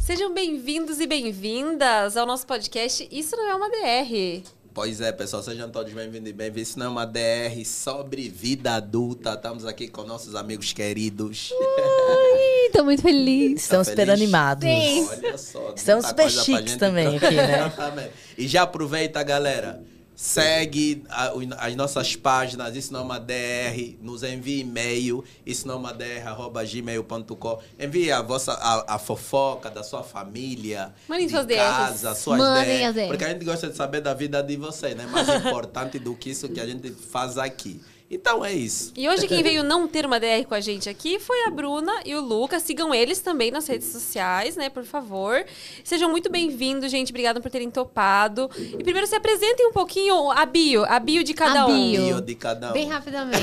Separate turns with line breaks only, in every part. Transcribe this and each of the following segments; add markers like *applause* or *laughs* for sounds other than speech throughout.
Sejam bem-vindos e bem-vindas ao nosso podcast Isso Não É Uma DR.
Pois é, pessoal, sejam todos bem-vindos e bem-vindos. Isso não é uma DR sobre vida adulta. Estamos aqui com nossos amigos queridos.
Ih, tô muito feliz.
Tá
Estão super
feliz?
animados.
Sim.
Olha só.
Estamos
muita
super
coisa pra
chiques
gente
também
tra-
aqui, né?
*laughs* Exatamente. E já aproveita, galera. Segue a- o- as nossas páginas, isso não é uma DR, nos envie e-mail, isso não é uma DR, arroba gmail.com. Envie a, vossa, a, a fofoca da sua família,
Mandem
de
suas DRs.
casa, suas
Mandem
DR,
as DRs.
Porque a gente gosta de saber da vida de você, né? Mais importante do que isso que a gente faz aqui. Então é isso.
E hoje
*laughs*
quem veio não ter uma DR com a gente aqui foi a Bruna e o Lucas. Sigam eles também nas redes sociais, né, por favor. Sejam muito bem-vindos, gente. Obrigada por terem topado. E primeiro se apresentem um pouquinho a bio, a bio de cada
A
um.
bio.
Bio de cada um.
Bem *laughs* rapidamente.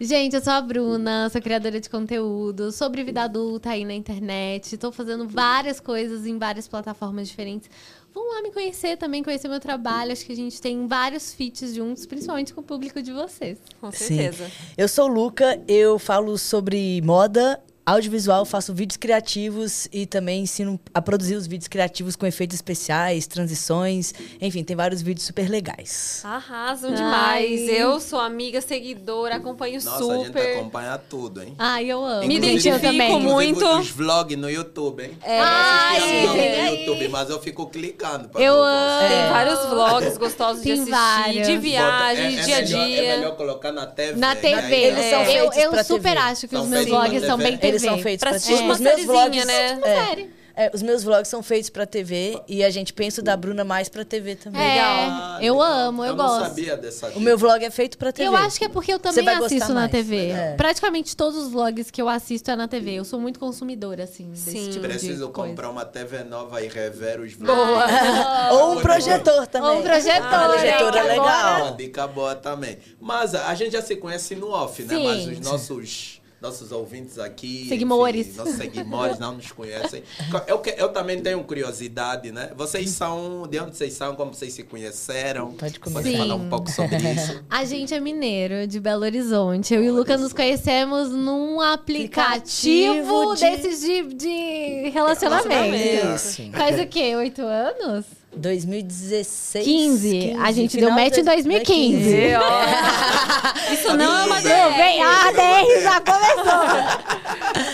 Gente, eu sou a Bruna, sou criadora de conteúdo sobre vida adulta aí na internet. Tô fazendo várias coisas em várias plataformas diferentes. Vão lá me conhecer também, conhecer meu trabalho. Acho que a gente tem vários feats juntos, principalmente com o público de vocês.
Com
Sim.
certeza.
Eu sou o Luca, eu falo sobre moda, audiovisual, faço vídeos criativos e também ensino a produzir os vídeos criativos com efeitos especiais, transições, enfim, tem vários vídeos super legais.
Arrasam demais.
Ai.
Eu sou amiga, seguidora, acompanho
Nossa, a gente tá
super.
acompanha tudo, hein?
Ai, eu amo.
Me
Inclusive,
identifico
inclusive
muito.
Os vlogs no YouTube, hein?
É,
Eu assisti
sim.
a vlog
é.
no YouTube, mas eu fico clicando. Pra
Eu
ver o gosto.
amo.
Tem
É.
vários vlogs gostosos de
Tem
assistir,
vários.
de
É-
viagem,
é
dia a
melhor-
dia.
É melhor colocar na TV.
Na
né?
TV.
Eles são
eu
feitos
eu
pra
super
TV.
acho que
São
os meus
feitos pra
vlogs são
TV.
bem TV.
Eles são feitos
Pra
pra,
assistir
TV.
uma
Os meus
sériezinha,
vlogs,
né?
Sério.
é, os meus vlogs são feitos pra TV e a gente pensa o da Bruna mais pra TV também.
É,
Ah,
eu
legal.
amo, eu,
eu
gosto.
não sabia dessa
O meu vlog é feito pra TV.
Eu acho que é porque eu
Você
também
vai gostar
assisto na
mais.
TV.
É.
Praticamente todos os vlogs que eu assisto é na TV. Eu sou muito consumidora, assim, desse
Sim.
tipo
Preciso
de coisa.
comprar uma TV nova e rever os vlogs.
Boa.
*laughs* Ou um projetor também.
Ou um projetor,
Ah,
né,
projetor
que
é legal.
Uma dica boa também. Mas a a gente já se conhece no off, né?
Sim.
Mas os nossos. Nossos ouvintes aqui.
Seguimores.
enfim, nossos seguimores não nos
*laughs*
conhecem. Eu, que- eu também tenho curiosidade, né? Vocês são. De onde vocês são? Como vocês se conheceram?
Pode começar.
Pode falar
Sim.
um pouco sobre isso.
*laughs* A gente é mineiro, de Belo Horizonte. Eu e o Lucas nos conhecemos num aplicativo
Aplicativo de-
desses de, de relacionamento.
Relacionamento.
Isso.
Faz o quê? Oito anos?
2016.
15. A gente deu
final de
match em 2015.
E,
*laughs*
ó, Isso não é uma
Amiga.
DR.
Vem, a ADR já começou!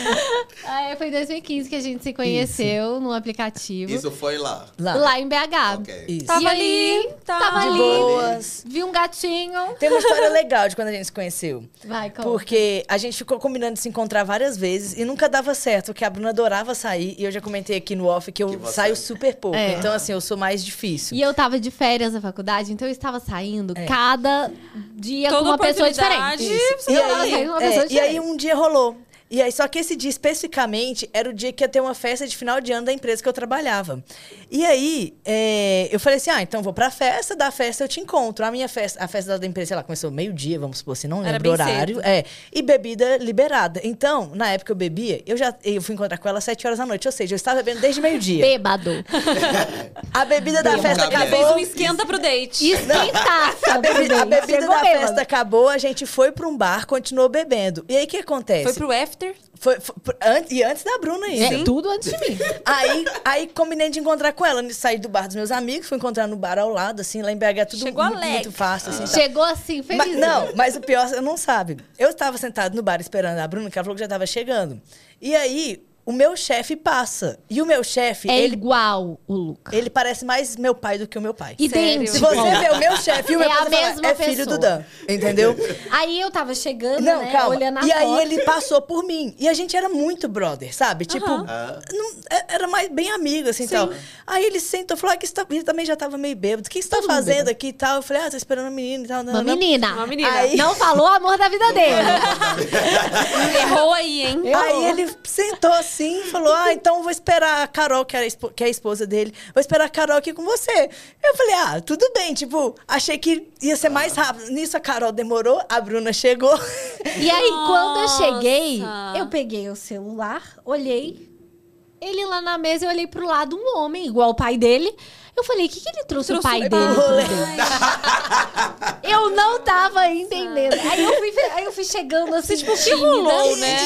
Aí foi em 2015 que a gente se conheceu num aplicativo.
Isso foi lá.
Lá.
Lá em BH.
Ok.
Isso.
Tava
E aí,
ali, tá.
tava
De
ali.
boas.
Vi um gatinho.
Tem uma história legal de quando a gente se conheceu.
Vai, conta.
Porque a gente ficou combinando de se encontrar várias vezes e nunca dava certo, porque a Bruna adorava sair e eu já comentei aqui no off que eu
Que você-
saio super pouco.
É.
Então, assim, eu sou mais difícil.
E eu tava de férias na faculdade, então eu estava saindo
É.
cada dia
Toda
com uma pessoa
oportunidade,
diferente.
Isso. você
E
tá
aí,
saindo com uma
é,
pessoa
e aí
diferente.
um dia rolou. E aí, só que esse dia especificamente era o dia que ia ter uma festa de final de ano da empresa que eu trabalhava. E aí, é, eu falei assim: ah, então vou pra festa, da festa eu te encontro. A minha festa, a festa da empresa, sei lá, começou meio-dia, vamos supor, se não
Era
lembro
bem
o horário. É, e bebida liberada. Então, na época eu bebia, eu já eu fui encontrar com ela às 7 horas da noite, ou seja, eu estava bebendo desde meio-dia.
Bêbado.
*laughs* A bebida da
Nunca
festa
bebe.
Já fez um
acabou.
esquenta pro date.
Esquentaça.
A bebida, a
também.
bebida
Chegou
da
bêbado.
festa acabou, a gente foi pra um bar, continuou bebendo. E aí o que acontece?
Foi pro after.
Foi, foi- por- an- e antes da Bruna ainda.
É tudo antes de mim.
Aí, aí combinei de encontrar com ela. Saí do bar dos meus amigos, fui encontrar no bar ao lado, assim, lá em BH, tudo
Chegou
muito,
alegre.
muito fácil, assim. tá?
Chegou assim,
Mas-
feliz.
não, mas o pior, você não sabe. Eu estava sentado no bar esperando a Bruna, que ela falou que já estava chegando. E aí, o meu chefe passa. E o meu chefe,
É
ele,
igual o Lucas.
ele parece mais meu pai do que o meu pai.
Idêntico.
Se você vê o meu chefe e o meu
É a
pai, você fala,
mesma
é filho do
pessoa."
Dan, entendeu?
Aí eu tava chegando,
Não,
né,
calma.
olhando a
e
foto.
aí ele passou por mim. E a gente era muito brother, sabe? Tipo,
Ah.
não- é- era mais bem amigo, assim, tal. Aí ele sentou e falou, ah, que você tá- ele também já tava meio bêbado. O que você tá fazendo aqui e tal? Eu falei, ah, tô esperando a menina e tal.
Uma
nananã."
menina.
Uma menina.
Aí- Não falou o amor da vida
*laughs*
dele.
Errou aí, hein?
Aí ele sentou assim e falou, ah, então eu vou esperar a Carol, que, era a espo- que é a esposa dele, vou esperar a Carol aqui com você. Eu falei, ah, tudo bem. Tipo, achei que ia ser mais
Ah.
rápido. Nisso a Carol demorou, a Bruna chegou.
E aí, quando eu
Nossa.
cheguei, eu peguei o celular, olhei. Ele lá na mesa, eu olhei pro lado, um homem, igual o pai dele. Eu falei, o que, que ele trouxe, o
Trouxe
pai
um
o
dele? pro
rolê.
evento?" *laughs* eu não tava entendendo. Aí eu fui, aí eu fui chegando assim, tipo, tímida.
rolou, né?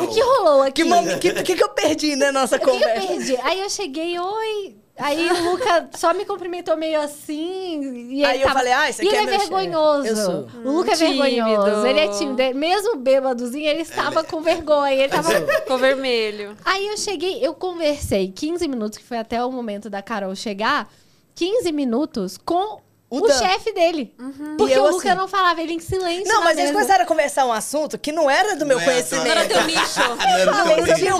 O que rolou aqui?
Que, mom- que, que, que eu perdi, né, nossa
O que que eu
conversa?
perdi? Aí eu cheguei, oi. Aí o Luca só me cumprimentou meio assim. E ele
Aí eu
tava-
falei, ah, esse
e
aqui
ele
é
é
meu chefe.
vergonhoso.
Eu sou.
O Luca é
Tímido.
vergonhoso. Ele é tímido. Mesmo bêbadozinho, ele estava com vergonha. Ele tava...
Ficou vermelho.
Aí eu cheguei, eu conversei 15 minutos, que foi até o momento da Carol chegar. 15 minutos com
O
o,
Dan.
chefe dele. Porque
E eu
o Luca
assim.
não falava, ele em silêncio.
Não,
na
mas eles
mesa.
começaram a conversar um assunto que não era do meu
Não é
Não era
conhecimento.
teu nicho.
Ah,
Eu falei sobre
Sobre
qualquer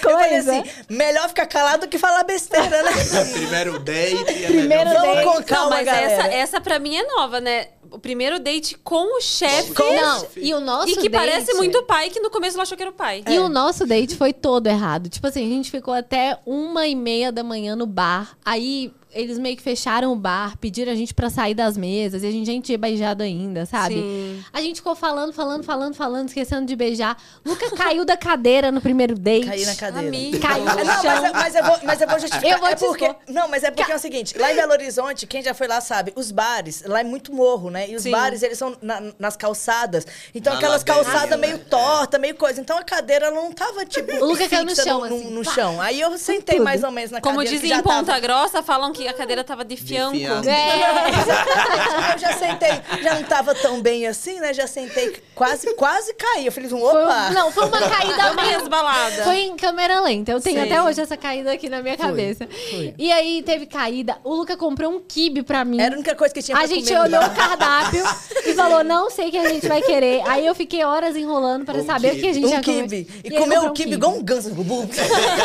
coisa. Eu falei
coisa.
assim, melhor ficar calado do que falar besteira, né?
Primeiro date. é
Primeiro
melhor-
date.
Vamos com
Não,
calma,
mas
galera.
essa, essa pra mim é nova, né? O primeiro date com o chefe.
Não, e o nosso
E que
date-
parece muito o pai, que no começo eu achou que era o pai.
É.
E o nosso date foi todo errado. Tipo assim, a gente ficou até uma e meia da manhã no bar. Aí eles meio que fecharam o bar, pediram a gente pra sair das mesas. E a gente já tinha beijado ainda, sabe?
Sim.
A gente ficou falando, falando, falando, falando, esquecendo de beijar. Luca *laughs* caiu da cadeira no primeiro date.
Caí na cadeira.
Amigo.
Caiu.
Não, mas, é- mas eu vou, mas eu vou justificar.
Eu vou
é
te
porque,
expor.
Não, mas é porque é o seguinte, lá em Belo Horizonte, quem já foi lá sabe, os bares, lá é muito morro, né? E os
Sim.
bares, eles são na- nas calçadas. Então,
Na
aquelas
ladeira,
calçadas
né?
meio torta, meio coisa. Então, a cadeira, ela não tava, tipo,
O Luca caiu no
fixa
chão,
no,
assim,
no
pá.
chão. Aí eu sentei
tudo.
mais ou menos na
Como
cadeira. que
dizem
já
em Ponta
tava-
Grossa, falam que a cadeira tava de fianco.
fianco.
É.
*laughs* Eu já sentei, já não tava tão bem assim, né? Já sentei, quase, quase caí. Eu falei, assim,
Foi um-
opa!
não, foi uma
Dá
caída
uma
meio
resbalada.
Foi em câmera lenta. Eu tenho
Sim.
até hoje essa caída aqui na minha cabeça. E aí teve caída. O Luca comprou um kibe pra mim.
Era a única coisa que tinha pra
A gente
comer no
olhou
bar.
o cardápio e falou, não sei o que a gente vai querer. Aí eu fiquei horas enrolando pra
Um
saber o que a gente
um
ia comer.
kibe. E,
ele
comeu
comprou
o
um
kibe igual um
*laughs*
ganso. bum.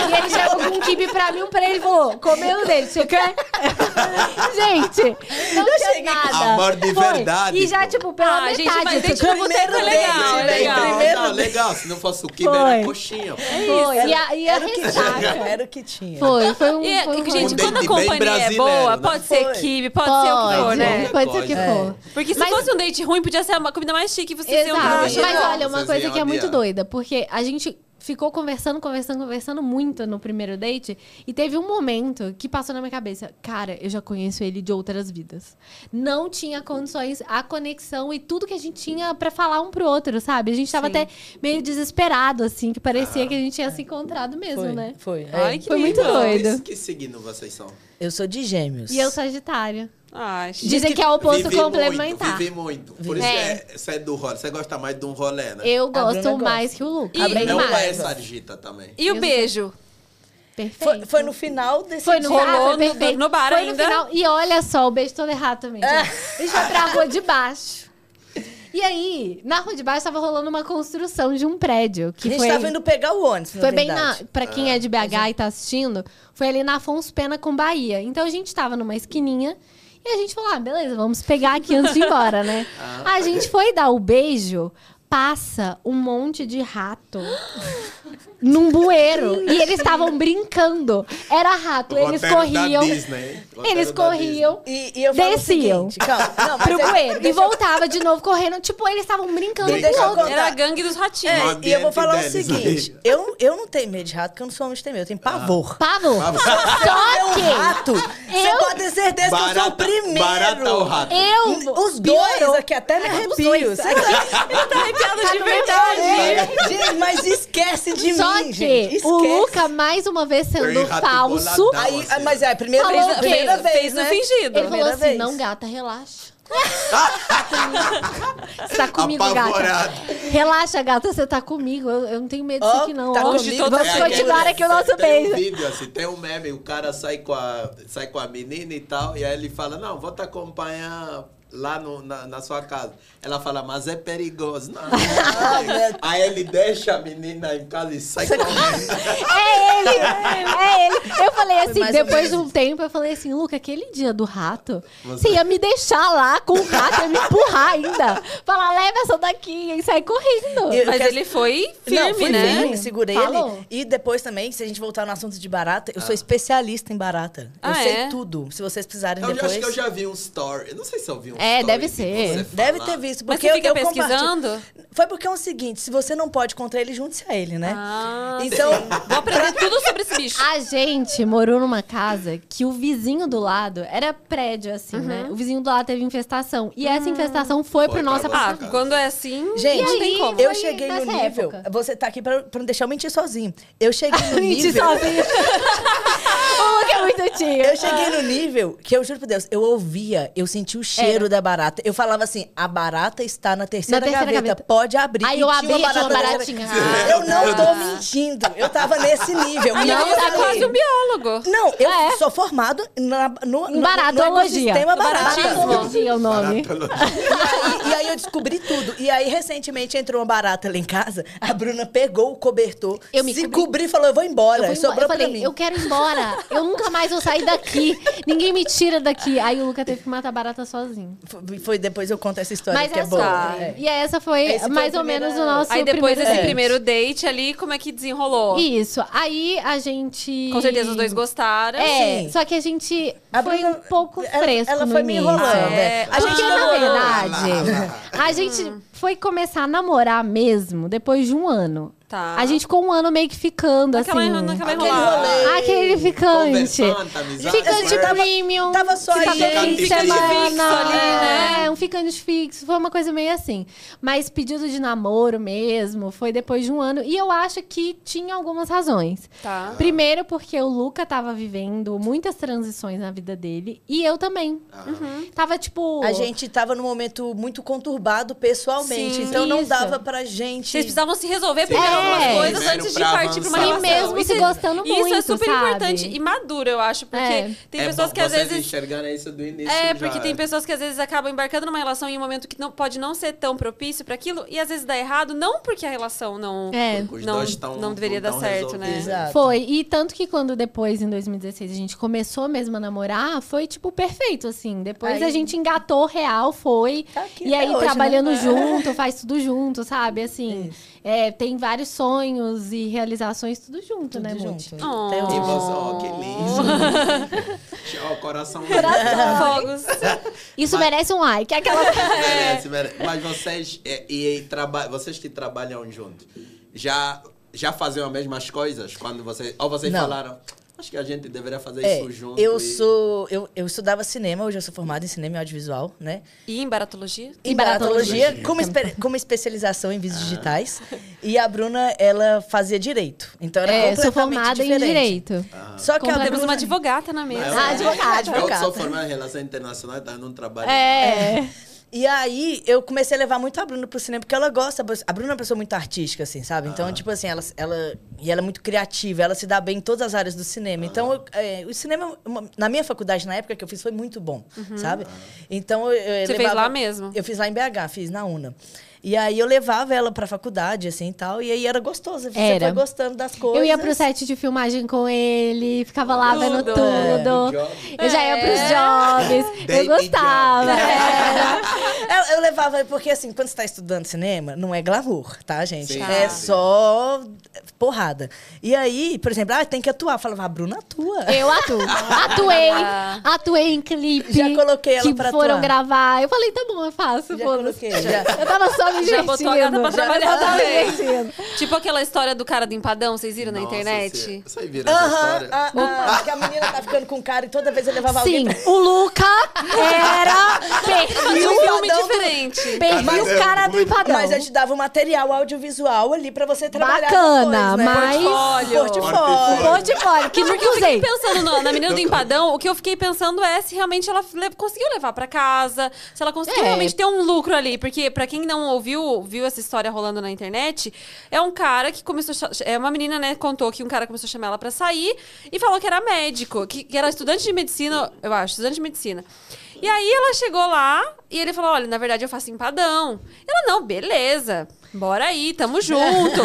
E ele chegou com um kibe pra mim, um pra ele e falou, comeu um dele, você quer? *laughs* gente, não
Eu
tinha
cheguei-
nada.
Amor de
Foi.
verdade,
E já,
pô.
tipo, pela
Ah, gente,
metade.
mas
você
deixa eu
quer?
botar- é legal,
date,
é legal.
né?
Primeiro
Primeiro date.
legal. Se não fosse o Kibe, era
Foi.
coxinha.
Foi. E a, e a
Era o que tinha.
ressaca.
Era o que tinha.
*laughs* Foi, foi um...
E,
foi um
gente,
rolê.
Um
quando a
date bem
companhia é
brasileiro,
boa,
né?
pode ser
Foi.
equipe, pode, ser o que for, né?
Pode ser o que
É.
for.
Porque se
Mas-
fosse um date ruim, podia ser a comida mais chique que você um
Exato.
sentar.
Exato.
Mas olha, uma
Vocês
coisa
iam
que é muito
adiar.
doida, porque a gente ficou conversando, conversando, conversando muito no primeiro date e teve um momento que passou na minha cabeça, cara, eu já conheço ele de outras vidas. Não tinha condições, a conexão e tudo que a gente tinha pra falar um pro outro, sabe? A gente tava até meio desesperado assim, que parecia
Ah,
que a gente
é.
tinha se encontrado mesmo,
Foi,
né?
foi. É.
Ai, que
Foi muito
lindo.
doido.
Então, Que, que signo vocês são?
Eu sou de gêmeos.
E eu Sagitário.
Ai, Ah, gente.
Dizem que é o oposto
Vivi
complementar.
Muito, vivi muito. Por isso
É.
que é, você é do rolê. Você gosta mais de um rolê, né?
Eu
Bruna
gosto
gosta.
mais que o Luca.
E-
bem
Meu
mais.
pai é sarjita também.
E o
Eu-
beijo?
Perfeito.
Foi, foi no final desse
Foi
dia.
no
Rolou
final,
no-
foi perfeito.
no bar
foi
ainda.
No final, e olha só, o beijo todo errado também. gente. A gente foi pra rua de baixo. E aí, na rua de baixo tava rolando uma construção de um prédio.
A
Que
gente tá
foi,
tava indo pegar o ônibus, na
foi bem na.
É verdade.
Pra quem é de BH e tá assistindo, foi ali na Afonso Pena com Bahia. Então a gente tava numa esquininha. E a gente falou, ah, beleza, vamos pegar aqui antes de ir embora, né? A gente foi dar o beijo, passa um monte de rato num bueiro. e eles estavam brincando. Era rato, eles
Roteiro
corriam.
Da Disney. Roteiro
Eles
da
corriam
E, e eu falo
Desciam.
o seguinte, calma.
*laughs*
Não, mas
pro
é-
bueiro
*laughs*
e
deixa eu-
voltava de novo correndo. Tipo, eles estavam brincando
Deixa
com o
eu
outro.
contar.
Era a gangue dos ratinhos.
No
É, e eu vou
ambiente
falar o
deles, né?
seguinte,
amiga.
eu, eu não tenho medo de rato, porque eu não sou homem de temer, eu tenho pavor.
Pavor. Só
Eu um
que
rato, você
Eu-
pode ter certeza que eu sou o
Barata-
primeiro.
barata ou rato?
eu.
Os dois
piorou.
aqui, até me
Os
arrepio.
dois.
Você tá...
Ele tá arrepiado
Tá
de
no
verdade.
É, gente, mas esquece de
Só
mim,
que
gente. Esquece.
o Luca, mais uma vez sendo
Tem rato
falso,
boladão.
Aí, ah, mas é a primeira
Falou
vez, a
o quê?
primeira vez,
Fez no
né?
fingido.
ele falou
Primeira
assim:
vez.
não,
*laughs*
gata, relaxa. Você tá comigo,
Apavorado.
gata. Relaxa, gata, você tá comigo. Eu, eu não tenho medo disso
Ó,
aqui, não.
tá
ó.
comigo,
Vamos
tá comigo.
continuar aqui o nosso
É tem um
beijo.
vídeo assim, tem um meme, o cara sai com a, sai com a menina e tal, e aí ele fala, não, vou te acompanhar lá no- na, na sua casa. Ela fala, mas é perigoso. Não, não é
*laughs*
perigoso. aí ele deixa a menina em casa e sai
*laughs*
correndo.
É ele! É ele! Eu falei assim,
mais ou
depois de um tempo, eu falei assim, Luca, aquele dia do rato,
Você-
você ia me deixar lá com o rato, ia me empurrar ainda. Falar, leva essa daqui e sai correndo.
Eu-
Mas
quero-
ele foi firme,
Não, fui
né?
firme, segurei
Falou.
ali. E depois também, se a gente voltar no assunto de barata, eu sou
Ah.
especialista em barata. Eu
Ah,
sei
é?
tudo. Se vocês precisarem
Então, eu
depois.
acho que eu já vi um story. Eu não sei se eu vi um
É, É,
story
deve
que
ser.
você
Deve
fala.
ter visto.
Mas
Porque
você fica
eu, eu
pesquisando?
compartilho. Foi porque é o seguinte: se você não pode contra ele, junte-se a ele, né?
Ah,
então,
Vou aprender tudo sobre esse bicho.
A gente morou numa casa que o vizinho do lado era prédio, assim,
Uhum.
né? O vizinho do lado teve infestação. E
Hum.
essa infestação
Foi
foi,
pra
pro nosso
lá.
Ah,
apartamento.
quando é assim,
gente,
não tem
aí,
como.
eu-
eu cheguei no
nessa
nível.
época.
Você tá aqui pra, pra não deixar eu mentir sozinho. Eu
*laughs*
cheguei no nível.
O Luke é muito tio.
Eu cheguei no nível que eu juro por Deus, eu ouvia, eu sentia o cheiro
Era.
da barata. Eu falava assim: a barata está na terceira,
Na terceira
gaveta,
gaveta.
pode abrir.
Aí
E
eu
tinha
abri e tinha uma
na terceira-
baratinha.
Eu não tô
Ah.
mentindo. Eu tava nesse
*laughs*
nível.
Aí
E aí
você
eu
tá
falei,
quase um biólogo.
Não, eu
É.
sou formado na, no, no,
Em baratologia.
no ecossistema barata.
Baratologia é o nome.
Baratologia.
E aí, e aí eu descobri tudo. E aí, recentemente, entrou uma barata lá em casa. A Bruna pegou o cobertor,
Eu me
se
cobri.
cobriu e falou, eu vou embora.
Eu, fui embora.
Sobrou
eu falei,
pra mim.
eu quero ir embora. Eu nunca mais vou sair daqui. Ninguém me tira daqui. Aí o Luca teve que matar a barata sozinho.
Foi- Foi depois eu conto essa história,
Mas
que é,
é
boa.
só.
É.
E essa foi
Esse foi
mais
o
ou
primeiro-
menos é o nosso
Aí depois
primeiro
desse
date.
primeiro date ali, como é que desenrolou?
Isso. Aí a gente...
Com certeza os dois gostaram.
É,
Sim.
só que a gente
A
foi
Bruna-
um pouco
ela-
fresco
ela
no
foi me
início.
enrolando, né?
é.
A gente,
Ah,
na
lá,
verdade, a gente
Hum.
foi começar a namorar mesmo depois de um ano.
Tá.
A gente ficou um ano meio que ficando,
Naquela-
assim.
naquela
Aquele
enrolada.
rolê. É,
Aquele ficante.
Conversanta, amizade,
Ficante
conversa.
premium.
Tava só
que
aí.
tá bem
Ficante
de semana.
fixo ali, né?
É, um ficante fixo. Foi uma coisa meio assim. Mas pedido de namoro mesmo, foi depois de um ano. E eu acho que tinha algumas razões.
Tá.
Primeiro porque o Luca tava vivendo muitas transições na vida dele. E eu também. Tava, tipo...
A gente tava num momento muito conturbado pessoalmente,
Sim.
então não
Isso.
dava pra gente.
Vocês precisavam se resolver primeiro
É.
algumas coisas
Primeiro
antes de
pra
partir pra uma
avançar.
relação.
E
mesmo se
é-
gostando
Isso é
muito,
super
sabe?
importante e maduro, eu acho. Porque
É.
*laughs* tem
É
pessoas
bom
que às
vocês
vezes...
enxergarem isso do início
É,
já.
porque tem pessoas que às vezes acabam embarcando numa relação em um momento que não, pode não ser tão propício pra aquilo e às vezes dá errado, não porque a relação não,
É.
Os
não,
dois tão-
não deveria
tão
dar certo,
resolvidos.
né?
Exato.
Foi. E tanto que quando depois, em 2016, a gente começou mesmo a namorar, foi, tipo, perfeito, assim. Depois
Aí-
a gente engatou real, foi.
Tá aqui
e
até
aí,
hoje,
trabalhando
né?
junto, faz tudo junto, sabe? Assim, é, tem vários sonhos e realizações, tudo junto,
Tudo
né, Muti?
junto. Então,
Oh.
Até
E
hoje.
Tipo, você, ó, que lindo.
*laughs*
Ó, o coração.
Fogos.
Isso
Mas-
merece um like. Aquela...
Merece, merece. Mas vocês, é, e, e traba- vocês que trabalham juntos, já, já faziam as mesmas coisas? quando vocês, Ou vocês
Não.
falaram, acho que a gente deveria fazer
É,
isso junto.
eu
e-
sou. Eu, eu estudava cinema, hoje eu sou formada em cinema e audiovisual, né?
E em baratologia?
E
Em baratologia,
baratologia. Ah.
com uma, espe- com uma especialização em vídeos digitais. E a Bruna, ela fazia direito. Então era
É,
completamente
sou formada
diferente.
em Direito.
Só que a
Completamente.
Temos
Bruna...
uma advogata na mesa.
Mas
Ah,
eu-
advogado,
Eu
advogado.
sou formado em relações internacionais, tá num trabalho.
É.
E aí, eu comecei a levar muito a Bruna pro cinema, porque ela gosta. A Bruna é uma pessoa muito artística, assim, sabe?
Ah.
Então, tipo assim, ela, ela. E ela é muito criativa, ela se dá bem em todas as áreas do cinema.
Ah.
Então, eu, é, o cinema, uma- na minha faculdade, na época que eu fiz, foi muito bom, sabe? Então, eu, eu
Uhum. Ah. Você fez lá mesmo?
Eu fiz lá em BH, fiz na UNA. E aí, eu levava ela pra faculdade, assim e tal. E aí, era gostoso. Você
Era.
foi gostando das coisas.
Eu ia pro set de filmagem com ele, ficava lá vendo
Tudo.
tudo.
Job.
Eu já ia pros jobs,
Day
eu gostava.
job.
*laughs*
Era.
Eu, eu levava, porque assim, quando você tá estudando cinema, não é glamour, tá, gente?
Sim, Ah.
é
sim.
só porrada. E aí, por exemplo, ah, tem que atuar. Eu falava, a Bruna atua.
É. Eu atuo. Atuei. Atuei em clipe.
Já coloquei ela
que
pra
foram
atuar.
gravar. Eu falei, tá bom, eu faço.
Já
foda-se.
coloquei, já.
Eu tava só me
Já
divertindo.
botou a gata pra trabalhar
tava
também.
divertindo.
Tipo aquela história do cara do empadão, vocês viram na
Nossa,
internet?
Você, você vira essa
Aham,
história?
ah, ah, que a menina tá ficando com o cara e toda vez eu levava
Sim,
alguém.
o Luca era perfil,
De um filme
empadão do-
diferente.
perfil
Mas é
cara do
muito-
empadão.
Mas eu te dava o material audiovisual ali pra você trabalhar
Bacana,
depois, né?
mas-
Portfólio.
Um
Portfólio.
Portfólio,
Porque
que nunca
eu fiquei
usei.
pensando no- na menina do empadão, o que eu fiquei pensando é se realmente ela le- conseguiu levar pra casa, se ela conseguiu
É.
realmente ter um lucro ali. Porque pra quem não ouviu, viu essa história rolando na internet, é um cara que começou... a cha- É uma menina, né, contou que um cara começou a chamar ela pra sair e falou que era médico, que, que era estudante de medicina, eu acho, estudante de medicina. E aí ela chegou lá e ele falou, olha, na verdade eu faço empadão. Ela, não, beleza, bora aí, tamo
*laughs*
junto.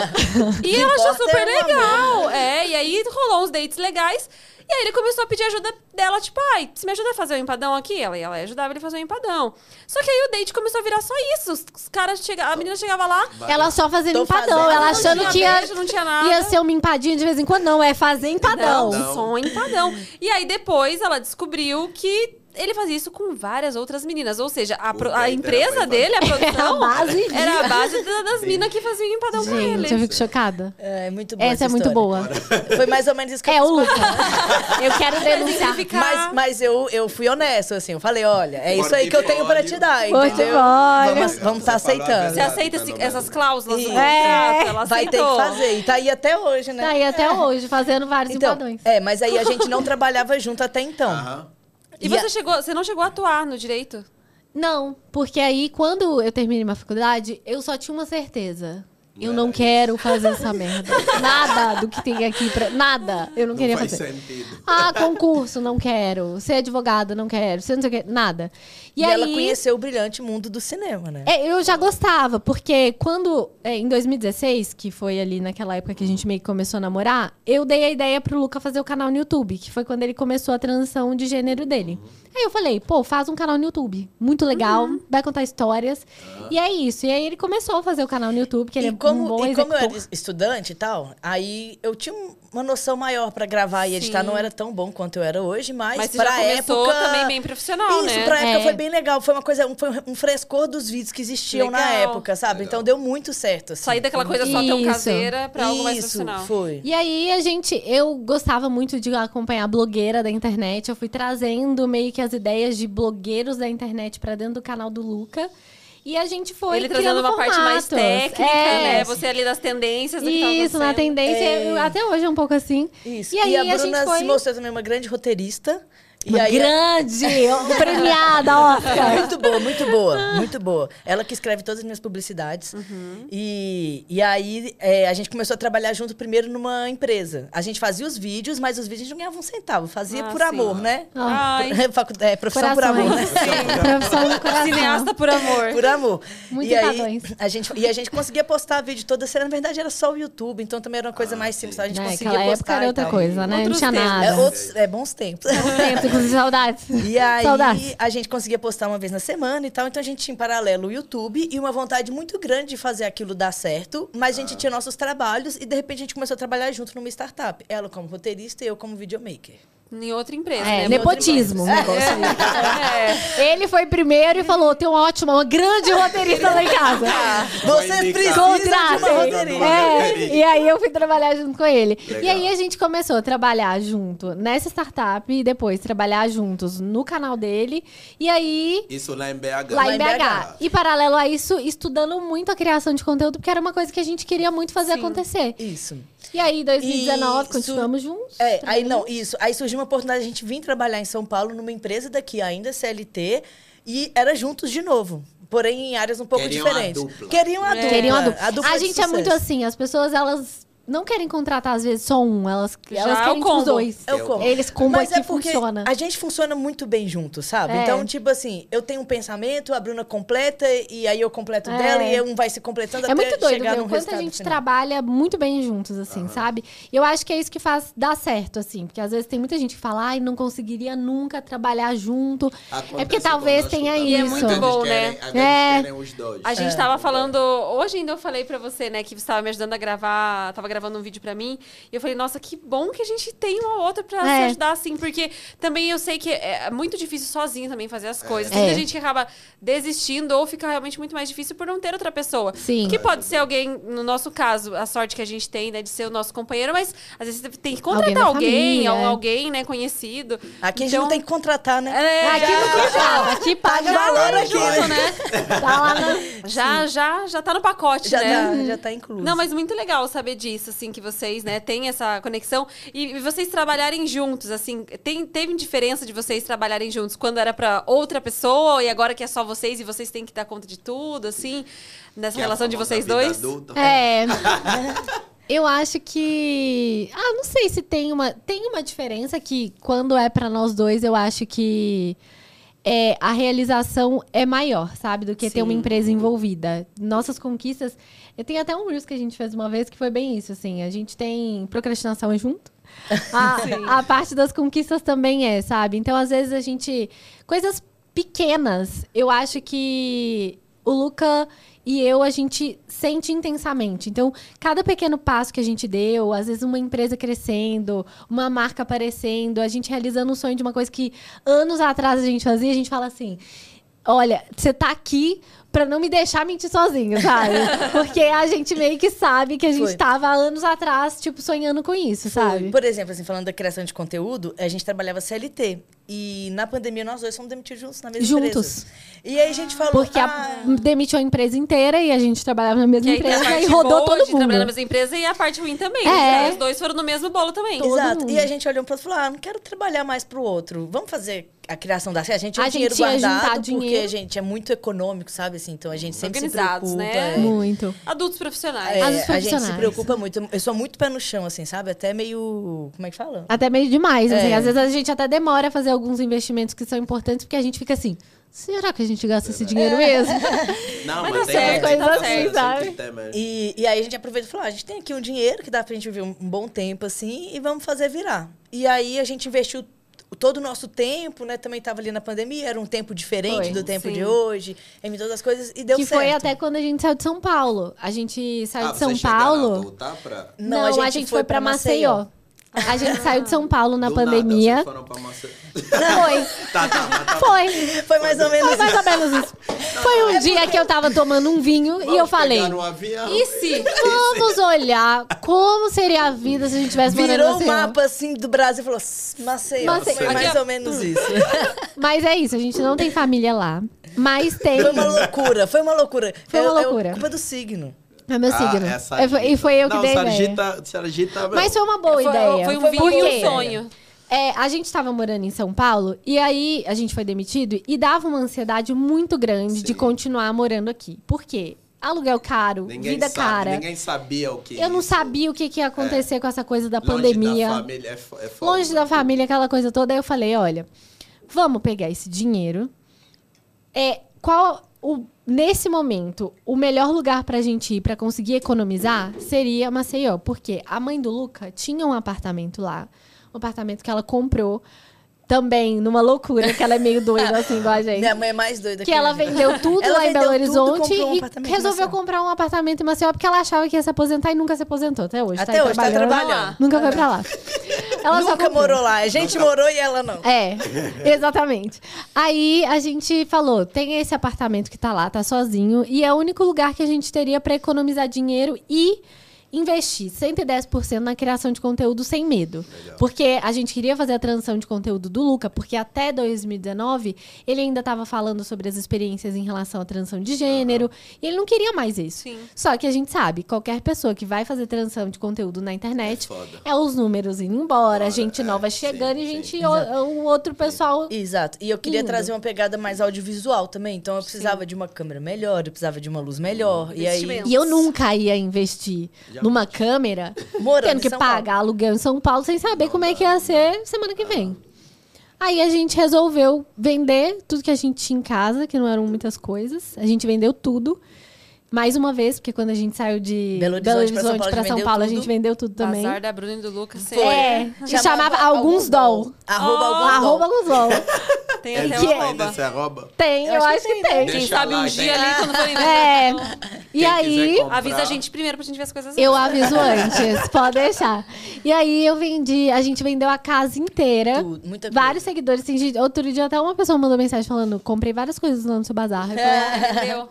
e ela achou
importa é
super
o amor.
legal. Não, é, e aí rolou uns dates legais. E aí ele começou a pedir ajuda dela, tipo, ai, você me ajuda a fazer o empadão aqui? Ela, e ela ajudava ele a fazer o empadão. Só que aí o date começou a virar só isso. Os, os caras chega, a menina chegava lá.
Ela só fazendo
Tô
empadão,
fazendo.
ela
Não
achando
tinha
que ia,
beijo, não tinha nada.
ia ser uma empadinha de vez em quando. Não, é fazer empadão.
Não, só um empadão. E aí depois ela descobriu que ele fazia isso com várias outras meninas. Ou seja, a, pro-
O
a
Gator
empresa
foi
dele, a produção,
Era a base de-
era a base da- das minas que faziam empadão pra
Gente, eu
ele.
fico chocada.
É, é muito boa.
Essa é
história.
muito boa.
Foi mais ou menos isso que
É
eu
o
quis *laughs*
Luca. Eu quero denunciar.
Exemplificar.
Mas, mas eu, eu fui honesto, assim. Eu falei, olha, é isso aí que eu tenho pra te dar,
Portfólio.
entendeu?
Portfólio.
Vamos, vamos tá
Você falou a
aceitando.
Você
verdade.
aceita esse-
pelo menos.
essas cláusulas do
Isso.
contrato? Ela
Vai ter que
aceitou.
fazer. E tá aí até hoje, né?
Tá aí até hoje, fazendo vários
Então,
empadões.
é, mas aí a gente não trabalhava junto até então.
Aham.
E
E a-
você chegou, você não chegou a atuar no direito?
Não, porque aí quando eu terminei minha faculdade, eu só tinha uma certeza. Eu não
Nada.
quero fazer essa merda. Nada do que tem aqui pra. Nada. Eu não,
Não
queria
faz
fazer.
sentido.
Ah, concurso, não quero. Ser advogada, não quero. Ser não sei o quê, nada. E,
E,
aí,
ela conheceu o brilhante mundo do cinema, né?
É, eu já gostava, porque quando. é, em 2016, que foi ali naquela época que a gente meio que começou a namorar, eu dei a ideia pro Luca fazer o canal no YouTube, que foi quando ele começou a transição de gênero dele. Aí eu falei, pô, faz um canal no YouTube. Muito legal,
Uhum.
vai contar histórias. E é isso. E aí ele começou a fazer o canal no YouTube, que ele
Ah. e
é
como,
um bom
e como eu era
executor.
estudante e tal, aí eu tinha um- uma noção maior pra gravar e editar.
Sim.
Não era tão bom quanto eu era hoje, mas,
Mas você
pra
já começou
época...
também bem profissional,
Isso,
né?
pra época
É.
foi bem legal. Foi uma coisa, um, foi um frescor dos vídeos que existiam na
Legal.
época, sabe? Então deu muito certo. Assim.
Sair daquela coisa só tão
Isso.
caseira pra algo mais
Isso,
profissional.
Foi.
E aí a gente, eu gostava muito de acompanhar a blogueira da internet. Eu fui trazendo meio que as ideias de blogueiros da internet pra dentro do canal do Luca. E a gente foi
Ele
criando
trazendo uma parte mais
formatos.
técnica,
É.
né? Você ali das tendências do que tava
Isso, na
acontecendo.
tendência, eu- até hoje é um pouco assim.
Isso.
E aí
a
a,
Bruna
gente foi
se mostrou também uma grande roteirista. E
uma
aí,
grande, premiada,
*laughs*
Oscar.
Muito boa, muito boa, muito boa. Ela que escreve todas as minhas publicidades.
Uhum.
E, e aí é, a gente começou a trabalhar junto primeiro numa empresa. A gente fazia os vídeos, mas os vídeos a gente não ganhava um centavo. Fazia
Ah,
por
sim.
amor, né?
Ai,
*laughs* Facu- é, profissão por amor, né?
Corações. Profissão do coração.
*laughs* cineasta por amor.
Por amor.
Muito
e aí,
empadões.
a gente E a gente conseguia postar vídeo toda semana. Na verdade, era só o YouTube, então também era uma
Ah,
coisa mais simples. A gente
Naquela
conseguia
Né, época
postar.
era
e
outra
tal.
coisa, né?
Outros
não tinha
tempos.
É,
nada.
outros, é bons tempos.
Tempo, inclusive, saudades.
E aí
Saudades.
a gente conseguia postar uma vez na semana e tal. Então a gente tinha em paralelo o YouTube e uma vontade muito grande de fazer aquilo dar certo. Mas
Ah.
a gente tinha nossos trabalhos e de repente a gente começou a trabalhar junto numa startup. Ela como roteirista e eu como videomaker.
Em outra empresa,
É,
né?
nepotismo.
É.
Ele foi primeiro e falou: tem uma ótima, uma grande roteirista lá em casa.
Ah. Você
indicar.
precisa de uma
Contratem.
roteirista.
É, e aí eu fui trabalhar junto com ele.
Legal.
E aí a gente começou a trabalhar junto nessa startup e depois trabalhar juntos no canal dele. E aí
Isso lá em BH.
lá em BH.
BH.
E paralelo a isso, estudando muito a criação de conteúdo, porque era uma coisa que a gente queria muito fazer
Sim.
acontecer.
Isso.
E aí, 2019,
E
continuamos juntos.
É, aí não, isso. Aí surgiu uma oportunidade de a gente vir trabalhar em São Paulo numa empresa daqui ainda, CLT, e era juntos de novo. Porém, em áreas um pouco
Queriam a
diferentes.
dupla.
Queriam a
É.
dupla.
Queriam a dupla. A,
dupla de
gente é muito
sucesso.
assim, as pessoas, elas não querem contratar, às vezes, só um. Elas,
Já
elas
é o
querem que os
combo.
dois.
É o combo.
Eles combo
Mas
aqui
é porque
funciona.
a gente funciona muito bem junto, sabe?
É.
Então, tipo assim, eu tenho um pensamento, a Bruna completa, e aí eu completo
É.
dela, e um vai se completando
É
até
muito doido
chegar
ver
num
o quanto a
resultado
gente
final.
trabalha muito bem juntos, assim, sabe? E eu acho que é isso que faz dar certo, assim. Porque às vezes tem muita gente que fala, ai, não conseguiria nunca trabalhar junto. é porque
Acontece
talvez
conosco
tenha
também.
E é
isso.
muito
Eles
bom,
querem-
né?
Eles
É.
querem os dois.
A gente tava falando. Hoje ainda eu falei pra você, né, que você tava me ajudando a gravar, tava gravando um vídeo pra mim. E eu falei, nossa, que bom que a gente tem uma ou outra pra se
É.
ajudar, assim, porque também eu sei que é muito difícil sozinho também fazer as coisas.
É.
Tem
É.
gente que acaba desistindo ou fica realmente muito mais difícil por não ter outra pessoa.
Sim.
Que pode ser alguém, no nosso caso, a sorte que a gente tem, né, de ser o nosso companheiro, mas às vezes você tem que
Alguém
contratar
da
alguém,
família,
ou
é.
alguém, né, conhecido.
Aqui a
Então,
gente não tem que contratar, né?
É,
Aqui
já-
não contrata, aqui paga
Paga valor
Paga
aqui.
valor.
junto, né?
Tá
*laughs*
lá na...
Já, já, já tá no pacote,
Já,
né?
tá, já tá incluso.
Não, mas muito legal saber disso, assim, que vocês, né, têm essa conexão. E e vocês trabalharem juntos, assim, tem, teve diferença de vocês trabalharem juntos quando era pra outra pessoa e agora que é só vocês e vocês têm que dar conta de tudo, assim, nessa
Que é a
relação de
famosa
vocês
vida
dois?
adulta.
É. *laughs* Eu acho que. Ah, não sei se tem uma. Tem uma diferença que quando é pra nós dois, eu acho que. É, a realização é maior, sabe? Do que ter uma empresa envolvida. Nossas conquistas. Eu tenho até um Reels que a gente fez uma vez que foi bem isso, assim. A gente tem procrastinação um, junto. *laughs* A, a parte das conquistas também é, sabe? Então, às vezes, a gente. Coisas pequenas. Eu acho que o Luca e eu, a gente sente intensamente. Então, cada pequeno passo que a gente deu, às vezes uma empresa crescendo, uma marca aparecendo, a gente realizando um sonho de uma coisa que anos atrás a gente fazia, a gente fala assim: olha, você tá aqui pra não me deixar mentir sozinho, sabe? Porque a gente meio que sabe que a gente
Foi.
tava há anos atrás, tipo, sonhando com isso, sabe?
Por exemplo, assim, falando da criação de conteúdo, a gente trabalhava CLT. E na pandemia nós dois fomos demitidos juntos na mesma
Juntos.
empresa. E aí a gente falou.
Porque a-
"Ah,
demitiu a empresa inteira e a gente trabalhava na mesma
E aí tem a
empresa
parte
e rodou
boa
todo
de trabalhar na
mundo.
mesma empresa e a parte ruim também.
É.
né? Os dois foram no mesmo bolo também.
Todo
Exato.
mundo.
E a gente olhou um pro outro e falou: ah, não quero trabalhar mais pro outro. Vamos fazer a criação da série. A gente tinha
A
o dinheiro
gente ia juntar
guardado, porque
dinheiro.
a gente é muito econômico, sabe? Assim, então a gente sempre se
Organizados,
preocupa.
né?
é.
Muito.
Adultos profissionais.
É, a
As dos
gente se
profissionais.
preocupa muito. Eu sou muito pé no chão, assim, sabe? Até meio. Como é que fala?
Até meio demais, assim.
É.
Às vezes a gente até demora a fazer alguns investimentos que são importantes, porque a gente fica assim, será que a gente gasta esse dinheiro mesmo?
Não,
Mas
mas,
tá
tem
certo,
tem-
tá
tem-
certo,
tem-
assim, sabe?
tem- tem-
E, e aí a gente aproveita e falou: ah, a gente tem aqui um dinheiro que dá pra gente viver um, um bom tempo, assim, e vamos fazer virar. E aí a gente investiu todo o nosso tempo, né? Também tava ali na pandemia, era um tempo diferente
Foi,
do tempo
sim.
de hoje, em todas as coisas, e deu
que
certo.
foi até quando a gente saiu de São Paulo. A gente saiu
Ah,
de
vocês
São
chegaram a
Paulo.
voltar pra-
Não, a gente foi
pra
pra Maceió.
A gente saiu de São Paulo na
Do nada,
pandemia.
vocês foram pra Maceió.
Foi.
Tá, tá, mas tá
Foi.
Foi mais ou menos
Foi mais ou menos isso. Foi um dia que eu tava tomando um vinho e
É
eu
Vamos
falei.
pegar no um avião.
E se?
Vamos olhar como seria a vida se a gente tivesse
um
Virou
morando
o
em Maceió.
mapa assim do Brasil e falou: "S- Maceió.
Maceió.
Foi mais ou menos isso.
Mas é isso, a gente não tem família lá. Mas tem.
foi uma loucura, foi uma loucura.
Foi uma
É- é
loucura.
culpa do signo.
É meu
Ah,
signo.
é
É, foi- e foi eu que
Não,
dei a ideia.
Sargita, Sargita, meu,
Mas foi uma boa
Foi-
ideia.
foi um
Por
vinho e um
quê?
sonho.
É, a gente tava morando em São Paulo e aí a gente foi demitido e dava uma ansiedade muito grande de
Sim.
continuar morando aqui. Por quê? Aluguel caro,
ninguém
vida
sabe,
cara.
Ninguém sabia o que
Eu não
isso.
sabia o que, que ia acontecer com essa coisa da
Longe
pandemia.
Da família, é, fo- é foda.
longe da família, aquela coisa toda. Aí eu falei, olha, vamos pegar esse dinheiro. É, qual o nesse momento, o melhor lugar pra gente ir pra conseguir economizar seria Maceió, porque a mãe do Luca tinha um apartamento lá, um apartamento que ela comprou também numa loucura, que ela é meio doida assim igual
*laughs*
a gente.
Minha mãe é mais doida
Que ela
eu.
vendeu
*laughs*
tudo
Ela
lá em
vendeu
Belo
tudo,
Horizonte
comprou um
e
apartamento em
resolveu
Maceió.
comprar um apartamento em Maceió porque ela achava que ia se aposentar e nunca se aposentou. Até hoje.
Até
aí
hoje, tá
trabalhando.
trabalhando.
Nunca foi pra lá. Ela só
Nunca
comprou.
morou lá. A gente morou e ela não.
É, *laughs* exatamente. Aí a gente falou: tem esse apartamento que tá lá, tá sozinho, e é o único lugar que a gente teria pra economizar dinheiro e investir 110% na criação de conteúdo sem medo. Porque a gente queria fazer a transição de conteúdo do Luca, porque até 2019 ele ainda tava falando sobre as experiências em relação à transição de gênero, e ele não queria mais isso.
Sim.
Só que a gente sabe, qualquer pessoa que vai fazer transição de conteúdo na
É
internet
foda.
é os números indo embora,
Embora,
gente
é,
nova
sim,
chegando e
sim.
gente e o, o outro pessoal.
Exato. E eu queria
Indo.
trazer uma pegada mais audiovisual também. Então eu precisava de uma câmera melhor, eu precisava de uma luz melhor. E aí,
Investimento.
E eu nunca ia investir
Jamais.
numa câmera,
Morando
tendo
em
que
São
pagar aluguel em São Paulo, sem saber como é que ia ser semana que vem. Aí a gente resolveu vender tudo que a gente tinha em casa, que não eram muitas coisas. A gente vendeu tudo. Mais uma vez, porque quando a gente saiu de
Belo Horizonte pra São
Horizonte
Paulo, a
pra
gente
São
vendeu
Paulo, a
tudo.
gente vendeu tudo também.
Azar da Bruna e do Lucas. sempre.
É, e chamava Alguns Doll. Ah,
Arroba
Oh,
alguns doll.
Arroba Luzol.
Tem
É,
até
que
uma
ainda
roupa.
se arroba.
Tem, eu, acho que,
né?
Quem
tem.
Deixa
sabe
lá,
um
tem.
dia ali,
*laughs*
quando for
É. E
Quem
aí.
quiser comprar,
Avisa a gente primeiro pra gente ver as coisas assim.
Eu
antes.
aviso
*laughs*
antes, pode deixar. E aí eu vendi, a gente vendeu a casa inteira.
Tudo, muita coisa.
Vários seguidores, assim, gente, outro dia até uma pessoa mandou mensagem falando, comprei várias coisas lá no seu bazar.
É,
Eu falei,
É, Entendeu?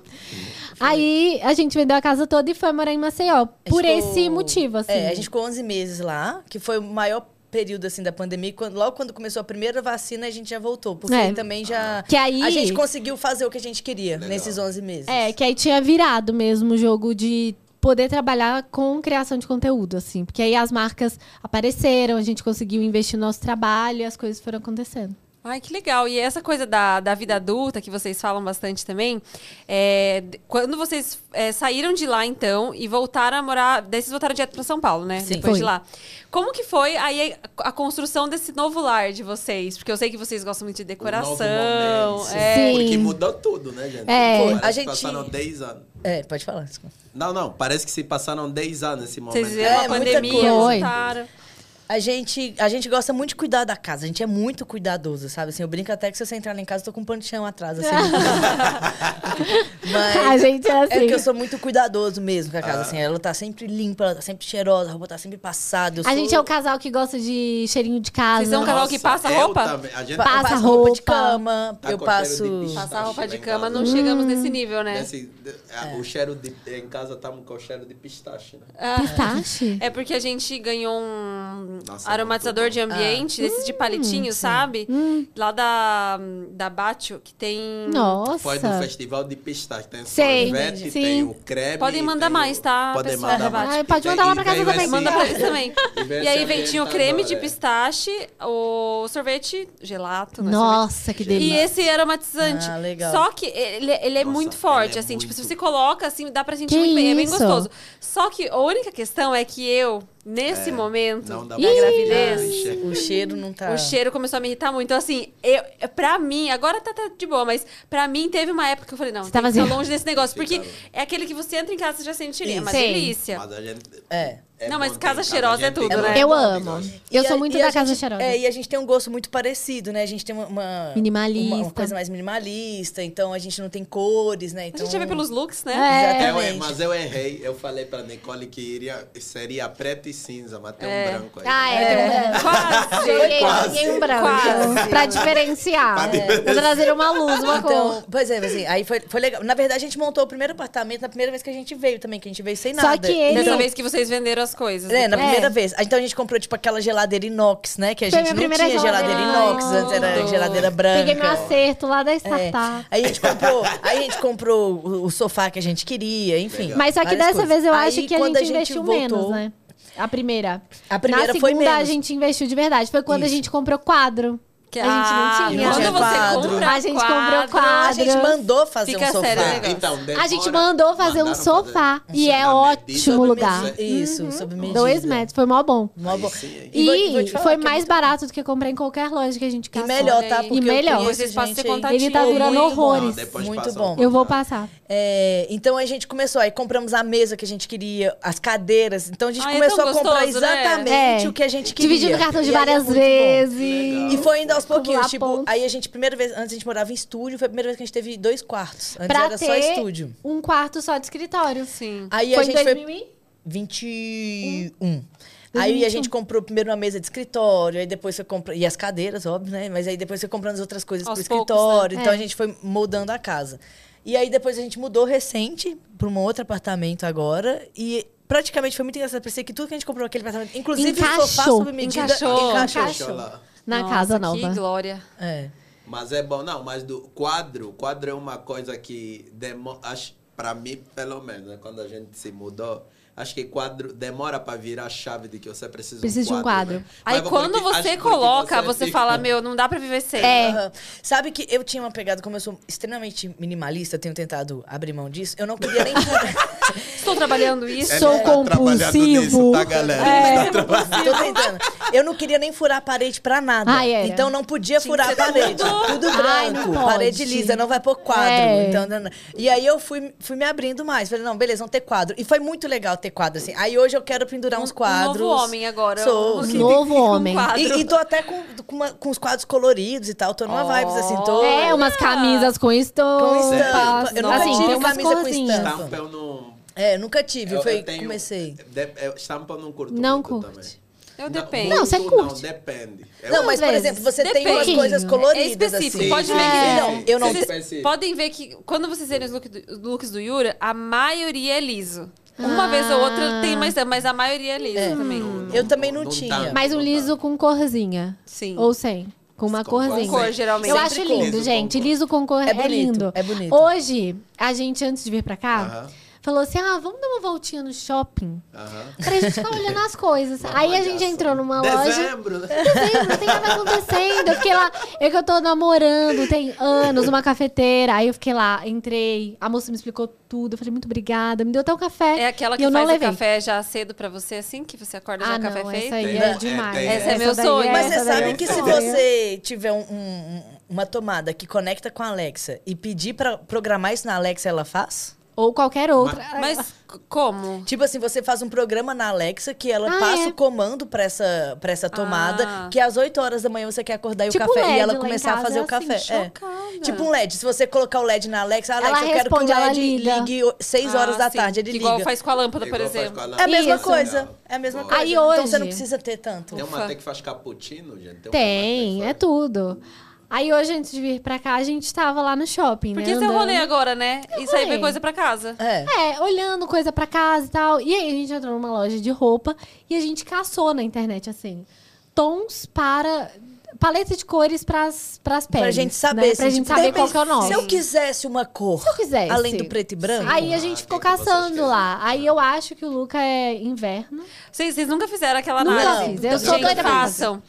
Aí a gente vendeu a casa toda e foi morar em Maceió.
A gente
Por
ficou-
esse motivo, assim.
É, a gente ficou 11 meses lá, que foi o maior período assim da pandemia. E Quando, logo quando começou a primeira vacina, a gente já voltou, porque
É.
também já
Que aí-
a gente conseguiu fazer o que a gente queria nesses 11 meses.
É, que aí tinha virado mesmo o jogo de poder trabalhar com criação de conteúdo, assim. Porque aí as marcas apareceram, a gente conseguiu investir no nosso trabalho e as coisas foram acontecendo.
Ai, que legal. E essa coisa da, da vida adulta, que vocês falam bastante também, é, d- quando vocês é, saíram de lá, então, e voltaram a morar... Daí vocês voltaram direto pra São Paulo, né?
Sim.
Depois de
Foi.
lá. Como que foi aí a, a construção desse novo lar de vocês? Porque eu sei que vocês gostam muito de
Um novo
decoração.
momento.
é.
Sim.
Porque mudou tudo, né, gente?
É.
Parece
A
que
gente-
Passaram 10 anos.
É, pode falar. desculpa.
Não, não, parece que se passaram 10 anos nesse momento.
Vocês viram
É,
a
muita
pandemia,
coisa.
voltaram.
a gente, a gente gosta muito de cuidar da casa. A gente é muito cuidadoso, sabe? Assim, eu brinco até que se você entrar lá em casa, eu tô com um pano de chão atrás, assim.
*laughs*
Mas
A gente é assim.
É que eu sou muito cuidadoso mesmo com a casa, assim. Ela tá sempre limpa, ela tá sempre cheirosa, a roupa tá sempre passada. eu
A
sou-
gente é o casal que gosta de cheirinho de casa.
Vocês são um casal que passa
eu
roupa?
também. A gente
pa- eu
Passa
passo roupa de
roupa.
cama,
Tá
eu
é
com
passo... Ah,
cheiro de pistache
Passar roupa de
lá em
cama,
casa.
não chegamos
Hum.
nesse nível, né?
Tá Nesse- assim, de-
É.
a- O cheiro de, em casa tá com o cheiro de pistache, né?
Ah.
Pistache?
É porque a gente ganhou um
Nossa,
aromatizador
muito
de
Ah.
ambiente, desses de palitinho, sabe?
Hum.
Lá da, da Batio, que tem.
Nossa.
Foi no festival de pistache. Tem
Sei,
sorvete,
sim.
tem o creme.
Podem mandar
tem o-
mais, tá,
Podem
pessoal?
mandar
Vai.
mais.
Ai, pode
Tem-
mandar lá pra
e
casa
veio
também.
esse-
Manda
*laughs*
pra eles também.
E
*laughs*
veio
E aí
esse
vem, tinha o
ambientador,
creme de
é.
pistache, o sorvete, gelato, né?
Nossa, que
E
delícia.
esse aromatizante.
Ah, legal.
Só que ele, ele é
Nossa,
muito
ele
forte,
é
assim. Tipo, se
muito-
você coloca, assim, dá pra sentir
Que
muito bem. É bem
isso?
gostoso. Só que a única questão é que eu, nesse momento
É, não dá
da
pra- né?
gravidez,
Ixi.
é.
O cheiro não tá...
o cheiro começou a me irritar muito. Então, assim, eu, pra mim, agora tá, tá de boa, mas pra mim teve uma época que eu falei, não,
Você
tem
tava
que ficar
assim.
longe desse negócio. Porque
Ficava.
é aquele que você entra em casa e já sente cheirinho. É uma
Isso. Sim.
delícia.
Mas a gente...
É.
Não,
bom
mas
ter
casa
em a
cheirosa é
gente
tudo,
gosta,
né?
Eu
gosta.
amo. Eu
E
sou
a-
muito
e
da
a
casa
gente-
cheirosa.
É, e a gente tem um gosto muito parecido, né? A gente tem uma... uma
Minimalista.
Uma, uma coisa mais minimalista, então a gente não tem cores, né?
A
Então...
gente já vê pelos looks, né?
É.
Eu-
Exatamente.
mas eu errei, eu falei pra Nicole que iria, seria preto e cinza, mas tem um branco aí.
Ah, é. tem um branco.
*laughs* Quase.
Joguei,
Quase.
joguei um branco.
Quase.
Pra diferenciar. Pra trazer uma luz, uma
Então,
cor.
pois é, assim, aí foi, foi legal. Na verdade, a gente montou o primeiro apartamento na primeira vez que a gente veio também, que a gente veio sem
Só
nada.
que ele-
Dessa
Então,
vez que vocês venderam as coisas. né?
É, na
É.
primeira vez. Então a gente comprou, tipo, aquela geladeira inox, né? Que a
Foi
gente
minha
não
primeira
tinha geladeira,
geladeira
inox, antes era
inox.
geladeira branca.
Peguei meu acerto lá da
É.
startup.
Aí a gente comprou, aí a gente comprou o, o sofá que a gente queria, enfim.
Mas só que
várias
dessa
coisas.
vez eu
Aí,
acho que a
quando
gente, investiu
voltou-
menos, né? A primeira.
A primeira
Na segunda
foi
a
menos.
gente investiu de verdade. Foi quando a
Isso.
gente comprou quadro. Que a
Ah,
gente não tinha.
não tinha
Quando você
quadro.
compra
A gente comprou
A gente
quadros.
mandou fazer
Fica
um sofá.
sério, né?
Ah, então,
A gente
demora.
mandou fazer um
Mandaram
sofá.
fazer.
E é
Na medida
ótimo
do
lugar.
medida.
Uhum.
Isso, sob medida.
Dois metros. Foi mó bom.
Mó bom.
Aí sim, aí.
E,
vou- vou te falar
foi
que é
mais
muito-
barato do que comprar em qualquer loja que a gente
E
caçou.
melhor, tá?
E
Porque
melhor.
Eu conheço
Vocês passam
gente
ser
aí-
contatinho.
Ele tá durando
Muito bom.
horrores.
Depois
Muito
passa
bom.
um-
Eu vou passar.
É, então a gente começou, aí compramos a mesa que a gente queria, as cadeiras. Então a gente
Ah, é
começou
tão
a comprar
gostoso, né?
exatamente
É.
o que a gente queria.
Dividindo cartão de
E aí é
várias
muito bom.
vezes.
E foi indo aos pouquinhos,
Acumular
tipo,
pontos.
aí a gente, primeira vez, antes a gente morava em estúdio, foi a primeira vez que a gente teve dois quartos. Antes
Pra
era
ter
só estúdio.
um quarto só de escritório.
Sim.
Aí
foi
a
em Hum.
gente
2000
foi
e-
21. Aí a
2021.
gente comprou primeiro uma mesa de escritório, aí depois você compra. E as cadeiras, óbvio, né? Mas aí depois você comprando as outras coisas
Aos
pro
poucos,
escritório.
né?
Então
É.
a gente foi moldando a casa. E aí depois a gente mudou recente pra um outro apartamento agora. E praticamente foi muito engraçado. Parecia que tudo que a gente comprou naquele apartamento, inclusive o sofá
Encaixou.
sob medida,
Encaixou.
Deixa eu
Cachorro.
lá.
Na
Nossa,
casa
Que
nova.
glória.
É.
Mas é bom, não, mas do quadro, quadro é uma coisa que demora, acho, pra mim, pelo menos, né, quando a gente se mudou, acho que quadro demora pra virar a chave de que você precisa,
Precisa de um quadro.
né?
Aí
Mas é
quando
porque-
você
acho é. porque
coloca, você,
fica-
fala, meu, não dá pra viver sem.
É.
Aham. Sabe que eu tinha uma pegada, como eu sou extremamente minimalista, eu tenho tentado abrir mão disso, eu não queria
*laughs*
nem.
Estou trabalhando isso.
É
Um
Sou
Ele tá trabalhando
compulsivo.
nisso, tá, galera?
É.
Ele
é
tá trabalhando-
Tô tentando. Eu não queria nem furar a parede pra nada.
Ah, era. tá
Então não podia furar a parede. Tudo
Ai, não
branco.
pode.
parede lisa, não vai pôr quadro.
É.
Então, não, não. E aí eu fui, fui me abrindo mais. Falei, não, beleza, vamos ter quadro. E foi muito legal ter quadro, assim. Aí hoje eu quero pendurar uns
Um
quadros.
novo
é
homem agora.
Sou.
Um
Sim.
que
Novo
fica com
homem.
quadro.
E, e tô até com, com, uma- com os quadros coloridos e tal. Tô numa
Oh.
vibes assim, tô.
É, umas camisas com estampa.
Com estampa. Eu
Nossa,
nunca
assim, tem
tive
umas
camisa com
corzinhas.
estampa.
Estampa eu não...
É, nunca tive.
eu-
foi,
eu tenho-
comecei.
de- eu- Estampa eu não curto
Não
muito
curte.
também.
Eu
Não,
dependo.
Não, você
muito
curte.
Não, depende.
É
Eu-
Não, mas, por
vezes.
exemplo, você tem umas
Depende.
coisas
É
coloridas.
É específico,
assim.
pode ver
É.
que
Não, eu não-
Vocês podem ver que quando vocês verem os look do- os looks do Yura, a maioria é liso. Uma
Ah. Hum.
vez ou outra tem mais, mas a maioria é liso também.
Eu também não tinha.
Mas um liso com corzinha.
Sim.
Ou sem. Com uma
Com cor,
corzinha.
Com cor, geralmente.
Eu
Sempre
acho
com.
lindo,
Liso com
gente.
cor.
Liso com cor é,
É bonito,
lindo.
é bonito.
Hoje, a gente, antes de vir pra cá,
Aham.
falou assim: ah, vamos dar uma voltinha no shopping
Aham.
pra gente ficar olhando as coisas.
Uma
Ah. Aí a gente
malhação.
entrou numa loja.
Dezembro, né?
Dezembro, tem nada acontecendo. Eu fiquei lá, eu que eu tô namorando, tem anos, uma cafeteira. Aí eu fiquei lá, entrei, a moça me explicou tudo. Eu falei, muito obrigada, me deu até um café.
É aquela
e
que
eu não
faz o
levei.
café já cedo pra você, assim, que você acorda já
Ah,
o café
não,
feito.
essa aí
Tem,
é
né?
demais.
É, tem.
Essa é meu
daí
sonho.
Mas
É,
você
essa daí
sabe
é
que
meu
se
sonho.
você tiver um- um- uma tomada que conecta com a Alexa e pedir pra programar isso na Alexa, ela faz?
Ou qualquer outra.
Mas c- como?
Tipo assim, você faz um programa na Alexa que ela
Ah,
passa
é.
o comando pra essa, pra essa tomada,
Ah.
que às 8 horas da manhã você quer acordar e
Tipo
o café
LED
e ela
lá em
começar a
casa,
fazer
é
o café.
assim,
é.
chocada.
Tipo um LED, se você colocar o LED na Alexa, Alexa,
Ela
eu quero
responde,
que o
ela
LED
liga.
ligue 6 horas
Ah,
da
sim.
tarde, ele
Igual
liga.
faz com a lâmpada, por
Igual faz
exemplo.
com a lâmpada.
É a mesma
Isso.
coisa. É a mesma
Aí
coisa. Então
hoje-
você não precisa ter tanto.
Tem
Ufa.
uma até que faz cappuccino, gente. uma
Tem,
até
é
que faz-
tudo. Aí hoje, antes de vir pra cá, a gente tava lá no shopping,
Porque
né?
esse é o rolê
andando.
agora, né? Isso aí foi
rolê.
coisa pra casa.
É.
É, olhando coisa pra casa e tal. E aí a gente entrou numa loja de roupa e a gente caçou na internet, assim, tons para. paleta de cores pras, pras peles.
Pra gente saber.
né?
assim,
Pra gente
tipo, de
saber
repente,
qual que é o nome.
Se eu quisesse uma cor,
eu quisesse.
além do preto e branco,
Aí a
Ah,
gente
que
ficou
que vocês
caçando
querem?
lá. Aí eu acho que o Luca é inverno.
Vocês, vocês nunca fizeram aquela
Nunca
análise?
fiz, eu sou
Gente,
doida pra fazer.
façam.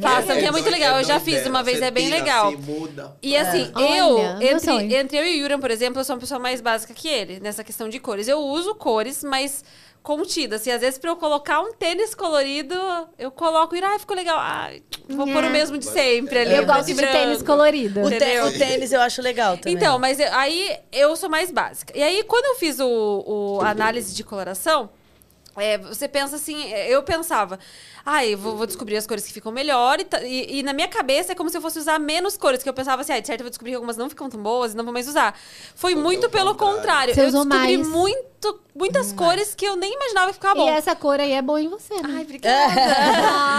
Façam, que é muito
doido-
legal. Eu já
doideira.
fiz uma vez,
Você
é bem
tira
legal.
assim, muda.
E assim,
Olha, meu
eu,
sonho.
entre, entre eu e o Yuran, por exemplo, eu sou uma pessoa mais básica que ele, nessa questão de cores. Eu uso cores, mas contidas. E às vezes, pra eu colocar um tênis colorido, eu coloco e, ah, ficou legal. Ah, vou
É.
pôr o mesmo de sempre ali.
Eu
é preto
gosto
e
de
branco.
tênis colorido.
o, tê-
entendeu?
o tênis eu acho legal também.
Então, mas eu- aí eu sou mais básica. E aí, quando eu fiz o, o análise de coloração, é, você pensa assim, é, eu pensava, ai, eu vou, vou descobrir as cores que ficam melhor, e, ta- e- e na minha cabeça é como se eu fosse usar menos cores, que eu pensava assim, ai, de certo eu vou descobrir que algumas não ficam tão boas e não vou mais usar. Foi
Foi
muito
ao
pelo contrário.
contrário.
Você
eu
usou
descobri
mais.
muito, muitas cores que eu nem imaginava que ficava
E
tá bom.
essa cor aí é boa em você, né?
Ai,
*laughs*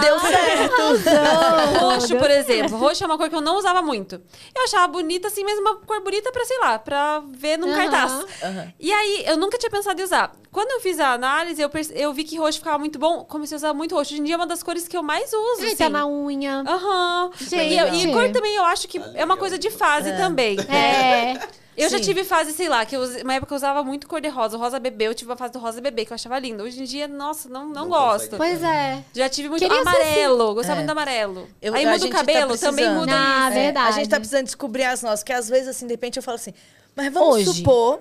obrigada.
Deu certo.
roxo, por exemplo. Roxo é uma cor que eu não usava muito. Eu achava bonita, assim, mas uma cor bonita pra, sei lá, pra ver num
Aham.
cartaz.
Aham.
E aí, eu nunca tinha pensado em usar. Quando eu fiz a análise, eu, perce- eu vi que roxo ficava muito bom. Comecei a usar muito roxo. Hoje em dia é uma das cores que eu mais uso,
Ai,
assim.
tá na unha.
Aham.
Gente.
E, eu- e cor também, eu acho que
Tá
é uma
legal.
coisa de fase também.
É.
Eu já
Sim.
tive fase, sei lá, que eu, use- uma época eu usava muito cor de rosa. O rosa bebê, eu tive uma fase do rosa bebê, que eu achava lindo. Hoje em dia, nossa, não, não,
Não
gosto.
consegue.
Pois é.
Já tive muito
Queria ser
amarelo, gostava
É.
muito do amarelo.
Eu-
Aí
a
muda o
gente tá
cabelo, também
precisando.
muda
Ah,
isso.
é.
A
Verdade.
gente tá precisando descobrir as nossas, que às vezes, assim, de repente eu falo assim, mas vamos
Hoje.
supor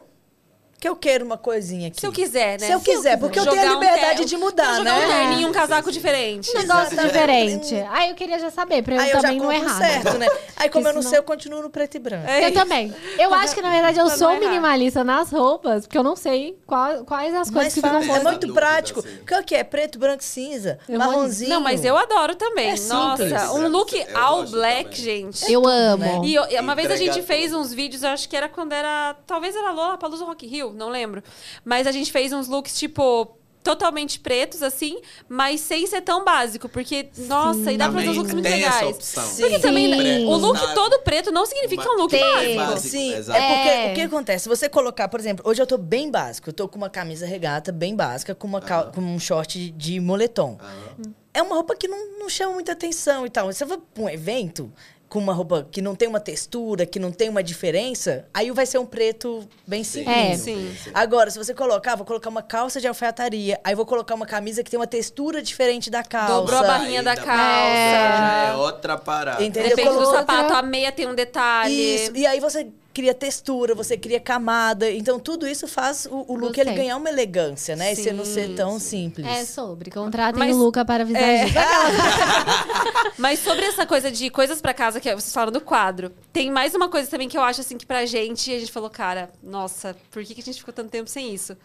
que eu quero uma coisinha aqui.
Se eu quiser, né?
Se eu quiser, porque eu tenho a
Jogar
liberdade
ter-
de mudar,
jogar
né?
um terninho, um casaco diferente.
Um negócio
Exatamente.
diferente. Aí eu queria já saber, pra eu
Aí eu já
também
compro
não errar.
certo, né? Aí como eu não
senão-
sei, eu continuo no preto e branco.
É.
Eu também. Eu acho que, na verdade, eu
Pra não
sou
errar.
minimalista nas roupas, porque eu não sei qual- quais as
Mas
coisas que
fala-
fácil.
é
ficam boas.
boa.
muito
Dúvida,
prático.
assim.
Porque o que é? Preto, branco, cinza,
Eu vou-
marronzinho.
Não, mas eu adoro
É
também.
simples.
Nossa, um look
É, Eu
all
gosto
black,
também.
gente.
Eu amo.
E eu- e uma vez a
Entrega
gente fez
tudo.
uns vídeos, eu acho que era quando era. Talvez era Lola Palusa Rock in Rio, não lembro. Mas a gente fez uns looks, tipo, totalmente pretos, assim, mas sem ser tão básico. Porque, nossa, e dá pra fazer uns looks muito
tem essa
legais.
opção.
Sim.
Porque também né,
Sim.
o look
Sabe?
todo preto não significa que é um look
Sim.
básico.
Básico,
Sim,
exato.
é porque
É.
o que acontece? Se você colocar, por exemplo, hoje eu tô bem básico, eu tô com uma camisa regata bem básica, com, uma cal- com um short de- de moletom.
Aham.
É uma roupa que não, não chama muita atenção e tal. Você vai pra um evento com uma roupa que não tem uma textura, que não tem uma diferença, aí vai ser um preto bem simples.
É.
Sim.
Agora, se você colocar, ah, vou colocar uma calça de alfaiataria, aí vou colocar uma camisa que tem uma textura diferente da calça.
Dobrou a barrinha da
Ainda
calça.
Já é outra parada.
Entendeu?
Depende do
Colocou outra-
sapato, a meia tem um detalhe.
Isso. E aí você cria textura, você cria camada. Então, tudo isso faz o, o look
Gostei.
ele ganhar uma elegância, né? e você não ser
Sim,
tão simples.
É sobre. Contratem
Mas-
o Luca para visagista.
Mas sobre essa coisa de coisas pra casa, que vocês falaram do quadro, tem mais uma coisa também que eu acho assim que pra gente, a gente falou, cara, nossa, por que, que a gente ficou tanto tempo sem isso?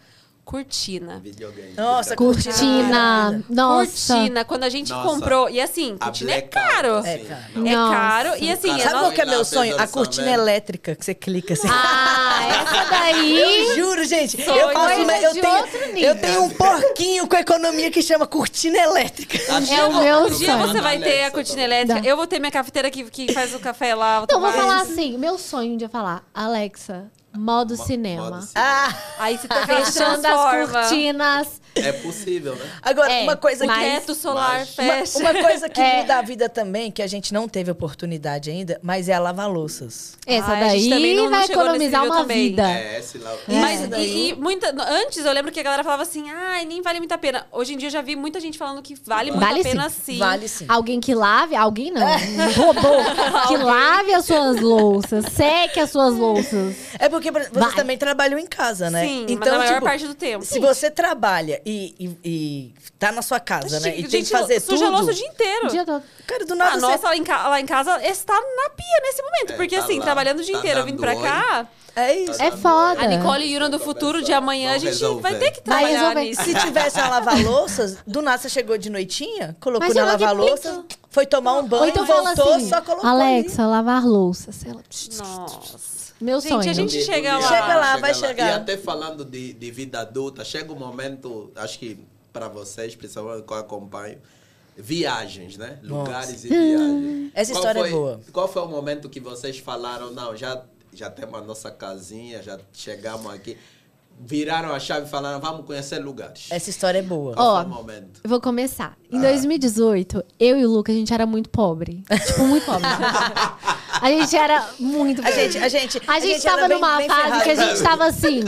Cortina.
Videogame.
Nossa,
Cortina. Nossa.
Cortina, quando a gente
Nossa.
comprou. E assim,
A
cortina é
Black
caro.
Card, assim.
É caro.
É
Nossa.
caro. E assim,
Cara,
é
Sabe
nossa-
qual que é meu
Nossa,
sonho? A
Eduardo
cortina
Saavedra.
elétrica, que você clica assim.
Ah,
*laughs*
essa daí.
*laughs* Eu juro, gente.
Sonho.
Eu, faço uma- eu
Coisa é de outro
tenho,
nível.
eu tenho um porquinho com economia que chama cortina elétrica. *laughs*
Achei
É o
uma
meu
Um dia
propaganda
você vai
da
ter a
Alexa
cortina
também.
elétrica.
Dá.
Eu vou ter minha cafeteira que, que faz o café lá.
Então, vou
automático.
falar assim. Meu sonho de falar. Alexa, modo
Mo-
cinema.
modo cinema.
Ah,
Aí você tá
Fechando as cortinas.
É possível, né?
agora,
É,
uma coisa
O
mas-
que
teto solar
Mas-
Uma,
fecha.
uma coisa que
*laughs* É.
muda a vida também, que a gente não teve oportunidade ainda, mas é a lavar-louças.
Essa
Ai, a gente
daí
também não- não
vai
chegou nesse
economizar
nível
uma
também.
vida.
É, esse lá.
Mas
Isso daí.
e, e muita, antes eu lembro que a galera falava assim, ai, nem vale muito a pena. Hoje em dia eu já vi muita gente falando que vale, muito
Vale
a pena
sim.
sim.
Vale sim.
Alguém que lave, alguém
*laughs*
não, um robô que lave as suas louças, seque as suas louças.
É porque porque por exemplo, vocês
Vai.
também trabalham em casa, né?
Sim, mas na maior parte do tempo.
Se
Sim.
você trabalha e, e, e tá na sua casa, né? E
Gente,
tem que fazer
suja a
tudo.
louça o dia inteiro.
O Um dia todo.
Cara, do
A
nada
nossa
você...
lá em, ca- lá em casa está na pia nesse momento.
É,
porque
tá
assim,
lá,
trabalhando o dia
tá
inteiro, eu vim
dando
pra
olho.
cá.
É isso.
É foda.
A Nicole e Yuna do futuro de amanhã, a gente vai ter que
Vai
trabalhar
resolver.
nisso.
Se tivesse a lavar louças, do nada você chegou de noitinha, colocou
Mas
na
olha que
lavar louça, foi tomar um banho,
Ou então fala
voltou,
assim,
só colocou
Alexa, lavar louça. sei lá.
Nossa.
Meu
Gente,
sonho.
a gente chega lá.
Chega lá, vai chegar.
E até falando de, de vida adulta, chega um momento, acho que para vocês, principalmente que eu acompanho, viagens, né? Lugares e viagens.
Hum. Essa
Qual
história é
foi-
boa.
Qual foi o momento que vocês falaram, não, já, já temos a nossa casinha, já chegamos aqui, viraram a chave e falaram, vamos conhecer lugares.
Essa história é boa.
Qual
Ó.
foi o momento?
Eu vou começar. Em 2018, eu e o Luca, a gente era
*laughs*
muito pobre. tipo, muito pobre. a gente era muito
A
pobre.
gente, a gente,
A gente
anda
tava
bem-
numa
bem
fase
ferrado.
que a gente tava assim.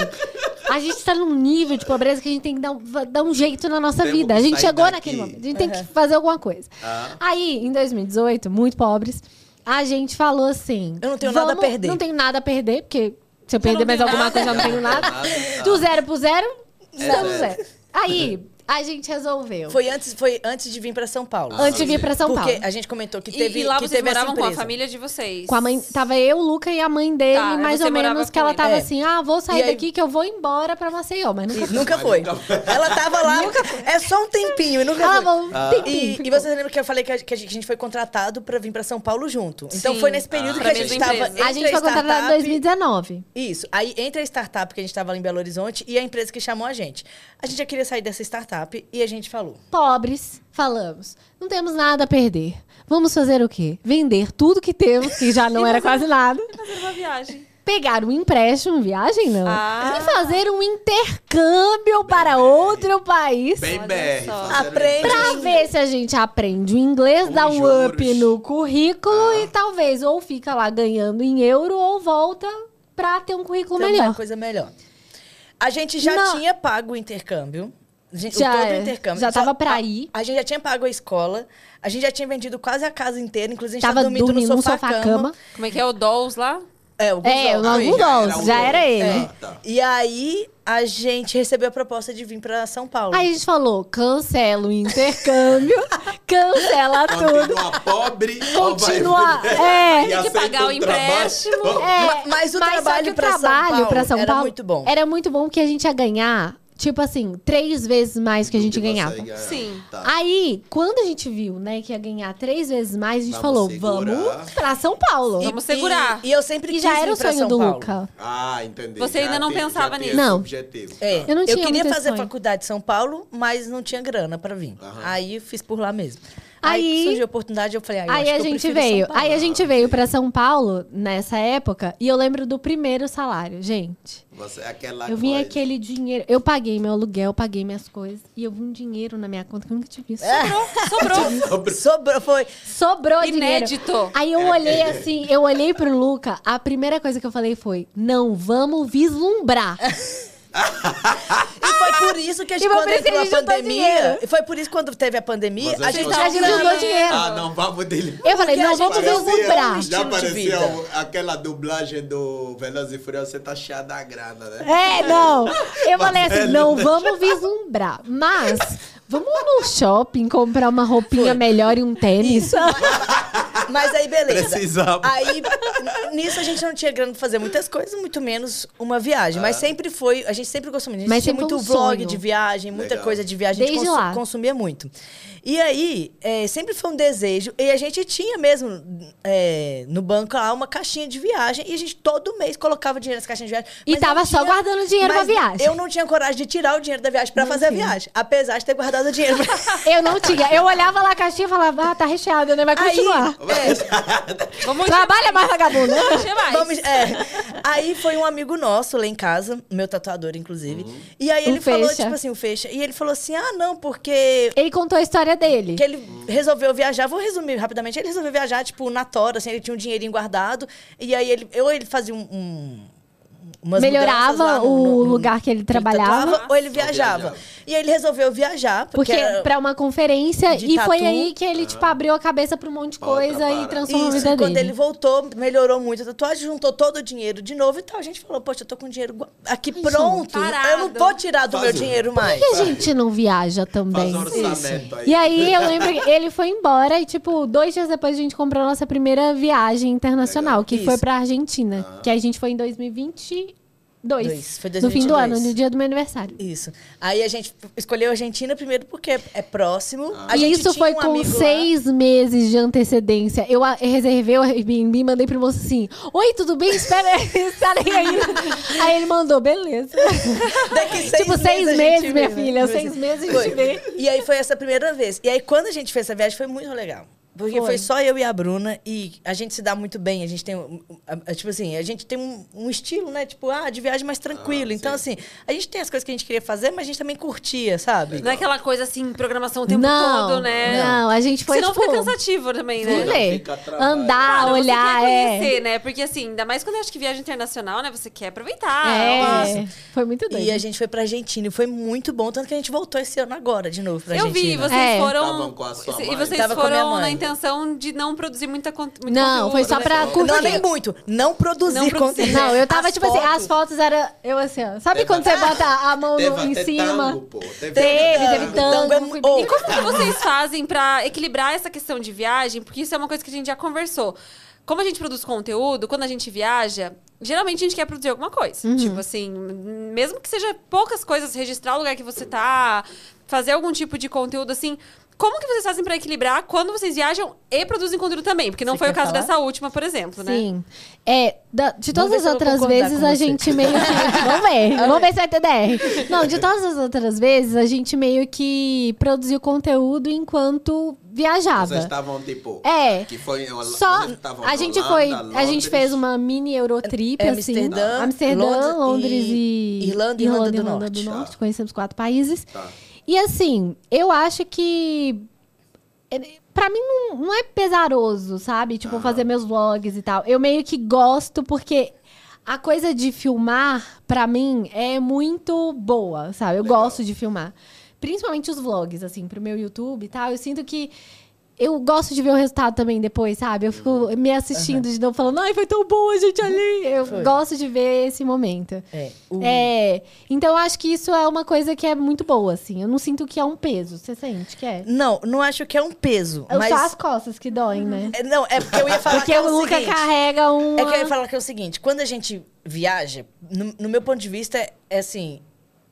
A gente tá num nível de pobreza que a gente tem que dar um, dar um jeito na nossa
Temos
vida.
que
A gente
sair
chegou
daqui.
naquele momento. A gente tem que fazer alguma coisa.
Ah.
Aí, em 2018, muito pobres, a gente falou assim.
Eu não tenho nada a
"Vamos-
perder."
Não tenho nada a perder, porque se eu
não
perder mais
tenho
alguma
nada.
coisa, eu não tenho nada. Do zero pro zero,
É,
estamos
zero.
zero. Aí, a gente resolveu.
Foi antes, foi antes de vir pra São Paulo.
Antes de vir pra São
Porque
Paulo.
a gente comentou que
E-
teve
e, lá
que
vocês
teve essa
moravam com a
empresa.
família de vocês.
Com a mãe, tava eu, o Luca e a mãe dele,
Tá,
mais
você
ou
morava
menos, que
com
ela
ele.
tava
É.
assim, ah, vou
E
sair
aí-
daqui que eu vou embora pra Maceió, mas nunca
E nunca foi.
nunca
Ela tava lá, é só um tempinho, e
*laughs*
nunca
Ela
foi.
falou, "Tem
E,
tempo".
e você lembra que eu falei que a, que a gente foi contratado pra vir pra São Paulo junto. Então
Sim.
foi nesse período
Ah,
que a
pra
gente
mesma
tava
empresa.
entre
A gente foi contratada em
startup-
2019.
Isso. Aí entre a startup que a gente tava lá em Belo Horizonte e a empresa que chamou a gente. A gente já queria sair dessa startup e a gente falou.
Pobres, falamos, não temos nada a perder. Vamos fazer o quê? Vender tudo que temos, que já não era quase nada.
Fazer uma viagem.
Pegar um empréstimo, viagem não.
Ah.
E fazer um intercâmbio para outro país.
Bem
Olha
BR.
só.
fazer um
Aprende.
Pra ver se a gente aprende o inglês,
Com
dá um
juros.
up no currículo
Ah.
e talvez ou fica lá ganhando em euro ou volta pra ter um currículo
Então, uma
melhor.
coisa melhor. A gente já
Não.
tinha pago o intercâmbio. A gente- o
Já
todo
é.
o intercâmbio.
Já
Só-
tava pra ir.
A gente já tinha pago a escola. A gente já tinha vendido quase a casa inteira. Inclusive, a gente
Tava
tava dormindo,
dormindo
no sofá-cama.
Como é que é o Dolls lá?
É, o
É, o
Guzão.
Nalgum
era
Dolls,
o
já era
Dolls.
ele.
Ah, tá.
E aí, a gente recebeu a proposta de vir pra São Paulo.
Aí a gente falou: cancela
*laughs*
o intercâmbio, cancela
Tá
tudo.
Continua pobre. ou vai-
Continua. É.
E
que
aceita
pagar o
trabalho.
empréstimo.
É,
Ma- mas o
só
trabalho
que o
pra São
trabalho
Paulo
pra São
era
Paulo
muito bom.
Era muito bom que a gente ia ganhar, tipo assim, três vezes mais que a
Do
gente
você
ganhava.
ganha.
Sim. Ah.
Tá.
Aí, quando a gente viu, né, que ia ganhar três vezes mais, a gente
Vamos
falou,
segurar.
vamos pra São Paulo.
Vamos segurar.
E, e eu sempre
E
quis
já
vir
era o
pra
sonho
São
do
Paulo.
Luca.
Ah, entendi.
Você ainda não
tem-
pensava
tem
nisso?
esse
Não.
Objetivo.
É,
Tá.
Eu não tinha
queria
muito esse
fazer
sonho.
faculdade em São Paulo, mas não tinha grana pra vir.
Aham.
Aí fiz por lá mesmo.
Aí-
surgiu a oportunidade, eu falei, ah, eu
Aí
acho
a
que eu
gente
prefiro São
veio.
Paulo.
Aí a gente veio pra São Paulo nessa época e eu lembro do primeiro salário, gente.
Você, é aquela
Eu vim
coisa. *laughs*
aquele dinheiro. Eu paguei meu aluguel, paguei minhas coisas e eu vi um dinheiro na minha conta que eu nunca tinha visto.
Sobrou.
Sobrou, foi.
*laughs* Sobrou dinheiro.
Inédito.
Aí eu olhei assim, eu olhei pro Luca, a primeira coisa que eu falei foi: não vamos
*laughs*
vislumbrar.
E foi por isso que a gente,
Ah! E
quando
foi por isso que
entrou
a
a
gente juntou
pandemia,
dinheiro.
e foi por isso que quando teve a pandemia,
Mas
a
a
gente
gente
tava
A gente usou
grana.
dinheiro.
Ah, não, vamos dele.
Eu falei,
Porque a
não,
gente um
vamos
parece-
vislumbrar.
estilo
já
de
apareceu
vida.
aquela dublagem do Veloz e Furioso, você tá cheia da grana, né?
É, não. Eu falei assim,
Marcelo,
não
né?
vamos vislumbrar. Mas vamos no shopping comprar uma roupinha melhor e um tênis.
Mas aí, beleza.
Precisava.
Aí, n- nisso a gente não tinha grana pra fazer muitas coisas, muito menos uma viagem.
Ah.
Mas sempre foi, a gente sempre gostou muito. A gente
Mas
tinha
sempre
muito
foi um
vlog
sonho.
de viagem, muita
Legal.
coisa de viagem, a gente
Desde lá.
consumia muito. E aí, é, sempre foi um desejo. E a gente tinha mesmo é, no banco lá uma caixinha de viagem. E a gente todo mês colocava dinheiro nessa caixinha de viagem.
E
mas eu
tava
não
só guardando dinheiro pra
mas
viagem.
Eu não tinha coragem de tirar o dinheiro da viagem pra
Não
fazer
tinha.
a viagem. Apesar de ter guardado o dinheiro
*laughs*
pra
Eu não tinha. Eu olhava lá a caixinha e falava, ah, tá recheada, né? Vai
Aí,
continuar.
Vamos
Trabalha mais, vagabundo.
encher mais.
Vamos- é. Aí foi um amigo nosso lá em casa, meu tatuador, inclusive. E aí
O
ele falou,
Fecha.
tipo assim, o fecha. E ele falou assim: ah, não, porque.
Ele contou a história dele.
Que ele resolveu viajar, vou resumir rapidamente. Ele resolveu viajar, tipo, na tora, assim, ele tinha um dinheirinho guardado. E aí ele. Ou ele fazia um. um- umas mudanças lá
Melhorava
no- no-
o
no-
lugar que ele
que ele
trabalhava.
tatuava ou ele
Ou
viajava.
viajava.
E aí ele resolveu viajar, porque,
Porque
era-
pra uma conferência
De
e foi
tatu.
aí que ele tipo abriu a cabeça pra um monte de
Pra outra
coisa e
parada.
transformou
Isso,
a vida
e quando
dele.
ele voltou, melhorou muito a tatuagem, juntou todo o dinheiro de novo e tal. A gente falou, poxa, eu tô com dinheiro gua- aqui pronto.
parado.
Eu não vou tirar do
Faz
meu
um-
dinheiro mais.
Por que a gente não viaja também?
Faz um orçamento aí.
É, E aí eu lembro que ele foi embora e, tipo, dois dias depois a gente comprou a nossa primeira viagem internacional, que foi
Isso. Ah.
pra Argentina. Que a gente foi em 2022.
Dois, foi
No fim do
2022.
ano, no dia do meu aniversário.
Isso. Aí a gente escolheu a Argentina primeiro porque é próximo. A
Ah. E
gente tinha
isso foi
um
com
amigo lá.
seis meses de antecedência. Eu a- reservei o Airbnb, mandei pro moço assim: Oi, tudo bem? Espera, estarei aí. *laughs*
*laughs*
Aí ele mandou, beleza.
*laughs* Daqui seis
tipo, seis
a
meses,
gente
minha
vê, né?
filha.
Tipo
Seis
assim.
meses a
Foi.
gente vê.
E aí foi essa primeira vez. E aí, quando a gente fez essa viagem, foi muito legal. Porque foi.
Foi.
só eu e a Bruna e a gente se dá muito bem. A gente tem, um- um- a- tipo assim, a gente tem um, um estilo, né? Tipo, ah, de viagem mais tranquilo. então, assim, a gente tem as coisas que a gente queria fazer, mas a gente também curtia, sabe?
Não é aquela coisa assim, programação o tempo
não,
todo, né?
Não, a gente foi.
Senão
tipo,
fica cansativo também, né?
Sim, né?
Fica trabalho.
Andar,
Cara,
olhar,
você quer
é.
conhecer, né? Porque assim, ainda mais quando eu acho que viagem internacional, né? Você quer aproveitar.
é,
nossa.
foi muito doido.
Ah, E
né?
a gente foi pra Argentina e foi muito bom. Tanto que a gente voltou esse ano agora de novo pra
Eu
Argentina.
vi, vocês
É.
foram.
Tavam com a sua
e
mãe.
vocês
Tava com a minha
foram
mãe.
na intenção de não produzir muita con
é
muito
Não,
conteúdo,
foi só
né?
pra curtir.
Não, nem muito. Não produzir
Não produzir.
conteúdo.
Não, eu tava
As
tipo assim, as fotos eram. Eu assim, ó. Sabe
Teve
quando você
até-
bota a mão
Teve
no- em
até
cima?
tango, pô. Teve
Teve,
até
teve
tango.
tango.
Tango é mu-
foi bem-
oh.
E como que vocês fazem pra equilibrar essa questão de viagem? Porque isso é uma coisa que a gente já conversou. Como a gente produz conteúdo, quando a gente viaja, geralmente a gente quer produzir alguma coisa.
Uhum.
Tipo assim, mesmo que seja poucas coisas, registrar o lugar que você tá, fazer algum tipo de conteúdo assim. Como que vocês fazem pra equilibrar quando vocês viajam e produzem conteúdo também? Porque não
Você
foi o
quer
caso
falar?
dessa última, por exemplo, né?
Sim. É, da- de todas
ver
as
se eu vou
outras
concordar
vezes
com
a
você.
gente meio
*laughs*
que. Vamos ver. Vamos ver se vai ter DR. Não, de todas as outras vezes a gente meio que produziu conteúdo
Vocês
enquanto viajava.
estavam, tipo...
É.
é Que foi... em Ola-
Só
vocês estavam
a
em
gente
Holanda,
foi, a
Londres.
gente fez uma mini Eurotrip
É,
assim,
Amsterdã,
Amsterdã,
Londres
Londres,
e-
e
Irlanda e Irlanda do
Irlanda
Norte.
do
Tá.
Norte, conhecemos quatro países.
Tá.
E assim, eu acho que ele- Pra mim não, não é pesaroso, sabe? Tipo, fazer meus vlogs e tal. Eu meio que gosto porque a coisa de filmar, pra mim, é muito boa, sabe? Eu
Legal.
gosto de filmar. Principalmente os vlogs, assim, pro meu YouTube e tal. Eu sinto que. Eu gosto de ver o resultado também depois, sabe? Eu fico me assistindo de novo, falando, ai, foi tão bom a gente ali. Eu
Foi.
gosto de ver esse momento.
É, o-
É, então eu acho que isso é uma coisa que é muito boa, assim. Eu não sinto que é um peso. Você sente que é?
Não, não acho que é um peso.
Eu
mas...
Só as costas que doem, né?
É, Não, é porque eu ia falar
Porque
que é
o Luca
seguinte.
carrega um.
É que eu ia falar que é o seguinte, quando a gente viaja, no, no meu ponto de vista, é, é assim,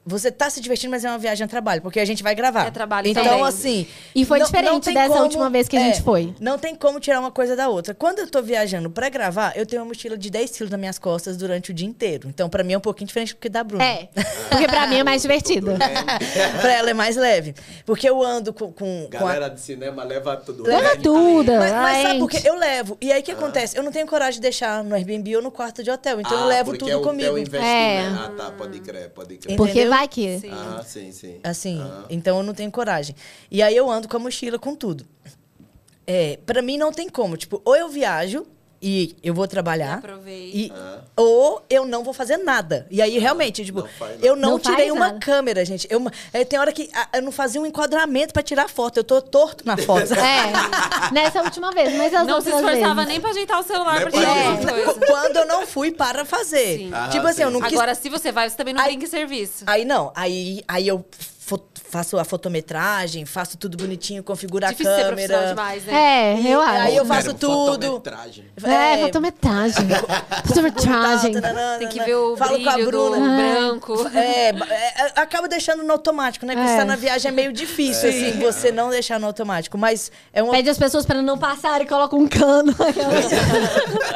você tá se divertindo, mas é uma viagem a trabalho, porque a gente vai gravar.
É trabalho
Então,
também.
assim...
E foi diferente
tem é,
dessa última vez que a gente foi.
Não tem como tirar uma coisa da outra. Quando eu tô viajando pra gravar, eu tenho uma mochila de 10 quilos nas minhas costas durante o dia inteiro. Então, pra mim, é um pouquinho diferente do que da Bruna.
É. Porque pra mim é mais
*laughs*
divertido.
*laughs* pra ela é mais leve. Porque eu ando com... com, com a-
Galera de cinema, leva tudo.
Leva
Leve-
tudo.
Mas, mas sabe
gente.
por quê? Eu levo. E aí
Ah.
o que acontece? Eu não tenho coragem de deixar no Airbnb ou no quarto de hotel. Então eu
Ah,
levo
porque
tudo
é o teu
comigo.
investimento.
É.
Ah, tá. Pode crer, pode crer.
Entendi.
Porque
entendeu?
vai que.
Sim.
Ah, sim, sim.
Assim,
Ah.
então eu não tenho coragem. E aí eu ando com a mochila, com tudo. É, para mim não tem como. Tipo, ou eu viajo e eu vou trabalhar.
Aproveita.
E,
Ah.
Ou eu não vou fazer nada. E aí, realmente, tipo,
Não faz nada.
eu não,
Não faz
tirei uma
nada.
câmera, gente. Eu, é, tem hora que ah, eu não fazia um enquadramento pra tirar foto. Eu tô torto
*laughs*
na foto.
É. Nessa última vez, mas as
Não se
outras
esforçava
vezes.
nem pra ajeitar o
Né,
celular
Não é
pra tirar
pra-
alguma coisa.
Quando eu não fui para fazer.
Sim.
Ah,
tipo assim, eu
sim.
não quis
Agora, se você vai, você também não
Aí-
brinca em serviço.
Aí não, aí, aí eu fo- faço a fotometragem, faço tudo bonitinho, configuro a
Difícil ser
câmera.
profissional demais, né?
É,
E
eu acho.
aí eu faço
Era um
tudo.
fotometragem.
É,
*laughs*
fotometragem. fotometragem.
Tem que ver o
Falo com a
brilho do
Bruna.
branco.
É, ba- é, é, acaba deixando no automático, né? Porque
É.
você tá na viagem é meio difícil, assim, você não deixar no automático. Mas é uma
Pede as pessoas pra não passarem e coloca um cano.
*laughs*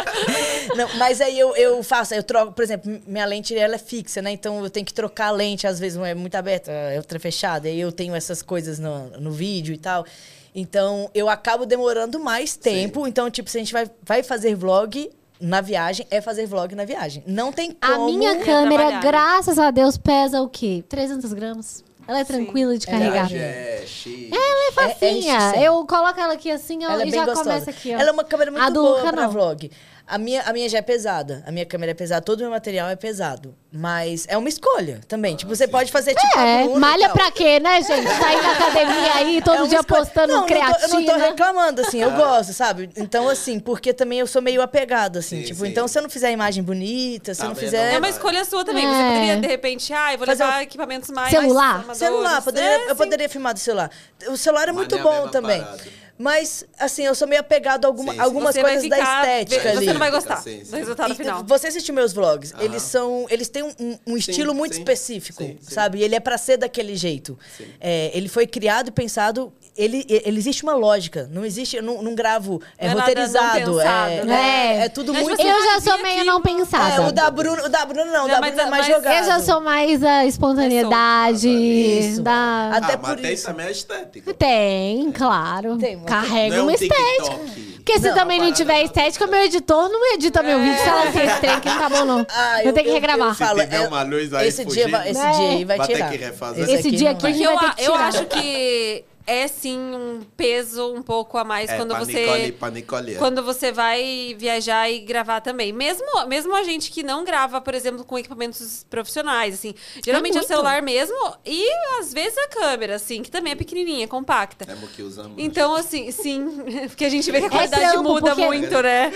Não, mas aí eu, eu faço, eu troco, por exemplo, minha lente ela é fixa, né? Então eu tenho que trocar a lente, às vezes uma é muito aberta, é outra é fechada, e eu tenho essas coisas no, no vídeo e tal. Então eu acabo demorando mais tempo. Então, tipo, se a gente vai, vai fazer vlog na viagem, é fazer vlog na viagem. Não tem como.
A minha câmera,
trabalhar.
graças a Deus, pesa o quê? 300 gramas. Ela é tranquila de carregar.
Viagem é chique.
É facinha.
enche, sim.
eu coloco ela aqui assim ó,
Ela é
e
bem
já
gostosa.
começa aqui, ó.
Ela é uma câmera
A
muito
do
boa
Luca,
pra
não.
vlog. A minha, a minha já é pesada. A minha câmera é pesada. Todo o meu material é pesado. Mas é uma escolha também. tipo, você pode fazer tipo. a
É,
Bruna e
malha
tal.
pra quê, né, gente? Sair da academia aí,
É
todo
uma
dia
escolha.
postando
não,
creatina.
Eu não, tô, eu não tô reclamando,
*laughs*
assim,
Ah.
eu gosto, sabe? Então, assim, porque também eu sou meio apegado, assim.
Sim,
tipo,
sim.
então se eu não fizer a imagem bonita, se eu
Tá
não
vendo?
fizer.
É uma escolha sua também.
É.
Você poderia, de repente, ah, eu vou
Fazer
levar
um-
equipamentos mais.
Celular?
amadores.
Celular, poderia-
É,
eu
sim.
poderia filmar do celular. O celular é
né? Mas
muito
não é a
bom
mesma
também.
parada.
Mas, assim, eu sou meio apegado a alguma-
Sim, sim.
algumas
Você vai
coisas da
ficar-
estética
Você
ali.
não vai
Fica,
gostar
sim, sim.
do resultado
E
Tá final.
Você assistiu meus vlogs,
Aham.
eles são. Eles têm um, um- um
Sim,
estilo muito
sim.
específico,
Sim, sim.
sabe? E ele é pra ser daquele jeito. É, ele foi criado e pensado. Ele, ele existe uma lógica. Não existe. Eu não, não gravo é,
Não é nada
roteirizado.
não
é,
pensado,
né?
é- é tudo
Mas tipo
muito.
você
Eu já
fazia
sou meio
aquilo.
não pensada.
É, o da Bruno, o da Bruno não,
Não,
o da
mas-
Bruno é mais
mas eu
jogado.
Eu já sou mais a
É
espontaneidade.
um Isso.
Da...
Até
ah, mas
por
tem
isso.
também a estética.
Tem, claro.
Tem, mas-
Carrega
não
uma
é um
estética.
TikTok.
Porque se
Não,
também não
parada
tiver
não.
estética, meu editor não edita meu vídeo. Se ela tem esse trem aqui, não tá bom, não.
*laughs* Ah,
eu, tenho que regravar.
Se tiver uma luz aí
é, Esse dia,
fugindo,
vai- esse
né?
dia aí vai
Vai ter
tirar.
que refazer.
Esse dia
não
aqui
vai.
Porque
vai
eu,
ter
a-
que
eu
tirar.
acho que é sim um peso um pouco a mais
É,
quando
pra
você.
Nicole, pra Nicole, é.
Quando você vai viajar e gravar também. Mesmo, mesmo a gente que não grava, por exemplo, com equipamentos profissionais, assim. Geralmente é, o
muito.
celular mesmo e, às vezes, a câmera, assim, que também é pequenininha, compacta.
É o que usamos.
Então, assim, sim. *laughs* Porque a gente vê que a qualidade
É trampo,
muda
porque-
muito, né?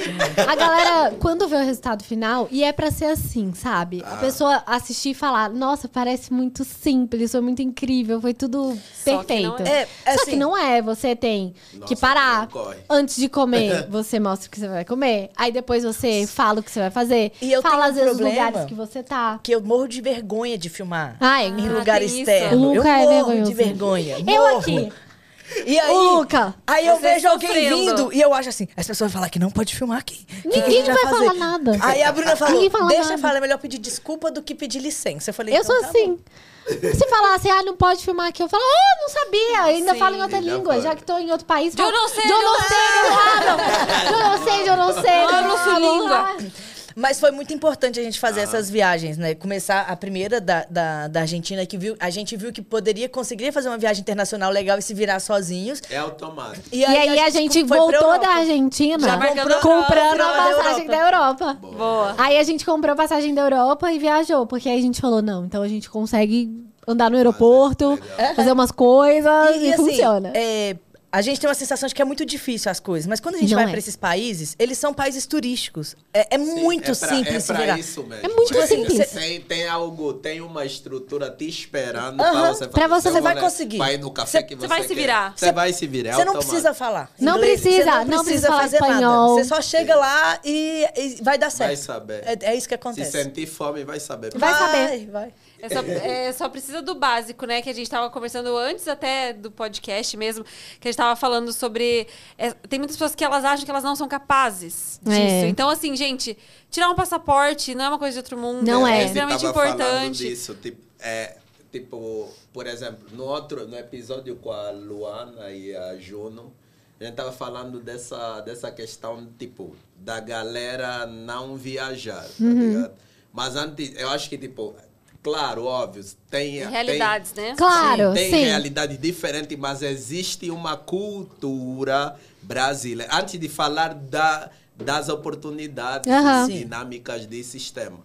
A galera, quando vê o resultado final, e é pra ser assim, sabe?
Ah.
A pessoa assistir e falar, nossa, parece muito simples, foi muito incrível, foi tudo
Só que não
perfeito.
é. É,
Só que
assim-
não é, você tem
Nossa,
que parar.
não corre.
Antes
*laughs*
de comer, você mostra o que você vai comer. Aí depois você fala o que você vai fazer.
E eu
fala,
tenho
às
um
vezes, os
problema.
lugares que você tá. Ah, é
Que eu morro de vergonha de filmar.
Ai,
em lugar
Ah, tem isso.
externo.
O Luca
eu
é
morro
vergonhoso.
de vergonha.
eu
Morro.
aqui.
E aí,
Ô, Luca,
aí eu
você
vejo alguém
sofrendo.
vindo e eu acho assim, as pessoas vão falar que não pode filmar aqui. Que que a
Ninguém
gente
vai
fazer?
falar nada.
Aí a Bruna falou,
Ninguém fala
deixa
nada.
eu falar, é melhor pedir desculpa do que pedir licença. Eu falei,
Eu
então
sou
tá
assim. Se falasse, ah, não pode filmar aqui, eu falo, oh, não sabia. Eu ainda
Sim.
falo em outra
Ele já
língua,
foi.
já que tô em outro país.
Eu
falo,
não sei,
Eu
eu
não
não
sei, eu errado. Eu não sei, eu não sei.
ah!" Eu não sou
lá,
língua.
lá.
Mas foi muito importante a gente fazer essas viagens, né? Começar a primeira da, da, da Argentina, que viu, a gente viu que poderia conseguir fazer uma viagem internacional legal e se virar sozinhos.
É automático.
E aí a gente
foi pra
voltou
Europa.
da Argentina
Já marcando a
comprando
Europa,
a
da
passagem da Europa.
Boa.
Aí a gente comprou a passagem da Europa e viajou, porque aí a gente falou, não, então a gente consegue andar no aeroporto,
legal.
fazer umas coisas e,
E, e, assim,
Ah, funciona.
é, a gente tem uma sensação de que é muito difícil as coisas, mas quando a gente
Não
vai
é.
pra esses países, eles são países turísticos. É, é muito
é pra-
simples se
É pra
virar.
isso mesmo. assim,
É muito simples.
Tem, tem algo, tem uma estrutura te esperando
Aham.
pra você fazer.
Pra você-
seu
Você
vai
rolê,
conseguir.
Vai no café
Você-
que você
você vai se
quer.
virar.
Você vai se virar. é
Você não
automático.
precisa falar.
Não
inglês,
precisa,
você
não precisa falar espanhol.
Você só chega lá e, e vai dar certo.
Vai saber.
É, é isso que
Se
acontece.
sentir fome, vai saber.
Vai saber.
Vai, vai.
É só, é, só precisa do básico, né? Que a gente tava conversando antes até do podcast mesmo, que a gente tava falando sobre. é, tem muitas pessoas que elas acham que elas não são capazes disso.
É.
Então, assim, gente, tirar um passaporte não é uma coisa de outro mundo.
Não é.
É
Esse
extremamente
tava falando
importante.
Disso, tipo, é, tipo, por exemplo, no outro no episódio com a Luana e a Juno, a gente tava falando dessa, dessa questão, tipo, da galera não viajar, tá
Uhum.
ligado? Mas antes, eu acho que, tipo, claro, óbvio, tem... tem-
Realidades, né?
Claro,
tem
sim.
realidade diferente, mas existe uma cultura brasileira. Antes de falar da, das oportunidades
Aham.
e dinâmicas desse sistema.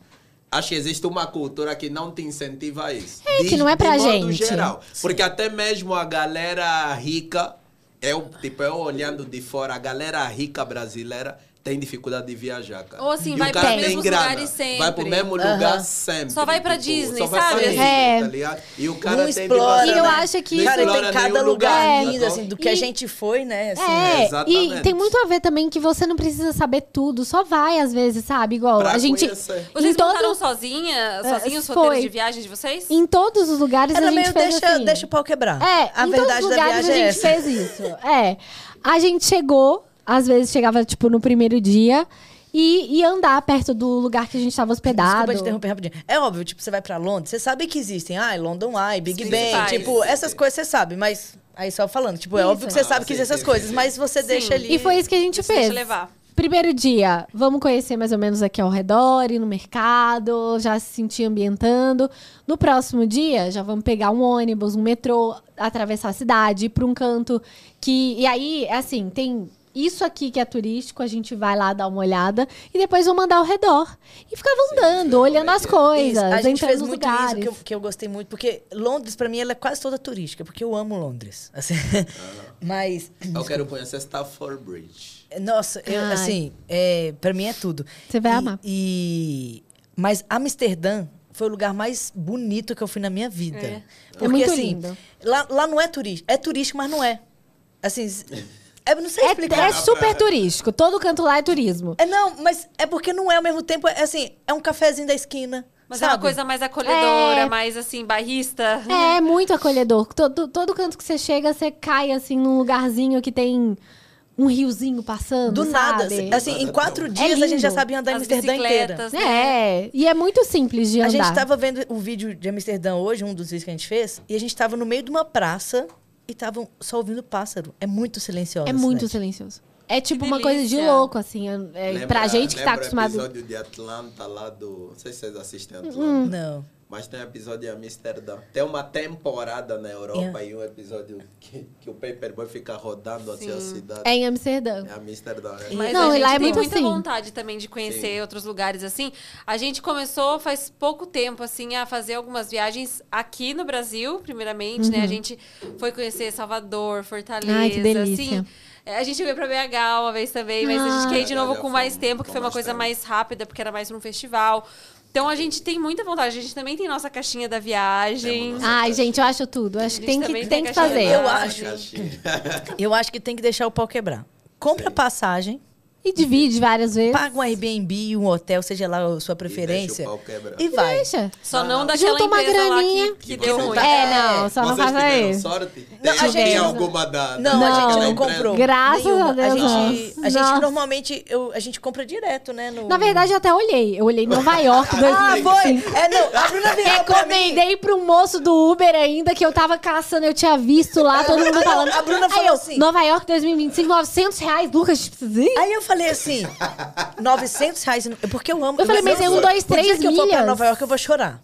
Acho que existe uma cultura que não te incentiva a isso.
É, que não é pra
de modo
gente.
geral. Porque até mesmo a galera rica, eu, tipo, eu olhando de fora, a galera rica brasileira tem dificuldade de viajar, cara.
Ou assim,
E
vai
o cara
pros
tem
mesmos
grana,
lugares sempre.
Vai pro mesmo
Aham.
lugar sempre. tipo,
Só vai pra Disney,
só vai pra
sabe?
Disney,
É.
tá ligado? E o cara
não
tem
explora.
de
E eu
né?
acho que
Não
isso-
Cara, e tem
explora
cada
nenhum né?
lugar
lugar, é
lindo,
sacou?
assim, do que a
E-
gente foi, né? Assim,
É,
exatamente.
e tem muito a ver também que você não precisa saber tudo, só vai às vezes, sabe? Igual
Pra
a gente.
conhecer.
Vocês
em todo- É,
montaram sozinha, sozinhos os
foi. Então,
roteiros de viagem de vocês?
Em todos os lugares
Ela
a gente
meio
fez
deixa,
assim.
deixa o pau quebrar.
É,
a
em
verdade
todos os lugares
da
a
viagem
gente
é essa.
fez isso. É. A gente chegou, às vezes chegava, tipo, no primeiro dia e ia andar perto do lugar que a gente tava hospedado.
Desculpa te interromper rapidinho. É óbvio, tipo, você vai pra Londres, você sabe que existem. Ah, London Eye, Big
Sim,
Ben,
faz.
tipo, essas coisas você sabe, mas. Aí só falando, tipo, é
Isso.
óbvio que você
Ah,
sabe
sim,
que existem
sim,
essas coisas,
sim.
mas você deixa ali.
E foi isso que a gente
Você deixa
fez.
levar.
Primeiro dia, vamos conhecer mais ou menos aqui ao redor, ir no mercado, já se sentir ambientando. No próximo dia, já vamos pegar um ônibus, um metrô, atravessar a cidade, ir pra um canto que. E aí, é assim, tem isso aqui que é turístico, a gente vai lá dar uma olhada e depois vou mandar ao redor. E ficava andando, olhando as coisas,
é Isso, a gente
entrando
fez
nos
muito
lugares.
isso que eu, que eu gostei muito, porque Londres, pra mim, ela é quase toda turística, porque eu amo Londres. assim. *laughs* Mas,
Eu quero conhecer Stafford Bridge.
nossa, eu,
Ai.
assim, é, pra mim é tudo.
Você vai
E-
amar.
E, mas Amsterdã foi o lugar mais bonito que eu fui na minha vida.
É. É
Porque,
muito
assim,
lindo.
Lá, lá não é turístico, é turístico, mas não é. Assim, s- é, não sei
É,
explicar.
é super turístico. Todo canto lá é turismo.
É, não, mas é porque não é ao mesmo tempo, é assim, é um cafezinho da esquina.
Mas é
sabe?
uma coisa mais acolhedora,
É.
mais assim, barrista.
É muito acolhedor. Todo, todo canto que você chega, você cai assim num lugarzinho que tem um riozinho passando.
Do nada.
sabe? É
Assim, em quatro dias a gente
lindo.
já sabia andar em
As
Amsterdã inteira.
bicicletas, né?
É, e é muito simples de
A
andar.
gente tá tava vendo o vídeo de Amsterdã hoje, um dos vídeos que a gente fez, e a gente tava no meio de uma praça e tava só ouvindo pássaro. É muito silencioso.
É muito silencioso. É tipo uma coisa de
delícia.
louco, assim. é- é pra gente que tá acostumado.
Tem episódio de Atlanta lá do. Não sei se vocês assistem Atlanta.
Hum.
Não.
Mas tem um episódio de Amsterdã. Tem uma temporada na Europa
Yeah.
É.
e um episódio que, que o Paperboy fica rodando assim a cidade.
É em Amsterdã.
É Amsterdã, né?
Mas a
Não, e
gente
lá é
tem
muito
muita
assim.
vontade também de conhecer outros lugares assim. A gente começou faz pouco tempo assim a fazer algumas viagens aqui no Brasil, primeiramente, né? A gente foi conhecer Salvador, Fortaleza,
Uhum. Ai, que delícia.
assim. É, A gente veio pra BH uma vez também, mas a gente
Ah.
quer ir de novo
Verdade,
com
foi
mais
um-
tempo, que
com
foi uma
mais
coisa
tempo.
mais rápida, porque era mais um festival. Então a gente tem muita vontade. A gente também tem nossa caixinha da viagem.
Temos nossa
Ai, gente, eu acho tudo. Acho
gente
que tem que,
também
tem
tem
que
que achar
fazer.
legal.
Eu
Ah,
acho.
Caxi-
Eu acho que tem que deixar o pau quebrar. Compra passagem,
E divide várias vezes.
paga um Airbnb, um hotel, seja lá
E
a sua
deixa o
preferência.
pau quebrar.
E vai.
Deixa.
Só
Ah,
não
não.
daquela
Junta uma
empresa lá
graninha.
que, que deu
você
ruim.
tá-
É, não, só não
Vocês
faz
tiveram
aí.
sorte? Tem,
Não, a
tem
gente-
alguma da. da-
Não,
tá
a gente
daquela
não
empresa?
comprou.
Graças a
nenhuma.
Deus,
A gente,
nossa.
a gente
Nossa.
normalmente, eu- a gente compra direto, né? no-
Na verdade, eu até olhei. Eu
*laughs*
olhei Nova York
Ah,
2005.
foi! É, não, a Bruna virou pra mim.
Recomendei pro moço do Uber ainda que eu tava caçando, eu tinha visto lá, todo mundo falando.
A Bruna
Aí
falou
eu,
assim.
Nova York 2025, 900 reais, Lucas, tipo, ih,
Aí eu falei assim, 900 reais, porque eu amo.
Eu falei, mas é um, dois,
O dia
três
que eu for pra
milhas.
Nova York, eu vou chorar.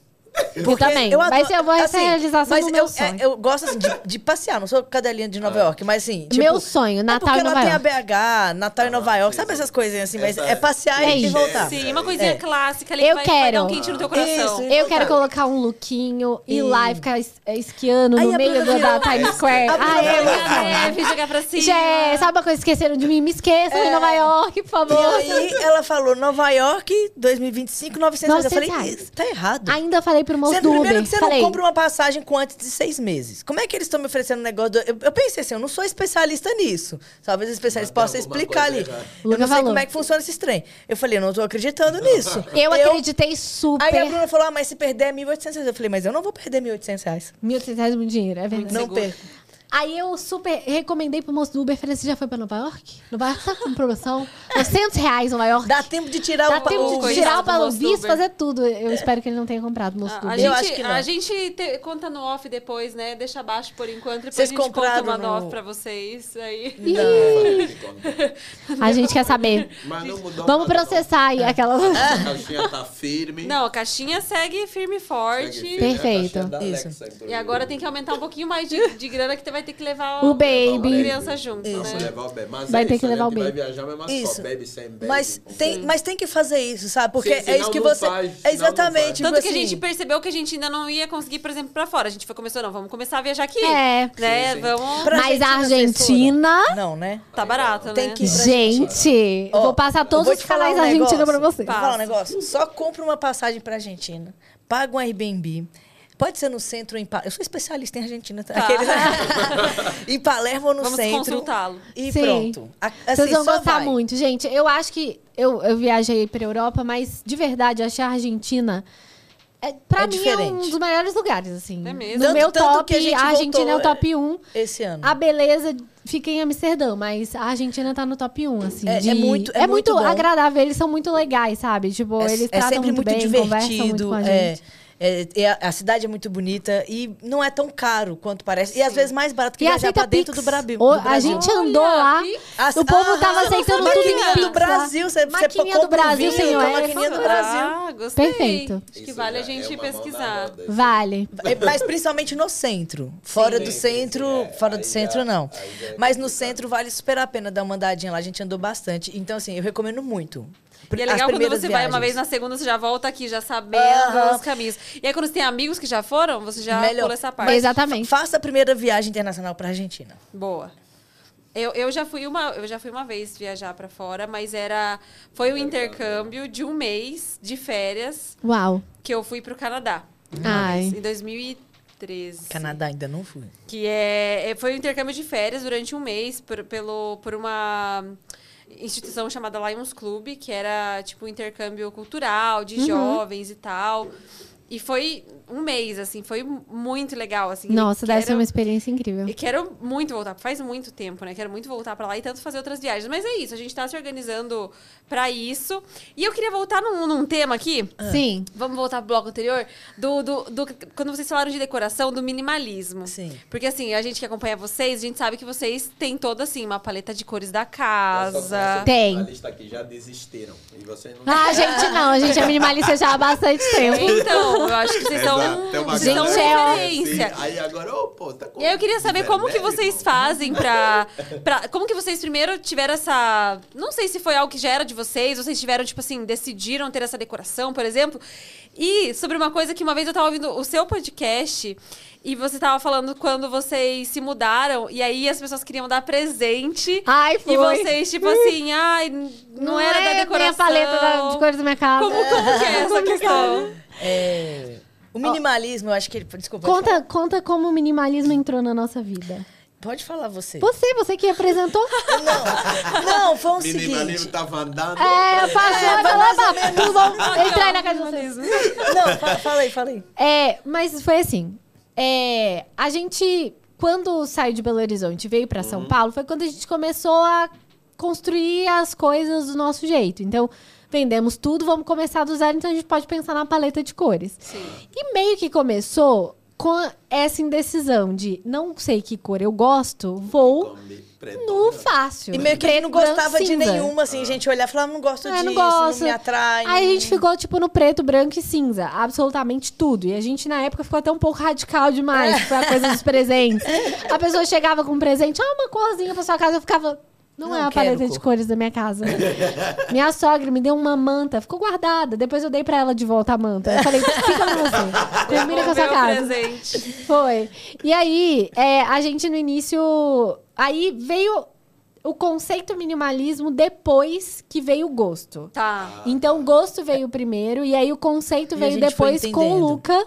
Porque assim,
também, mas eu vou essa é realização
mas
do
eu,
meu sonho.
é, eu gosto assim, de, de passear, não sou cadelinha de Nova York, mas assim... tipo,
Meu sonho,
é
Natal
porque
e Nova
lá
York.
tem a BH, Natal e Nova York, sabe essas coisinhas assim, mas
Essa-
é passear
É
e
isso.
voltar.
Sim, uma coisinha
É.
clássica ali
Eu
que vai, vai dar um
quero.
quentinho no teu coração.
Isso.
Eu quero colocar um lookinho e ir lá e ficar es- eh, esquiando
Aí
no
a
meio
Bruna
do, da
virou-
Times Square.
a Bruna
Ah, é,
virou-
meu *laughs*
Pegar
sonho.
neve, jogar pra cima.
Já é,
Ah,
sabe uma coisa? Esqueceram de mim? Me esqueçam em Nova York, por
É. E
favor.
aí ela falou, Nova York, 2025, 900 reais. Eu
900
falei,
reais.
"Isso tá errado.
Ainda falei pro moço
Você,
do
primeiro
Uber.
que você
falei,
não compra uma passagem com antes de seis meses. Como é que eles estão me oferecendo um negócio? do- Eu, eu pensei assim, eu não sou especialista nisso. Talvez os especialistas
Mas
possam
tem alguma
explicar
coisa
ali.
errada.
O
Eu
Luca
não sei
falou.
como é que funciona esse trem. Eu falei, eu não
*laughs*
tô acreditando nisso.
eu, acreditei super.
Aí a Bruna falou, ah, mas se perder é 1.800 reais. Eu falei, mas eu não vou perder 1.800 reais.
1.800 reais no dinheiro, é verdade.
Não
Seguro.
perco.
Aí eu super recomendei pro moço do Uber, falei, você já foi pra Nova York? Nova York tá
*laughs*
com promoção. 900 reais Nova York.
Dá tempo de tirar
Dá
o... pa-
tempo
o-
de
coitado
tirar o
do
palo
moço do
visto,
Uber.
fazer tudo. Eu espero que ele não tenha comprado o moço do
A, a
Uber.
gente,
Eu acho que não.
a gente te- conta no off depois, né? Deixa baixo por enquanto. Depois a
Vocês
gente conta
compraram
uma
no-
no off pra vocês. Aí.
ah,
A gente
*laughs*
quer saber.
Mas não mudou
Vamos
nada, não.
processar
É.
aí aquela...
A caixinha tá firme.
Não, a caixinha segue firme e
Segue
forte.
firme,
Perfeito.
a caixinha É, tá da Alexa, então,
Isso.
inclusive.
E agora tem que aumentar um pouquinho mais de, de grana que tu vai ter que levar
O
a
baby.
criança junto,
Vamos
né?
levar o bebê. Mas
Vai
é
ter
isso,
que
a
levar o
gente Vai
bebê.
viajar, mas
Isso.
só baby sem baby.
Mas
com
tem,
filho.
mas tem que fazer isso, sabe? Porque
Sim,
é
senão
isso que
não
você...
faz, senão
é
não
exatamente.
faz.
tipo
Tanto que a
assim,
gente percebeu que a gente ainda não ia conseguir, por exemplo, pra fora. A gente foi começou, não, vamos começar a viajar aqui.
*laughs* É.
Né?
Sim, sim.
Vamos.
pra
Mas a
assessora-
Argentina...
Não, né?
Tá barato,
Tem
né?
que-
Gente, eu
Ó,
vou passar todos
vou
os
te falar
canais
um
da Argentina
negócio.
pra
Vou
vocês.
Passa.
falar um negócio. Só compra uma passagem pra Argentina, paga um Airbnb. Pode ser no centro ou em Palermo. Eu sou especialista em Argentina. Tá? Aqueles-
*laughs*
em Palermo ou no
Vamos
centro.
consultá-lo.
E
Sim.
pronto. A- assim,
Vocês vão
só
gostar
vai.
muito, gente. Eu acho que eu, eu viajei pra Europa, mas de verdade, eu achei a Argentina. É, pra
É
mim é
diferente.
um dos melhores lugares, assim.
É mesmo.
No
Tanto-
meu
tanto
top,
que a gente
a, Argentina é o
voltou,
top 1.
Esse ano.
A beleza fica em Amsterdã, mas a Argentina tá no top 1, assim.
É- é
de-
muito- é muito bom.
agradável, eles são muito legais, sabe? Tipo,
É,
eles
é
tratam
sempre
muito,
muito,
bem, conversam
divertido.
muito com a
é,
gente.
É, é a- a cidade é muito bonita e não é tão caro quanto parece. E às vezes mais barato que
E
viajar
aceita
pra dentro
Pix.
do, Brabi,
O-
do Brasil.
A gente andou
Olha,
lá,
Pix.
As-
o povo
Aham,
tava aceitando tudo em
maquininha
Pix.
do Brasil, você, você
Maquininha do
compra um
Brasil,
vinho,
senhor,
toma
é.
maquininha do Brasil.
Ah, gostei.
Perfeito.
Acho que vale a
é,
gente pesquisar.
Vale.
É, Mas principalmente no centro. Fora
Sim,
do
sim,
centro,
sim, é.
fora
Aí
do
já-
centro não.
aí já é
Mas no
complicado.
centro vale super a pena dar uma andadinha lá. A gente andou bastante. Então assim, eu recomendo muito.
E é
As
legal quando
primeiras
você vai uma vez
viagens.
na segunda, você já volta aqui, já sabendo
Aham.
os caminhos. E aí, quando você tem amigos que já foram, você já
Melhor.
pula essa parte.
Exatamente.
Faça a primeira viagem internacional pra Argentina.
Boa. Eu, eu, já fui uma, eu já fui uma vez viajar pra fora, mas era foi um intercâmbio de um mês de férias
Uau.
que eu fui pro Canadá.
Ai.
Em 2013.
Canadá ainda não fui.
Que é, é- foi um intercâmbio de férias durante um mês por, pelo, por uma instituição chamada Lions Club, que era tipo um intercâmbio cultural
Uhum.
de jovens e tal. E foi um mês, assim, foi muito legal. Assim,
Nossa,
E
deve ser
quero-
uma experiência incrível.
e quero muito voltar, faz muito tempo, né? Quero muito voltar pra lá e tanto fazer outras viagens. Mas é isso, a gente tá se organizando pra isso. E eu queria voltar num, num tema aqui.
Ah.
Sim.
Vamos voltar pro bloco anterior? Do, do, do- quando vocês falaram de decoração, do minimalismo.
Sim.
Porque assim, a gente que acompanha vocês, a gente sabe que vocês têm toda assim, uma paleta de cores da casa.
Tem.
A lista aqui já desistiram. E vocês não.
Ah, gente, não. A gente é minimalista já há bastante tempo.
Então, eu acho que vocês são,
Exato, tem uma assim,
vocês são
galera
Sim,
referência.
Aí agora, ô, pô, tá com.
E aí eu queria saber como que vocês fazem pra, pra. Como que vocês primeiro tiveram essa. Não sei se foi algo que já era de vocês, vocês tiveram, tipo assim, decidiram ter essa decoração, por exemplo. E sobre uma coisa que uma vez eu tava ouvindo o seu podcast e você tava falando quando vocês se mudaram e aí as pessoas queriam dar presente.
Ai, foi.
E vocês, tipo assim, ai, não,
Não,
era
é
da
minha
decoração.
paleta da- de cores da minha casa.
Como, como
*laughs*
que é essa questão?
É, o minimalismo, eu acho que ele. Desculpa. pode falar.
Conta, conta como o minimalismo entrou na nossa vida.
Pode falar você.
Você, você
*laughs*
que apresentou.
Não, não, foi o
Minimalismo
seguinte.
tava andando.
É, passou,
É,
é,
vai mais ou menos.
vamos entrar aí na casa de vocês.
tá-
Não, fa- fala aí, fala aí.
É, mas foi assim. É, a gente, quando saiu de Belo Horizonte e veio pra
Uhum.
São Paulo, foi quando a gente começou a construir as coisas do nosso jeito. Então, vendemos tudo, vamos começar do zero, então a gente pode pensar na paleta de cores. E meio que começou com essa indecisão de não sei que cor eu gosto, vou
Combi, preto,
no
branco.
fácil.
É. E meio que ele não
Preto, branco,
gostava de
cinza.
nenhuma, assim, gente olhar e falar, não gosto
Ah,
disso,
não
não,
gosto.
me atrai.
Aí a gente ficou, tipo, no preto, branco e cinza. Absolutamente tudo. E a gente, na época, ficou até um pouco radical demais
É.
pra coisa dos presentes. A pessoa chegava com um presente, ah, uma corzinha pra sua casa. Eu ficava, não,
Não
é a
quero
paleta de
cor.
cores da
*laughs*
minha casa. minha sogra me deu uma manta, ficou guardada. Depois eu dei pra ela de volta a manta. Eu falei, fica
*laughs*
com você. Termina com a sua
Meu
casa.
presente.
Foi. E aí, é, a gente no início. Aí veio o conceito minimalismo depois que veio o gosto.
Tá.
Então, o gosto veio primeiro, e aí o conceito
E a
veio
gente foi
depois com o
entendendo.
Luca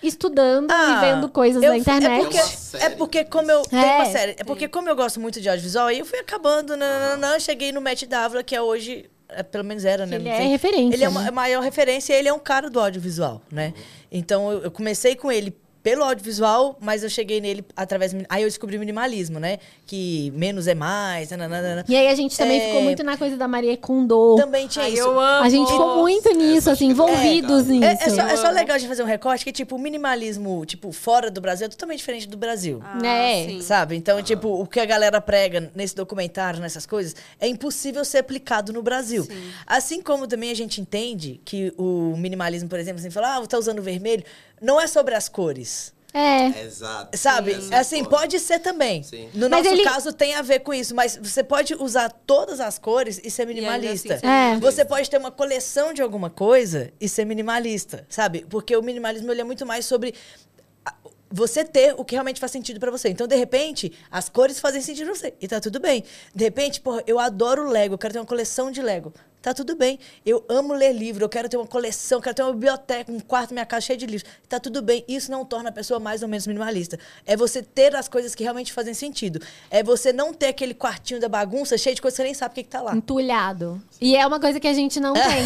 estudando
Ah,
e vendo coisas
eu
na
fui-
internet.
É porque,
Tem uma série
é porque como eu. Tem uma
É,
série. É porque como eu gosto muito de audiovisual, aí eu fui acabando, nananana, cheguei no Matt Dávila, que é hoje. é, Pelo menos era, né?
Ele
não
é
sei.
referência,
Ele é
né?
uma a maior referência, ele é um cara do audiovisual, né? Então eu, eu comecei com ele pelo audiovisual, mas eu cheguei nele através. do mini- Aí eu descobri o minimalismo, né? Que menos é mais, nananana.
E aí a gente também
É.
ficou muito na coisa da Maria Kondo.
Também tinha
Ai,
isso.
eu amo.
A gente ficou muito nisso, assim, envolvidos
É,
nisso.
É, é só, é só
amo.
legal a gente fazer um recorte que, tipo, o minimalismo, tipo, fora do Brasil é totalmente diferente do Brasil.
Ah,
É.
sim.
Sabe? Então, tipo, o que a galera prega nesse documentário, nessas coisas, é impossível ser aplicado no Brasil. Assim como também a gente entende que o minimalismo, por exemplo, assim, falar, ah, tá usando vermelho, não é sobre as cores.
É.
Exato.
Sabe?
Sim.
Assim, pode ser também.
Sim.
No
Mas
nosso
ele-
caso, tem a ver com isso. Mas você pode usar todas as cores e ser minimalista.
assim, ser
É.
Você pode ter uma coleção de alguma coisa e ser minimalista, sabe? Porque o minimalismo ele é muito mais sobre a- você ter o que realmente faz sentido pra você. Então, de repente, as cores fazem sentido pra você. E tá tudo bem. De repente, porra, eu adoro Lego, eu quero ter uma coleção de Lego. Tá tudo bem. Eu amo ler livro, eu quero ter uma coleção, eu quero ter uma biblioteca, um quarto, na minha casa cheia de livros. Tá tudo bem. Isso não torna a pessoa mais ou menos minimalista. É você ter as coisas que realmente fazem sentido. É você não ter aquele quartinho da bagunça cheio de coisa que você nem sabe o que, que tá *laughs* lá.
Entulhado. E é uma coisa que a gente não tem.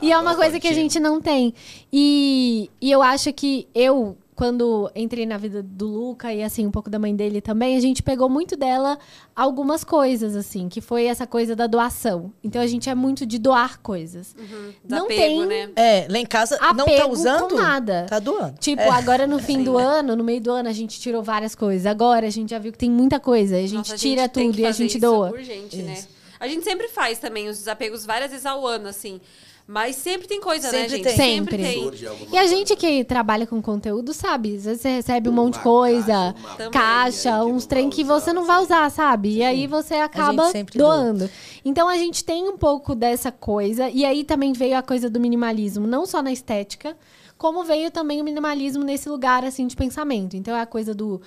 e é uma
Adoro
coisa que a
quartinho.
gente não tem. E, e eu acho que eu, quando entrei na vida do Luca e assim um pouco da mãe dele também, a gente pegou muito dela algumas coisas assim, que foi essa coisa da doação. Então a gente é muito de doar coisas.
Dá
Não
pego,
tem-
né?
É, lá em casa não tá
Apego
usando?
com nada.
Tá doando.
Tipo, agora no fim do ano, no meio do ano, a gente tirou várias coisas. Agora a gente já viu que tem muita coisa. A gente
Nossa,
tira
tem
tudo
que
e a
fazer
gente
isso
doa.
urgente, né? A gente sempre faz também os desapegos várias vezes ao ano, assim. Mas sempre tem coisa, né,
Sempre
gente?
tem.
Sempre
Sempre.
tem.
Surge alguma
E a
coisa.
gente que trabalha com conteúdo sabe, às vezes você recebe um monte de
Uma
coisa,
caixa,
uma
caixa,
pilha que
uns
não
trem
vai
que
usar,
você não vai usar, sabe? E aí você acaba
sempre doa.
doando. Então a gente tem um pouco dessa coisa, e aí também veio a coisa do minimalismo, não só na estética, como veio também o minimalismo nesse lugar assim de pensamento. Então é a coisa do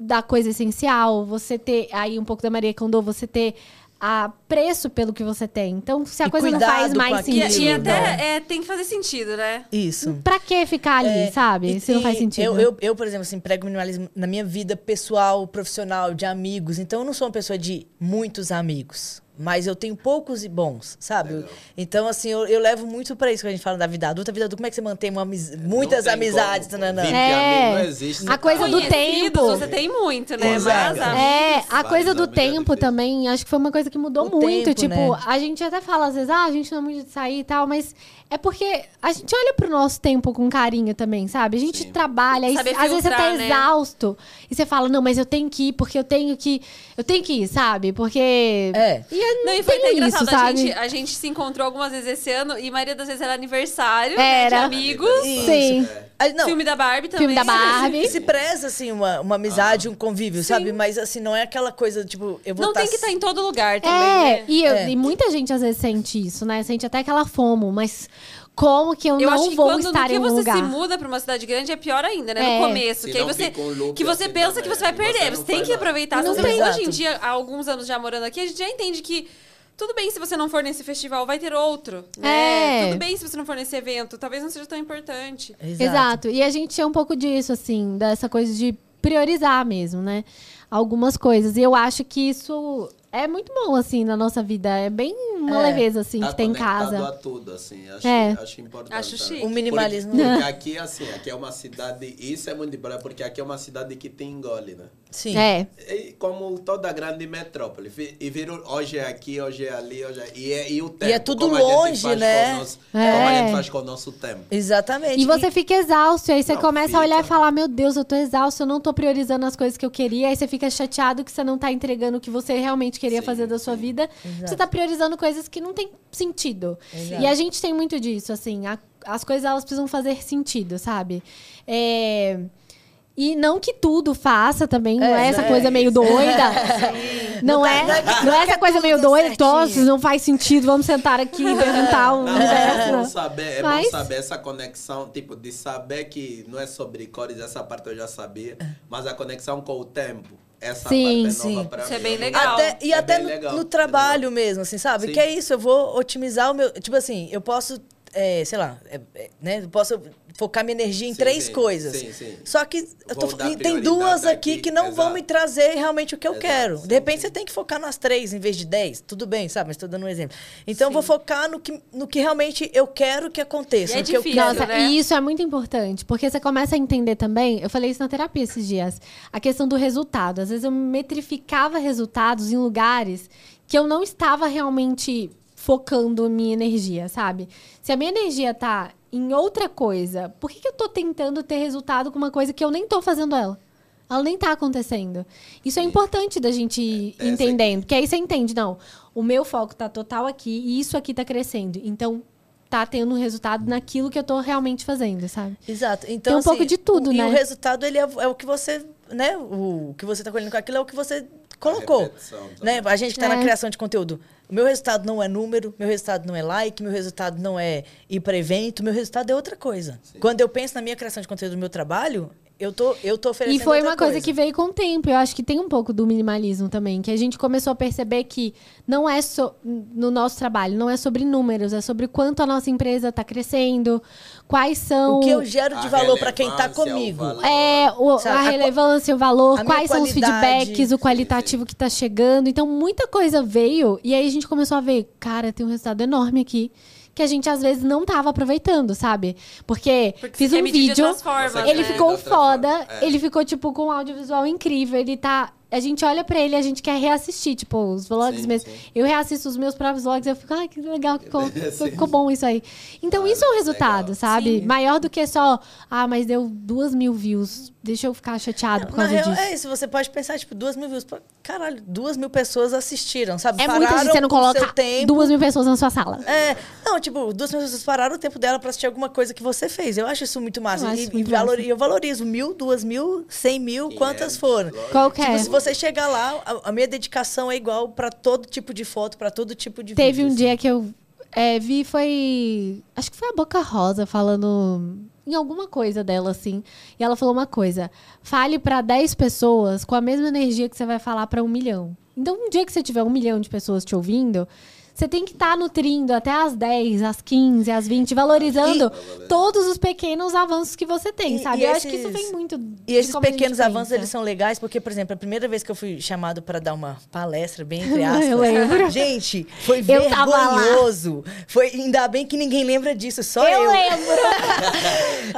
da coisa essencial, você ter aí um pouco da Maria Kondo, você ter a preço pelo que você tem. Então se a
E
coisa não faz
cuidado com
mais
E,
aquilo,
sentido,
e
Sim, né?
até é, tem que fazer sentido, né?
Isso.
pra que ficar ali,
É,
sabe?
e-
Se não
e
faz sentido.
Eu, eu, eu, por exemplo, assim, prego minimalismo na minha vida pessoal, profissional, de amigos. Então, eu não sou uma pessoa de muitos amigos. Mas eu tenho poucos e bons, sabe? Então, assim, eu, eu levo muito pra isso que a gente fala da vida adulta. Vida adulta, como é que você mantém uma amiz- muitas
tem
amizades?
como.
nananã?
Vinte
É.
amigos não existe.
A coisa do
Conhecidos,
tempo.
Você tem muito, né?
Exato.
Mas, a-
É, a
vários
coisa do
nomes
né,
já
tempo
definidos.
também, acho que foi uma coisa que mudou
O tempo,
muito. tipo,
né?
a gente até fala às vezes, ah, a gente não é muito de sair e tal, mas é porque a gente olha pro nosso tempo com carinho também, sabe? A gente trabalha, e,
Saber
às vezes você tá
filtrar, né?
exausto e você fala, não, mas eu tenho que ir porque eu tenho que. Eu tenho que ir, sabe? Porque.
É.
E eu não,
Não, e foi até
tenho
engraçado.
isso,
a,
sabe?
gente, a gente se encontrou algumas vezes esse ano e a maioria das vezes era aniversário né, de
Era.
amigos.
Isso.
Sim.
é.
Ah, Não,
Filme da Barbie também.
Filme da Barbie.
se preza, assim, uma, uma amizade,
Ah.
um convívio, sabe? Mas, assim, não é aquela coisa, tipo, eu vou
Não
tá
tem que estar em todo lugar também,
É,
né?
e, eu-
É.
e muita gente às vezes sente isso, né? Sente até aquela fomo, mas como que eu,
Eu
não
acho que
vou
quando no
estar
que
em um
você
lugar?
se muda pra uma cidade grande é pior ainda, né?
É.
No começo.
Se
Que aí
não
você,
fica um loop
que você
assim
pensa
também,
que você vai
e
perder. Você,
você não
tem
faz
que
nada.
aproveitar.
Não
Você
tem.
tem. Hoje em
Exato.
dia, há alguns anos já morando aqui, a gente já entende que tudo bem se você não for nesse festival, vai ter outro. Né?
É.
Tudo bem se você não for nesse evento. Talvez não seja tão importante.
Exato. E a gente é um pouco disso, assim, dessa coisa de priorizar mesmo, né? Algumas coisas. E eu acho que isso é muito bom, assim, na nossa vida. É bem uma
É.
leveza, assim,
Tá
que tem em
conectado
casa.
a tudo, assim. Acho,
É.
acho importante.
Acho
também.
chique.
O minimalismo.
Porque,
*laughs*
porque aqui, assim, aqui é uma cidade... Isso é muito importante, porque aqui é uma cidade que te engole, né?
Sim.
É.
E como toda grande metrópole. Vi- E virou hoje é aqui, hoje é ali, hoje é... E, é- e o tempo.
é tudo
como a
longe,
gente faz
né?
Com o nosso,
É.
Como a gente faz com o nosso tempo.
Exatamente.
E você fica exausto, e aí você
Não,
começa a olhar e
fica.
falar: Meu Deus, eu tô exausto, eu não tô priorizando as coisas que eu queria. Aí você fica chateado que você não tá entregando o que você realmente queria
Sim,
fazer da sua
sim.
vida. Você tá priorizando coisas que não tem sentido.
Exato.
E a gente tem muito disso, assim, a- as coisas elas precisam fazer sentido, sabe? É, E não que tudo faça também, não é essa
né?
coisa meio doida. Não é, não é essa coisa meio
tudo
doida,
certinho.
tosses, não faz sentido, vamos sentar aqui e perguntar um
Não, é bom
universo.
saber, é
Mas-
bom saber essa conexão, tipo, de saber que não é sobre cores, essa parte eu já sabia, mas a conexão com o tempo. Essa
Sim,
parte é nova
sim.
pra
Isso
mim.
é bem
eu não-
legal.
Até, e
É
até
bem
no,
legal,
no
é
trabalho
legal.
mesmo, assim, sabe?
Sim.
Que é isso, eu vou otimizar o meu. Tipo assim, eu posso, é, sei lá, é, é, né? Eu posso focar minha energia em
Sim,
três
sim,
coisas.
sim, sim.
Só que eu tô-
Vou dar
e tem
prioridade
duas aqui,
aqui,
que não vão
exato.
me trazer realmente o que eu
Exato,
quero.
sim,
De repente
sim.
você tem que focar nas três em vez de dez. Tudo bem, sabe? Mas tô dando um exemplo. Então eu vou focar no que, no que realmente eu quero que aconteça.
E é
no que eu
difícil.
quero.
Nossa,
né?
e isso é muito importante, porque você começa a entender também, eu falei isso na terapia esses dias, a questão do resultado. Às vezes eu metrificava resultados em lugares que eu não estava realmente focando minha energia, sabe? Se a minha energia tá em outra coisa, por que, que eu tô tentando ter resultado com uma coisa que eu nem tô fazendo ela? Ela nem tá acontecendo. Isso é importante da gente ir
essa
entendendo. Porque aí você entende, não, o meu foco tá total aqui e isso aqui tá crescendo. Então, tá tendo um resultado naquilo que eu tô realmente fazendo, sabe?
Exato. Então,
Tem um pouco de tudo,
o, E
né?
o resultado, ele é, é o que você, né? O, que você tá colhendo com aquilo é o que você
A
colocou.
repetição também.
Né? A gente que tá
É.
na criação de conteúdo. O meu resultado não é número, meu resultado não é like, meu resultado não é ir para evento, meu resultado é outra coisa. Quando eu penso na minha criação de conteúdo, no meu trabalho, eu tô, eu tô
E
oferecendo
foi
outra
uma coisa, que veio com o tempo. Eu acho que tem um pouco do minimalismo também, que a gente começou a perceber que não é so... no nosso trabalho, não é sobre números, é sobre quanto a nossa empresa tá crescendo, quais são
O que eu gero de
A
valor para quem tá
relevância, o
comigo.
valor.
É, o-
Sabe,
a
a qua-
relevância, o
a
valor,
minha
quais são os
qualidade.
feedbacks, o qualitativo que tá chegando. Então, muita coisa veio e aí a gente começou a ver, cara, tem um resultado enorme aqui que a gente às vezes não tava aproveitando, sabe? Porque, fiz
você quer
um
medir de
vídeo,
outras formas, né?
Você quer
ele
medir de
ficou
outras formas,
foda,
é.
ele ficou tipo com um audiovisual incrível, ele tá a gente olha pra ele, a gente quer reassistir, tipo, os vlogs
Sim,
mesmo.
sim.
Eu reassisto os meus próprios vlogs, eu fico, ah, que legal, que ficou,
Sim.
ficou bom isso aí. Então,
Claro,
isso é um
legal.
resultado, sabe?
Sim.
Maior do que só, ah, mas deu duas mil views, deixa eu ficar chateado por
Na
causa
real,
disso.
é isso. Você pode pensar, tipo, duas mil views. Pô, Caralho, duas mil pessoas assistiram, sabe?
É muita gente, você não
com o
coloca
seu tempo.
duas mil pessoas na sua sala.
É, não, tipo, duas pessoas pararam o tempo dela pra assistir alguma coisa que você fez. Eu acho isso muito massa.
Eu acho
e,
isso
e
muito
valor-
massa.
e eu valorizo mil, duas mil, cem mil,
é
quantas foram.
Qualquer.
Tipo, se você chegar lá, a, a minha dedicação é igual pra todo tipo de foto, pra todo tipo de
Teve
vídeo,
um
assim.
dia que eu é, vi, foi. Acho que foi a Boca Rosa falando em alguma coisa dela, assim. E ela falou uma coisa: fale pra 10 pessoas com a mesma energia que você vai falar pra um milhão. Então, um dia que você tiver um milhão de pessoas te ouvindo. Você tem que estar nutrindo até as 10, as 15, as 20, valorizando todos os pequenos avanços que você tem,
E-
sabe?
e
eu acho que isso
esses-
vem muito.
E esses pequenos avanços,
é.
eles são legais, porque, por exemplo, a primeira vez que eu fui chamado pra dar uma palestra, bem entre aspas.
*laughs* Eu lembro.
Gente, foi
Eu tava lá.
vergonhoso. Foi, ainda bem que ninguém lembra disso, só eu.
Eu lembro!
*laughs*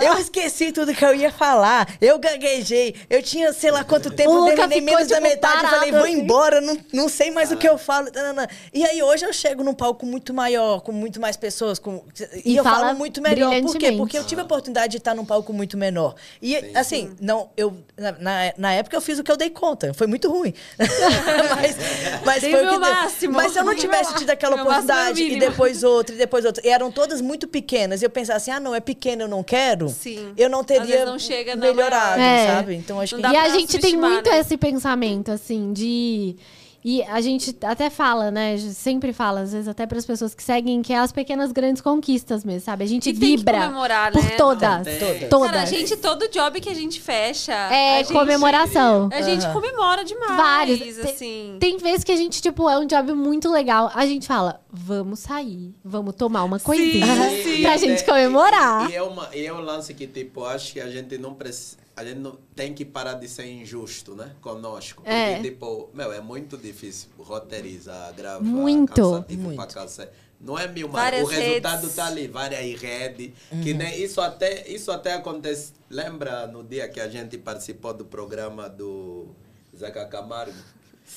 Eu esqueci tudo que eu ia falar. Eu gaguejei. Eu tinha, sei lá quanto tempo,
O
eu
Luca
terminei
ficou,
menos da
tipo,
metade. Eu falei,
parado,
vou
assim.
embora, não, não sei mais o que
Ah.
eu falo. tanana. E aí hoje eu chego num palco muito maior, com muito mais pessoas. com- e,
E
eu
fala
falo muito melhor. Por quê?
brilhantemente.
Porque eu tive a oportunidade de estar num palco muito menor. E assim, não, eu, na, na- na época eu fiz o que eu dei conta. Foi muito ruim. *laughs* mas mas
Dei
foi o
meu
que deu.
máximo.
Mas se eu não
*laughs* Dei meu
tivesse
máximo.
tido aquela
Meu máximo é o
oportunidade e
mínimo.
depois outra, e depois outra. E eram todas muito pequenas. E eu pensava assim, ah, não, é pequeno, eu não quero
Sim.
eu não
Às
teria
vezes não chega na
melhorado,
maior.
sabe? Então acho
Não
que
dá
e a
pra
gente tem
subestimar,
muito
né?
esse pensamento, assim, de. E a gente até fala, né? Sempre fala, às vezes, até para as pessoas que seguem, que é as pequenas grandes conquistas mesmo, sabe? A gente
E tem que
vibra
comemorar,
por
né?
todas.
Tem,
tem.
Tá, Todas.
Cara, a gente, todo job que a gente fecha. a
é
gente- é.
comemoração.
A gente
Aham.
comemora demais.
Vários.
Assim.
Tem vezes que a gente, tipo, é um job muito legal. A gente fala, vamos sair, vamos tomar uma coisinha
sim.
pra gente comemorar.
E, e é uma, e é um lance que, tipo, acho que a gente não precisa. A gente não, tem que parar de ser injusto, né? Conosco. Porque,
É.
tipo, meu, é muito difícil roteirizar, gravar.
Muito.
cansativo pra
Muito.
cacete. Não é mil mais.
Várias
O resultado
redes. Uhum.
tá ali, várias redes. Que nem isso até, isso até acontece. Lembra no dia que a gente participou do programa do Zeca Camargo?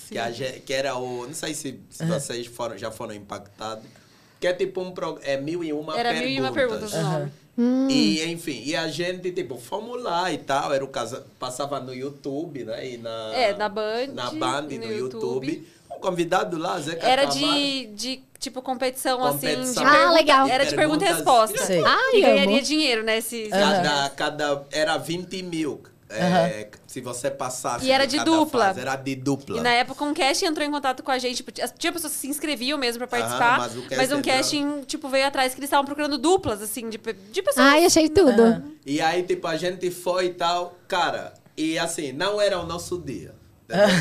Que, a gente, que era o. Não sei se, se
Uhum.
vocês foram, já foram impactados. Que é tipo um pro, é mil e uma
Era
perguntas.
mil e uma perguntas o nome.
E, enfim, e a gente, tipo, fomos lá e tal. Era o casa... Passava no YouTube, né? E na...
É, na Band
Na Band,
e
no,
no
YouTube.
YouTube.
Um convidado lá, Zeca
Era
Camargo.
de, de, tipo, competição, assim. De
Competição.
Ah,
pergunta-
legal.
Era de pergunta e
Perguntas.
resposta.
Sei.
Ai,
e ganharia
amo.
dinheiro, né? Se,
Cada, cada... Era 20 mil. é, Se você passasse.
E era
por
de
cada
dupla.
fase, Era de dupla.
E na época um casting entrou em contato com a gente. tipo, tinha- Tinha pessoas que se inscreviam mesmo pra
Aham,
participar.
mas o casting
mas um
entrou.
casting, tipo, veio atrás que eles estavam procurando duplas, assim, de, pe- de pessoas.
Ai, achei tudo.
E aí, tipo, a gente foi e tal. Cara, e assim, não era o nosso dia.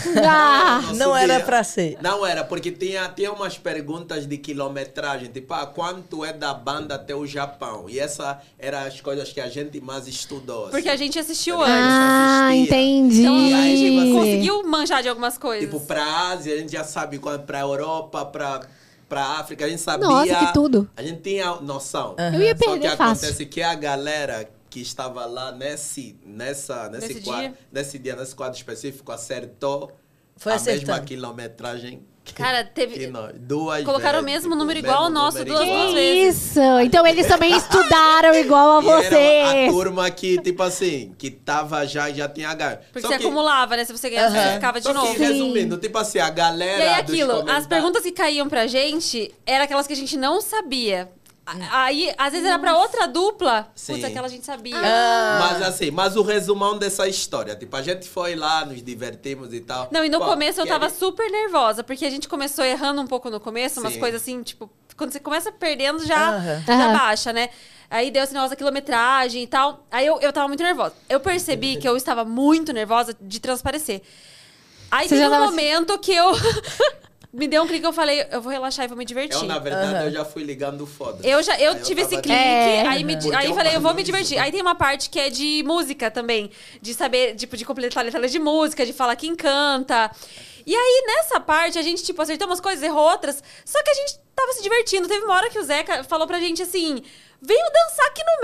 entendeu?
Ah,
o nosso
não era pra ser.
Não era, porque tinha, tinha umas perguntas de quilometragem, tipo, ah, quanto é da banda até o Japão? E essa era as coisas que a gente mais estudou.
Porque a
assim.
gente assistiu
Tá ligado?
antes.
Ah,
assistia.
entendi.
Então a gente
Sim.
conseguiu manjar de algumas coisas.
Tipo, pra Ásia, a gente já sabe qual é pra Europa, pra, pra África, a gente sabia.
Nossa, que tudo.
A gente tinha noção.
Eu ia
Só que
perder
acontece
fácil.
que a galera que estava lá nesse, nessa, nesse,
Nesse
quadro,
dia?
nesse dia, nesse quadro específico, acertou
Foi
a
acertando.
mesma quilometragem que, *laughs*
Cara,
que
teve.
nós. Duas
Colocaram o
vezes,
mesmo
tipo,
número
o
igual ao
mesmo
nosso
número
duas
igual.
vezes.
Isso! Então eles também estudaram igual a
E era a
vocês.
turma que, tipo assim, que tava já, já tinha ganho.
Porque
Só
você
que-
acumulava, né? Se você ganhasse,
Aham.
você ficava de
só que,
novo.
resumindo, tipo assim, a
E
galera.
aí,
dos
aquilo, as
comentários-
perguntas que caíam pra gente eram aquelas que a gente não sabia. A- Aí, às vezes era pra outra dupla.
Hum. Sim.
Putz, aquela a gente sabia.
Ah,
Mas assim, mas o resumão dessa história, tipo, a gente foi lá, nos divertimos e tal.
Não, e no
Pô,
começo eu
que
tava
ele-
super nervosa, porque a gente começou errando um pouco no começo, umas
Sim.
coisas assim, tipo, quando você começa perdendo, já,
Aham.
já
Aham.
baixa, né? Aí deu esse negócio da quilometragem e tal. Aí eu, eu tava muito nervosa. Eu percebi que eu estava muito nervosa de transparecer. Aí
Você
teve
já
um
tava assim-
momento que eu. *laughs* me deu um clique que eu falei, eu vou relaxar e vou me divertir.
Eu, na é verdade, eu já fui ligando foda.
Eu já eu
Aí
tive esse
tava
clique,
tipo,
É.
aí, me,
Porque
aí
eu
falei, eu vou me
valorizo.
divertir. Aí tem uma parte que é de música também, de saber, tipo, de completar a letra de música, de falar quem canta. E aí nessa parte a gente tipo acertou umas coisas, errou outras, só que a gente tava se divertindo. Teve uma hora que o Zeca falou pra gente assim. Veio dançar aqui no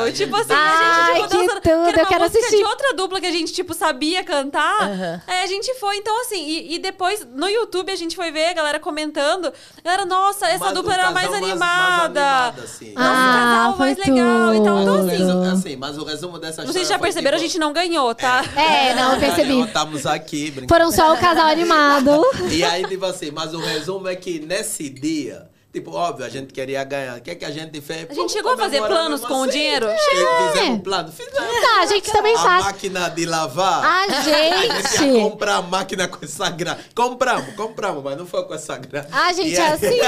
meio. Tipo assim, a
Ai,
gente tipo,
que
dançando.
tudo,
era
eu
uma
quero
música
assistir.
de outra dupla que a gente, tipo, sabia cantar.
Aham.
É, a gente foi, então, assim, e, e depois, no YouTube, a gente foi ver a galera comentando. Galera, nossa, essa
Mas o
dupla era
casal
mais
mais- mais
animada.
animada, assim.
Nossa,
Ah,
o casal
foi
mais legal. Então,
Mas
então
o
assim,
resumo- assim, mas o resumo dessa história.
vocês já
foi
perceberam,
tipo,
a gente não ganhou, tá?
É, não, eu percebi.
"Ah, Estamos aqui, brincando.
Foram só o casal animado.
E aí, tipo assim, mas o resumo é que nesse dia, tipo, óbvio, a gente queria ganhar. O que é que a gente fez?
A gente chegou a fazer
comemorar
planos
mesmo assim.
com o dinheiro?
Fizemos um plano. Fizemos.
Tá, a gente também
A
faz.
máquina de lavar.
A
A gente ia
gente.
é comprar a máquina com essa grana. Compramos, compramos, mas não foi com essa grana.
Ah,
A gente
*laughs* E
é
aí-
assim.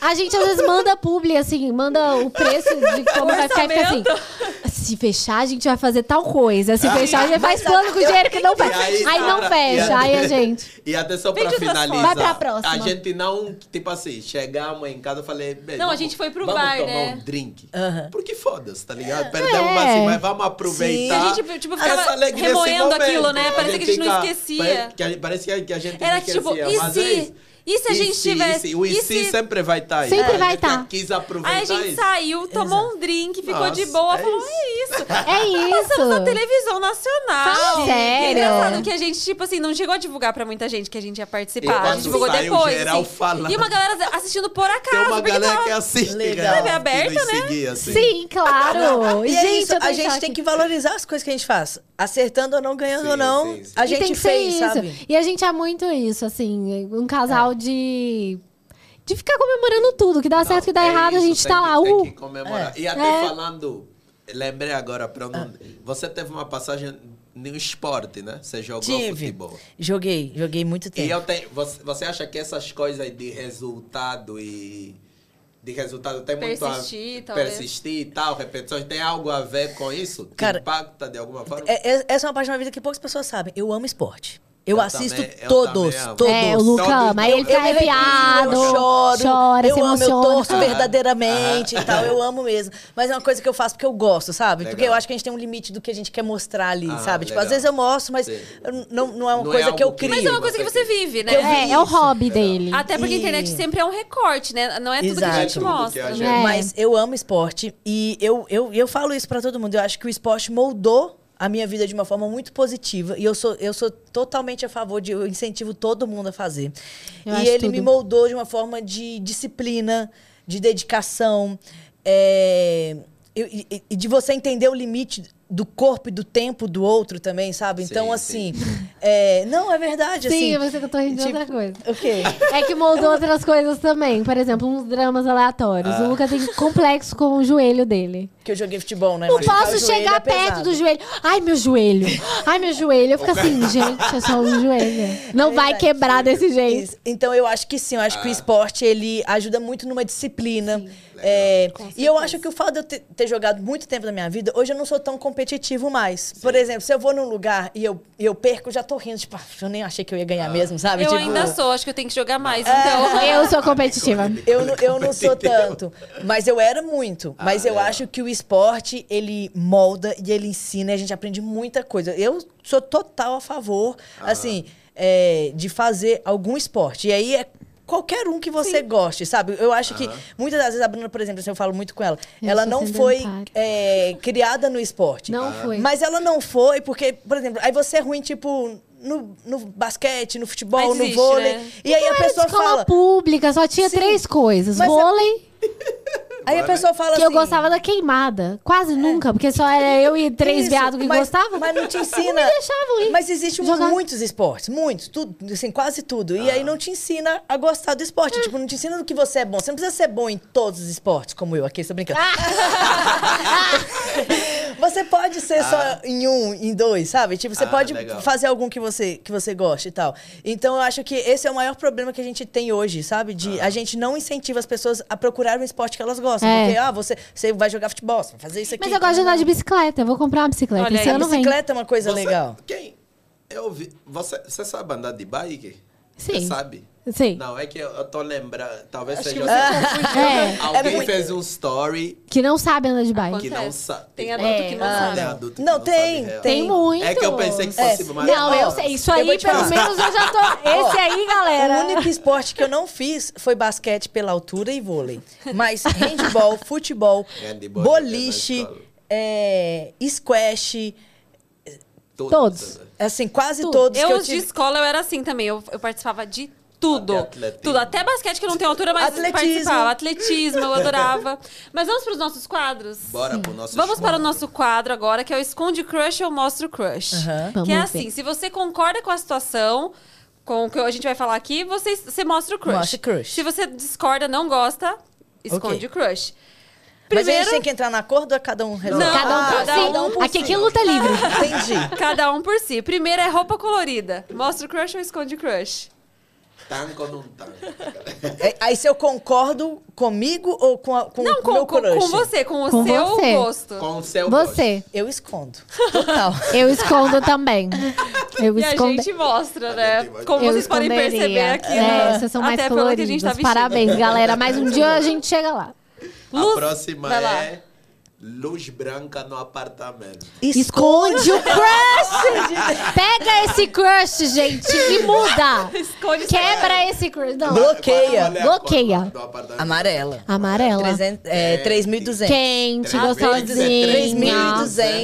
A gente às vezes manda publi, assim, manda o preço de como vai ficar e fica assim. Se fechar, a gente vai fazer tal coisa. Se fechar, a gente faz plano com o dinheiro que não
E
fecha. Aí não
Sandra, e
fecha. Aí a gente.
*laughs* E até só pra
Vende outras fotos.
finalizar.
Vai pra próxima.
A gente não, tipo assim, chegamos em casa, eu falei... "Bem,
Não, a
vamos-
gente foi pro
vamos
bar,
tomar
né?
um drink.
Aham.
Porque foda-se, tá ligado? Perdemos,
É.
mas assim, mas vamos
E
aproveitar
a gente, tipo, ficava
essa alegria, esse
remoendo
momento.
aquilo, né? Parecia que a gente não
fica-
esquecia.
pare- que a gente- Parece que a, que a gente
Era
não
que, tipo,
esquecia,
e
mas
se-
é isso.
e se a gente
e se,
tivesse-
E se, o e,
e
se,
se-
sempre vai estar aí.
Sempre
A
vai
gente
tá.
quis aproveitar
Aí a gente
isso.
saiu, tomou um drink, ficou de
Nossa,
boa,
é
falou: é
isso. *laughs*
isso.
É isso.
Passamos na televisão nacional.
Fala
E
sério.
engraçado que a gente, tipo assim, não chegou a divulgar pra muita gente que a gente ia
E
participar. A
quando
gente divulgou
saiu,
depois.
geral
assim.
falando.
E uma galera assistindo por acaso.
Tem uma
porque é
galera
tava-
que é assiste,
Legal.
galera,
TV aberta,
que nos
né?
seguia, assim.
Sim, claro.
E
gente,
é isso,
eu tô
a
em
gente
choque.
tem que valorizar as coisas que a gente faz. Acertando ou não, ganhando
Sim,
ou não,
sim, sim.
a
E
gente
tem que
fez,
ser isso.
sabe? É.
E a gente é muito isso, assim, um casal de. De ficar comemorando tudo, que dá tá certo, que dá
é
errado, a
isso,
gente
tem
tá
que-
lá.
tem
Uh,
que comemorar. E até
É. Ah.
falando, lembrei agora pra eu não. Você teve uma passagem no esporte, né? Você jogou
Tive.
futebol.
Joguei, joguei muito
E é
tempo.
eu tenho, você, você acha que essas coisas de resultado e de resultado tem muito a
Persistir, talvez.
persistir e tal, repetições, tem algo a ver com isso? Te
Cara,
impacta de alguma forma?
É- é- essa é uma parte da minha vida que poucas pessoas sabem. Eu amo esporte. Eu,
Eu
assisto
também, eu
todos,
também amo.
todos.
é, o Luca
todos
ama, aí ele
eu-
fica
me arrepio,
arrepiado,
Eu choro,
chora,
eu
se
amo,
emociona.
eu torço
Aham.
verdadeiramente e tal. Eu amo mesmo. Mas é uma coisa que eu faço porque eu gosto, sabe? Porque
Legal.
eu acho que a gente tem um limite do que a gente quer mostrar ali,
Ah,
sabe? Tipo,
legal.
às vezes eu mostro, mas
Sim.
eu- não, não é uma
Não é
coisa que eu
algo que-
crio.
Mas é uma coisa que você vive, né?
é, é o hobby dele.
Até porque a internet
E-
sempre é um recorte, né? Não é tudo que a
Exato.
gente
Não é tudo que
mostra.
a
né?
gente- É.
Mas eu amo esporte e eu, eu, eu falo isso pra todo mundo. Eu acho que o esporte moldou a minha vida de uma forma muito positiva e eu sou, eu sou totalmente a favor de eu incentivo todo mundo a fazer.
Eu
e
acho
ele
tudo.
me moldou de uma forma de disciplina, de dedicação, é, eu- e, e de você entender o limite do corpo e do tempo do outro também, sabe? Então,
Sim,
assim, é, não, é verdade,
Sim,
assim.
você que eu tô rindo de
tipo-
outra coisa.
O quê?
É que moldou outras coisas também. Por exemplo, uns dramas aleatórios.
Ah.
O Luca tem complexo com o joelho dele.
Que eu joguei futebol, né?
Não
Machucar o
posso
joelho
chegar
é
perto
pesado.
do joelho. Ai, meu joelho. Ai, meu joelho. Eu fico assim, gente, é só um joelho. Não vai
verdade.
quebrar desse jeito.
Isso. Então eu acho que sim, eu acho que o esporte ele ajuda muito numa disciplina. É, e eu acho que o fato de eu ter, ter jogado muito tempo da minha vida, hoje eu não sou tão competitivo mais. Por exemplo, se eu vou num lugar e eu, e eu perco, eu já tô rindo, tipo, "Ah, eu nem achei que eu ia ganhar mesmo, sabe?
Eu
Tipo,
ainda sou, acho que eu tenho que jogar mais. *laughs* Então,
Ah. Eu sou competitiva.
Eu, não- eu não sou tanto, mas eu era muito. Mas
Ah,
eu
legal.
acho que o esporte, ele molda e ele ensina, e a gente aprende muita coisa. Eu sou total a favor, assim, é, de fazer algum esporte. E aí é qualquer um que você goste, sabe? Eu acho que muitas das vezes a Bruna, por exemplo, assim, eu falo muito com ela,
Eu
ela
sou
não foi
sedentária.
é, criada no esporte.
Não foi.
Mas ela não foi porque, por exemplo, aí você é ruim, tipo, no, no basquete, no
Aí
futebol, no
desiste,
vôlei.
né?
E aí a pessoa
escola
fala.
pública, só tinha
Sim.
três coisas.
Mas é-
Vôlei,
Aí a pessoa fala
que
assim.
eu gostava da queimada. Quase nunca, porque só era eu e três
Isso,
viados que
mas-
gostavam.
Mas não te ensina.
me deixavam ir
Mas existem
jogar.
muitos esportes, muitos, tudo, assim, quase tudo. E
Ah.
aí não te ensina a gostar do esporte.
Ah.
Tipo, não te ensina no que você é bom. Você não precisa ser bom em todos os esportes, como eu aqui, estou brincando.
Ah.
*laughs* você pode ser só em um, em dois, sabe? Tipo, você
Ah,
pode
legal.
fazer algum que você, que você goste e tal. Então eu acho que esse é o maior problema que a gente tem hoje, sabe? De
Ah.
a gente não incentiva as pessoas a procurar um esporte que elas gostam.
É.
Porque, ah, você, você vai jogar futebol, você vai fazer isso aqui.
Mas eu gosto de andar de bicicleta. Eu vou comprar uma bicicleta.
Olha
Esse
aí,
ano vem.
Bicicleta é uma coisa
Você-
legal.
Quem? Eu ouvi. Você, você sabe andar de bike?
Sim.
Você sabe?
Sim.
Não, é que eu, eu tô lembrando. Talvez seja. assim.
*laughs* É.
Era
Alguém
muito-
fez um story
Que não sabe andar de bike.
que não sabe.
Tem adulto
É,
que não
ah,
sabe.
Tem adulto que
Não, tem,
sabe real.
Tem muito.
É que eu pensei que fosse mais.
Não, eu sei. Isso
Eu
aí,
vou te
pelo
falar.
menos,
*laughs*
eu já tô. Esse aí, galera.
O único esporte que eu não fiz foi basquete pela altura e vôlei. Mas handball, futebol,
Handball,
boliche,
joguei na escola.
é, squash,
Tudo,
Todos.
tudo.
assim, quase
Tudo.
todos que
Eu,
eu
de
tive.
escola, eu era assim também. Eu, eu participava de tudo.
Até atletismo.
Tudo. Até basquete, que eu não tenho altura, mas
Atletismo.
participava. Atletismo, eu adorava. *laughs* mas vamos para os nossos quadros?
Bora pro nosso
Vamos para o
esmola.
nosso quadro agora, que é o Esconde Crush ou Mostra o Crush.
Aham.
Que é
Vamos
assim,
ver.
se você concorda com a situação, com o que a gente vai falar aqui, você, você mostra o crush.
Mostra o crush.
Se você discorda, não gosta, esconde
Ok.
o crush.
Mas a gente
Primeiro,
tem que entrar na acordo ou cada um resolve? Ah,
Não,
Cada um por
cada
si.
um por
Aqui
si.
aqui é luta livre.
Entendi.
cada um por si. Primeiro é roupa colorida. Mostra o crush ou esconde o crush?
Tanco ou não
*laughs*
tanco?
É, Aí se eu concordo comigo ou com, a, com
Não,
o meu
com, com,
crush?
com você, com o
Com
seu
você.
gosto.
Com o seu
Você.
Eu escondo. Total.
Eu escondo também.
*laughs*
Eu
E a
escondo.
gente mostra, né?
Eu
Como
eu
vocês podem
esconderia.
perceber aqui,
É,
né?
Vocês são mais
Até pelo que a gente
coloridos.
tá vestindo.
Parabéns, galera. Mais um dia a gente chega lá.
gosto.
Luz-
A próxima
Vai lá.
é luz branca no apartamento.
Esconde o crush! Pega esse crush, gente, e muda!
*laughs* Esconde
Quebra esse crush. Não.
Bloqueia.
Qual é a cor
Bloqueia.
Do apartamento.
Amarela.
Amarela.
300, é, 3.200.
Quente,
Três
né?
vezes é
gostosinha.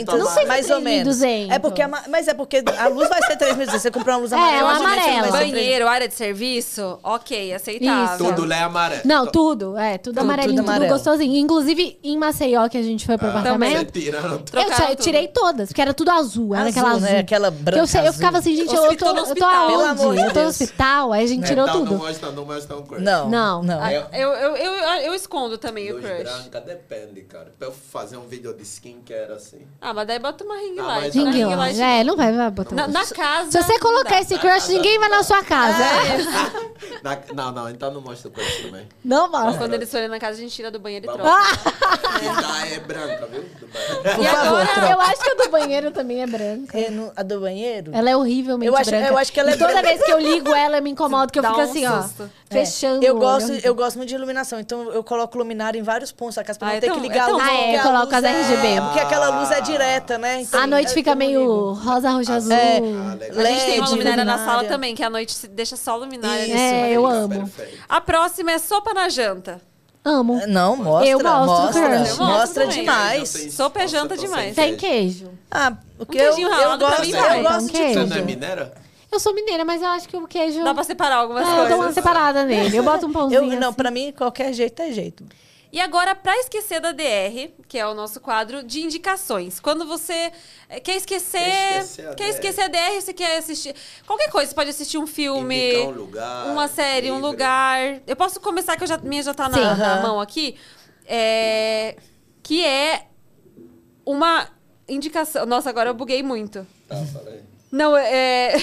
3.200,
Não sei se
mais ou menos.
3.200.
É porque, a ma- mas é porque a luz vai ser 3.200. Você comprar uma luz amarela,
uma
obviamente não
É, amarela.
vai ser
Banheiro, área de serviço, ok, aceitável.
Tudo lá é amarelo.
Não, tudo. É, tudo amarelinho, tudo,
amarelo. Ah,
gostosinho. Inclusive, em Maceió, que a gente foi pro
Ah, Você
apartamento,
tiraram tudo.
eu,
Trocaram
sa- eu tirei todas, porque era tudo azul. Era
Azul,
aquela azul.
né? Aquela
Que
branca
Eu, sei- eu
azul. Né,
ficava assim, gente, eu,
Você
tô,
ficou no
eu tô
hospital.
aonde?
Pelo amor de
eu tô no
Deus.
hospital, aí a gente tirou
tá
Então não
tudo.
mostra, não mostra um crush.
Não.
Não. Ah,
não.
Eu-
Ah, Eu, eu, eu, eu escondo também o
Luz
crush.
branca, depende, cara. Pra eu fazer um vídeo de skincare
*laughs*
assim.
Ah, mas daí bota uma ring
Ah,
light.
mas
né?
Ninguém
Ninguém
lá. É, não vai, vai botar.
Na, na casa.
Se você
não
colocar
dá. É.
esse crush, ninguém vai na sua casa.
Na- não, não, então não mostra o crush também.
Não mostra.
Quando eles forem na casa, a gente tira do banheiro e
Vamos.
troca.
Ah.
Que tá é branca, viu? Do banheiro.
Por
E
favor,
agora-
troca.
Eu acho que a do banheiro também é branca.
É, no- a do banheiro?
Ela é horrivelmente
Eu acho-
branca.
eu acho que ela é
e toda
branca.
vez que eu ligo ela, eu me incomodo, que eu
Dá
fico
um
assim, ó.
susto.
Fechando.
É. Eu
o
gosto,
olho.
eu gosto muito de iluminação, então eu coloco luminária em vários pontos, só que as pessoas
Ah,
vão ter
então-
que ligar a
então
luz.
Ah, é,
porque
eu
a
coloco
luz
as
é-
RGB.
Porque aquela luz é direta, né? Então,
A noite
é-
fica
eu não ligo.
meio rosa, roxa, azul.
É.
Ah, legal.
A gente tem uma
LED,
luminária na
luminária.
sala também, que à noite se deixa só luminária.
Isso.
né?
É, eu
Perfeito,
amo.
perfeito.
A próxima é sopa na janta.
Amo.
É, Não, mostra,
Eu gosto do
mostra,
crush. Eu
gosto
mostra
também.
demais.
Não tem-
Sopa é janta
Nossa, tô
demais.
sem
Tem
queijo.
queijo.
Ah, o que
Um
eu,
queijinho
eu
ralado pra mim
gosto,
vai.
eu gosto de
Então,
Você
queijo.
não é
tudo.
mineira?
Eu sou mineira, mas eu acho que o queijo.
Dá pra separar algumas
Ah, eu dou uma
coisas.
separada nele. Eu boto um pãozinho.
Eu, não,
assim.
pra mim, qualquer jeito é jeito.
E agora, pra esquecer da DR, que é o nosso quadro de indicações. Quando você eh, quer esquecer.
Quer esquecer a
Quer
DR.
esquecer a DR, você quer assistir. Qualquer coisa, você pode assistir um filme.
Indicar um lugar,
Uma série, um
livro.
lugar. Eu posso começar, que eu já, minha já tá na,
Sim.
na
Aham.
mão aqui. É, que é uma indicação. Nossa, agora eu buguei muito.
Tá, falei.
Não, é.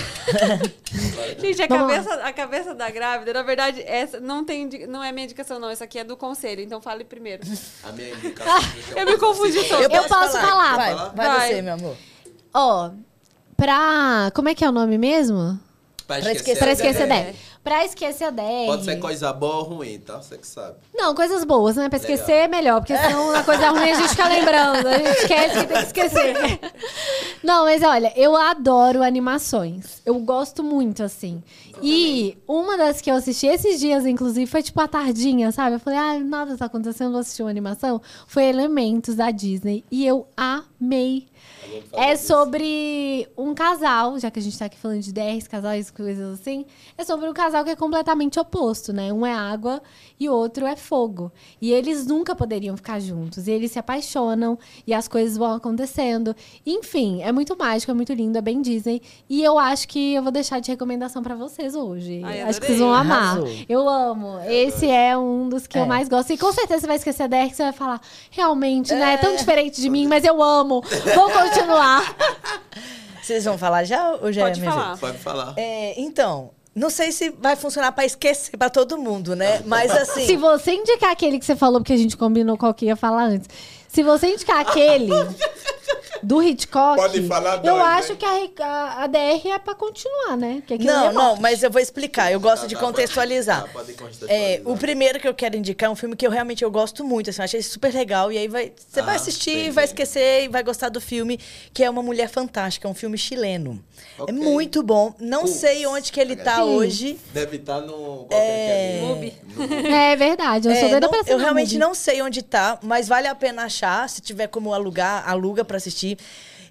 *laughs* Gente, a
Vamos lá.
cabeça, a cabeça da grávida, na verdade, essa não, tem, indi- não é minha indicação, não. Essa aqui é do conselho, então fale primeiro.
A minha indicação.
*laughs*
deixa
Eu me confundi
fazer.
toda.
Eu posso falar.
Vai,
Vai.
vai,
Vai.
você, meu amor.
assim. Ó, pra. Como é que é o nome mesmo?
Pra esquecer
É, Pra
a
esquecer a
DR.
DR. Pra esquecer a DR.
É, Pode ser coisa boa ou ruim, tá? Você que sabe.
Não, coisas boas, né? Pra
Legal.
esquecer é melhor, porque senão a coisa ruim a gente fica lembrando. A gente esquece que tem que esquecer.
*laughs*
Não, mas olha, eu adoro animações. Eu gosto muito, assim. E uma das que eu assisti esses dias, inclusive, foi tipo a tardinha, sabe? Eu falei, ah, nada tá acontecendo, vou assistir uma animação. Foi Elementos da Disney. E eu amei.
Vamos falar
É
disso.
sobre um casal, já que a gente tá aqui falando de DRs, casais, coisas assim. É sobre um casal que é completamente oposto, né? Um é água e outro é fogo. E eles nunca poderiam ficar juntos. E eles se apaixonam e as coisas vão acontecendo. Enfim, é muito mágico, é muito lindo, é bem Disney. E eu acho que eu vou deixar de recomendação pra vocês hoje.
Ai,
acho que
adorei.
vocês vão amar.
Arrasou.
Eu amo. Esse é um dos que eu
É.
mais gosto. E com certeza você vai esquecer a DR que você vai falar, realmente, né? É tão diferente de mim, mas eu amo. Vou
*laughs*
continuar.
Vocês vão falar já ou já é
Pode
minha vez?
falar.
Pode falar.
É, então, não sei se vai funcionar pra esquecer pra todo mundo, né? Mas assim,
Se você
*laughs*
indicar aquele que você falou, porque a gente combinou qual que ia falar antes. Se você indicar aquele do Hitchcock.
Pode falar
Eu
dois,
acho
né?
que a, re- a, a DR é pra continuar, né? Que aquilo
Não,
é
não,
morte.
mas eu vou explicar. Eu gosto de
Tá, tá,
contextualizar.
tá, pode
É,
contextualizar.
o primeiro que eu quero indicar é um filme que eu realmente eu gosto muito, assim, eu achei super legal. E aí vai, você vai
Ah,
assistir,
entendi.
vai esquecer e vai gostar do filme, que é Uma Mulher Fantástica, é um filme chileno.
Ok.
É muito bom. Não
Putz,
sei onde que ele tá
Sim.
hoje.
Deve estar no. É...
Mubi.
É verdade, eu sou
É,
doida
não-
pra
eu
assinar
realmente
Mubi.
não sei onde tá, mas vale a pena achar. Se tiver como alugar, aluga pra assistir.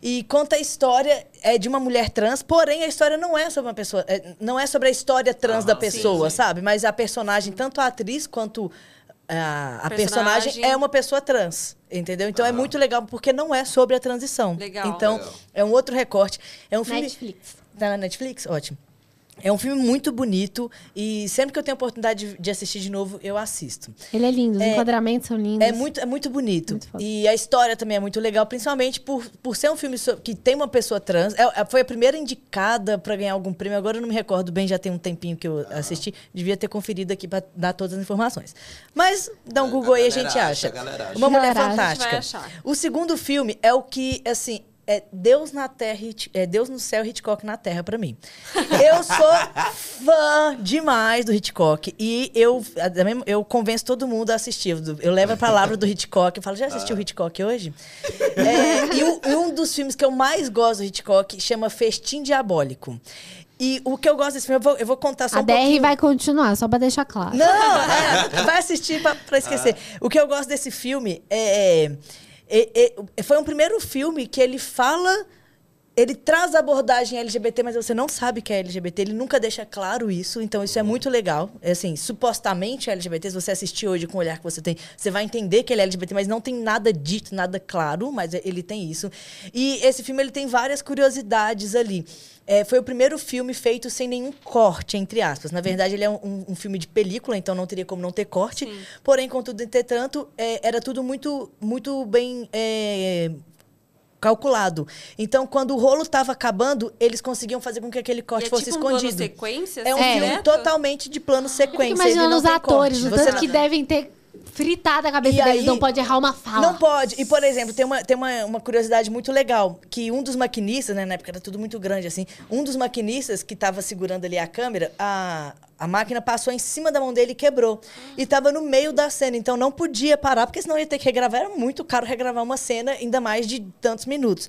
E conta a história é, de uma mulher trans, porém a história não é sobre uma pessoa. é, não é sobre a história trans
Ah,
da
sim,
pessoa,
sim.
sabe? Mas a personagem, tanto a atriz quanto a, a personagem.
Personagem.
é uma pessoa trans. Entendeu? Então é
Aham.
muito legal, porque não é sobre a transição.
Legal.
Então,
Ah. Legal.
é um outro recorte. É um filme.
Netflix.
Tá na Netflix? Ótimo. É um filme muito bonito e sempre que eu tenho a oportunidade de- de assistir de novo, eu assisto.
Ele é lindo, os enquadramentos são lindos.
É muito, é muito bonito.
Muito foda.
e a história também é muito legal, principalmente por, por ser um filme so- que tem uma pessoa trans. É- é- foi a primeira indicada pra ganhar algum prêmio. Agora eu não me recordo bem, já tem um tempinho que
Ah.
eu assisti. Devia ter conferido aqui pra dar todas as informações. Mas dá um
A-
Google
a
aí, a
galera
gente
acha,
acha.
a galera acha.
Uma mulher
Galera acha.
fantástica.
A gente vai achar.
O segundo filme é o que, assim, é Deus na Terra, Hitch- é Deus no céu, Hitchcock na Terra pra
*laughs*
mim. Eu sou fã demais do Hitchcock e eu, da mesma- eu convenço todo mundo a assistir. Eu- Eu levo a palavra do Hitchcock, eu falo, já assistiu o
Ah.
Hitchcock hoje? É, e o- um dos filmes que eu mais gosto do Hitchcock chama Festim Diabólico. E o que eu gosto desse filme, eu vou, eu vou contar só
A
um
DR
pouquinho.
vai continuar, só pra deixar claro.
Não, é, vai assistir pra, pra esquecer. O que eu gosto desse filme é, é- é- Foi um primeiro filme que ele fala. Ele traz a abordagem LGBT, mas você não sabe que é LGBT. Ele nunca deixa claro isso, então isso é muito legal. É Assim, supostamente é LGBT, se você assistir hoje com o olhar que você tem, você vai entender que ele é LGBT, mas não tem nada dito, nada claro, mas é, ele tem isso. E esse filme ele tem várias curiosidades ali. É, foi o primeiro filme feito sem nenhum corte, entre aspas. Na verdade, ele é um- um, um filme de película, então não teria como não ter corte. Porém, contudo, entretanto, é, era tudo muito, muito bem é, calculado. Então, quando o rolo estava acabando, eles conseguiam fazer com que aquele
E
corte
é
fosse
tipo um plano
escondido.
sequência,
é um
assim,
filme
direto?
totalmente de plano
Fico
sequência. ele
imaginando
não
os
tem
atores,
corte.
o
Você
tanto que devem ter fritado a cabeça
E
deles.
aí-
não pode errar uma fala.
Não pode. E, por exemplo, tem, uma, tem uma, uma curiosidade muito legal, que um dos maquinistas, né, na época era tudo muito grande, assim, um dos maquinistas que estava segurando ali a câmera, a, a máquina passou em cima da mão dele e quebrou. E estava no meio da cena, então não podia parar, porque senão ia ter que regravar. Era muito caro regravar uma cena, ainda mais de tantos minutos.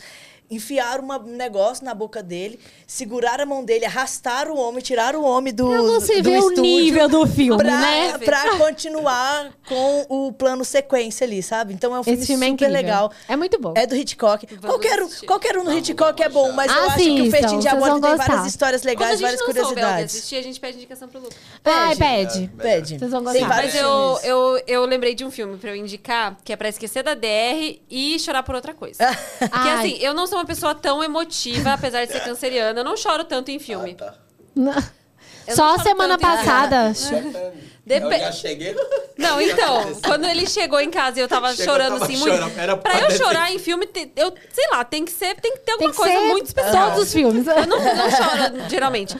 Enfiaram uma- um negócio na boca dele, seguraram a mão dele, arrastaram o homem, tiraram o homem do,
Pra você
do, do
ver o
estúdio
nível do filme,
pra,
né?
pra continuar com o plano sequência ali, sabe? Então é um filme,
Esse filme é
super
incrível.
legal.
É muito bom.
É do Hitchcock.
Vamos
Qualquer um,
assistir.
qualquer um do Hitchcock é bom, mas eu acho que o
Assistam,
Festim
Ah, vocês
Diabólico
vão
tem
gostar.
várias histórias
Quando a
legais,
gente
várias
não souber o que
curiosidades.
assistir, a gente pede indicação pro Lucas.
Ai, pede.
Pede.
Vocês vão
Tem
gostar.
vários
Mas eu,
*laughs* filmes.
eu, eu lembrei de um filme pra eu indicar, que é pra esquecer da DR e chorar por outra coisa.
*laughs*
Porque
Ai.
assim, eu não sou uma pessoa tão emotiva, apesar de ser canceriana, eu não choro tanto em filme.
tá.
Não.
Eu
Só
não falo
semana
assim,
tanto em
É
passada.
Depe-
Eu já cheguei.
Não, então, quando ele chegou em casa e eu tava
Chegou,
chorando
tava
assim
chorando,
muito.
era
pra
pra
eu
descer.
chorar em filme, te- eu sei lá, tem que ser, tem que ter
Tem
alguma
que
coisa
ser
muito especial.
todos os filmes.
Eu
*laughs*
não, não choro, geralmente.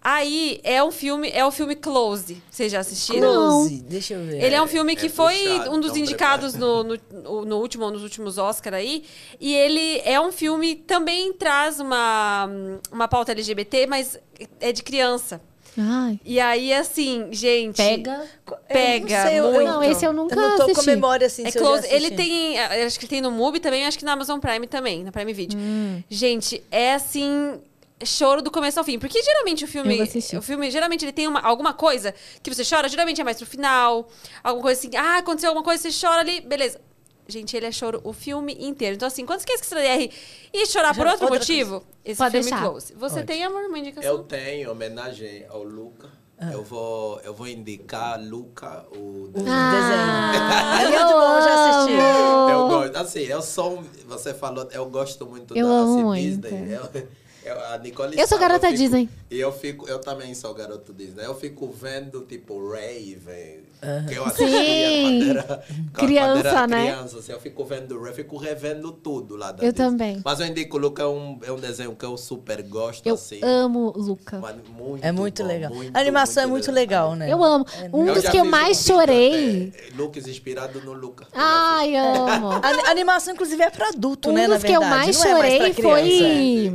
Aí é um filme, é o filme Close. Vocês já assistiram?
Close, deixa eu ver.
Ele é um filme que
é
foi
puxado,
um dos
então
indicados no, no, no último, ou nos últimos Oscar aí. E ele é um filme também traz uma, uma pauta LGBT, mas é de criança.
Ai.
E aí, assim, gente.
Pega.
Pega.
sei,
muito.
Não, esse eu nunca
Eu não tô
assisti.
com memória assim,
É
se eu já
close. Ele
assisti.
tem. ah, Acho que ele tem no Mubi também, acho que na Amazon Prime também, na Prime Video.
Hum.
Gente, é assim. Choro do começo ao fim. Porque geralmente o
Eu
filme.
vou assistir.
O filme, geralmente, ele tem uma, alguma coisa que você chora, geralmente é mais pro final. Alguma coisa assim. Ah, aconteceu alguma coisa, você chora ali, beleza. Gente, ele é choro o filme inteiro. Então, assim, quando você quer esquecer da DR e chorar por
Já-
outro
outra É
motivo, esse
Pode
filme
deixar.
close. Você tem, amor, uma indicação? *laughs*
Eu tenho homenagem ao Luca.
Ah.
Eu, vou, eu vou indicar Luca, o
O
Ah,
desenho. É muito bom, já assisti.
amo.
É, Eu gosto. Assim, eu sou. um- Você falou, eu gosto muito
Eu
da
amo
assim,
muito.
Disney. Eu, Eu, a Nicole
Eu sou
sabe,
garota
fico-
Disney.
E eu fico, eu também sou garoto Disney. Eu fico vendo, tipo, Raven. Que eu
Sim.
assistia quando era, quando
Criança,
era
né?
criança, assim, eu fico vendo, eu fico revendo tudo lá da
Eu
Disney.
também.
Mas eu indico, Luca é um, é um desenho que eu super gosto,
Eu
assim.
amo Luca.
Mas muito
É muito
bom,
legal.
muito,
a animação é muito legal, né?
Eu amo. Um
Eu
dos
já
que eu
fiz
mais
um vídeo
chorei. Ah,
até, É. Lucas inspirado no Luca.
Ai, amo.
A a animação, inclusive, é pra adulto,
um
né?
dos
na
que eu
verdade.
mais
Não é mais
chorei
pra criança.
foi.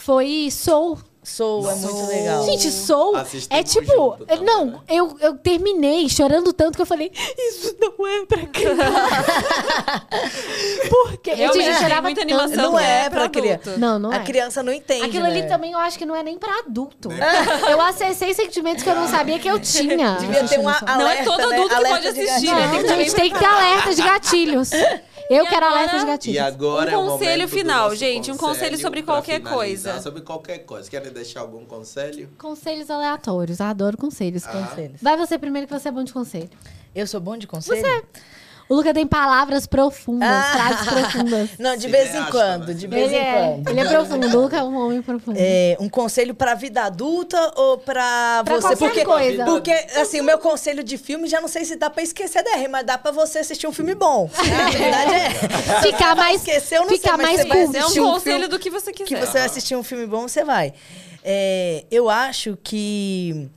Foi Soul.
Soul é muito
Soul.
legal.
Gente, Soul
Assistimos
é tipo.
junto também, né?
Não, eu, eu terminei chorando tanto que eu falei, isso não é pra *laughs* criança. Por quê? Gente,
Realmente,
eu
tem
chorava
muita
tanto.
animação
Não
que
é pra
adulto.
criança.
Não, não
a
é.
criança não entende.
Aquilo
né?
ali também eu acho que não é nem pra adulto.
É.
eu acessei sentimentos que eu não
*laughs*
sabia que eu tinha.
Devia ter uma alerta,
Não é todo
né?
adulto que
Alerta
pode
de
assistir,
gatilho.
né?
Não,
Tem que saber
gente, tem que ter alerta de gatilhos. Eu
E
quero
agora-
alerta de
E
gatilhos.
agora é o
Um conselho
momento do
final,
nosso
gente, um conselho sobre
pra
qualquer
finalizar,
coisa.
Sobre qualquer coisa. Querem deixar algum conselho?
Conselhos aleatórios. Adoro conselhos.
Ah.
Conselhos.
Vai você primeiro que você é bom de conselho.
Eu sou bom de conselho? Você.
O Luca tem palavras profundas,
Ah.
é frases profundas.
Não, de
Cineasta,
vez em
né?
quando, *laughs* de vez
Ele
em
é,
quando.
ele é profundo. O Luca é um homem profundo.
É, um conselho pra vida adulta ou pra,
Pra
você? Porque,
qualquer coisa.
porque, assim, o meu conselho de filme, já não sei se dá pra esquecer da mas dá pra você assistir um filme bom.
*laughs*
Na verdade é. Se
Ficar mais,
esqueceu, não sei,
ficar
mas
mais
você vai
curto.
É um
Assistir um
conselho
filme
do que você
que
quiser.
você vai assistir um filme bom, você vai. É, eu acho que.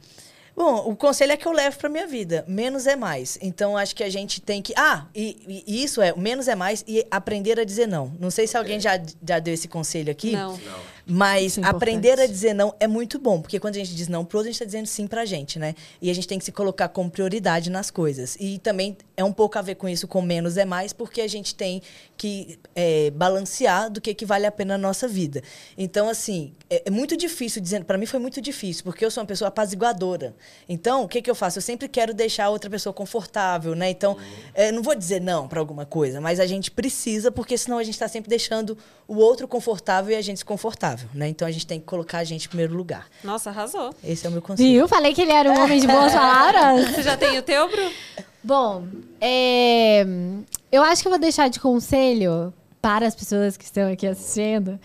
Bom, o conselho é que eu levo pra minha vida. Menos é mais. Então, acho que a gente tem que. Ah, e, e isso é, o menos é mais e aprender a dizer não. Não sei se alguém já, já deu esse conselho aqui.
Não.
Mas
Isso é
aprender a
importante.
dizer não é muito bom, porque quando a gente diz não pro outro, a gente tá dizendo sim pra gente, né? E a gente tem que se colocar como prioridade nas coisas. E também é um pouco a ver com isso, com menos é mais, porque a gente tem que é, balancear do que, que vale a pena na nossa vida. Então, assim, é, é muito difícil dizendo. Pra mim foi muito difícil, porque eu sou uma pessoa apaziguadora. Então, o que, que eu faço? Eu sempre quero deixar a outra pessoa confortável, né? Então, é, não vou dizer não pra alguma coisa, mas a gente precisa, porque senão a gente tá sempre deixando o outro confortável e a gente desconfortável, né? Então a gente tem que colocar a gente em primeiro lugar.
Nossa, arrasou.
Esse é o meu conselho.
Viu? Falei que ele era um homem
*laughs*
de boas palavras.
Você já tem o teu, Bru?
Bom, é, eu acho que eu vou deixar de conselho para as pessoas que estão aqui assistindo.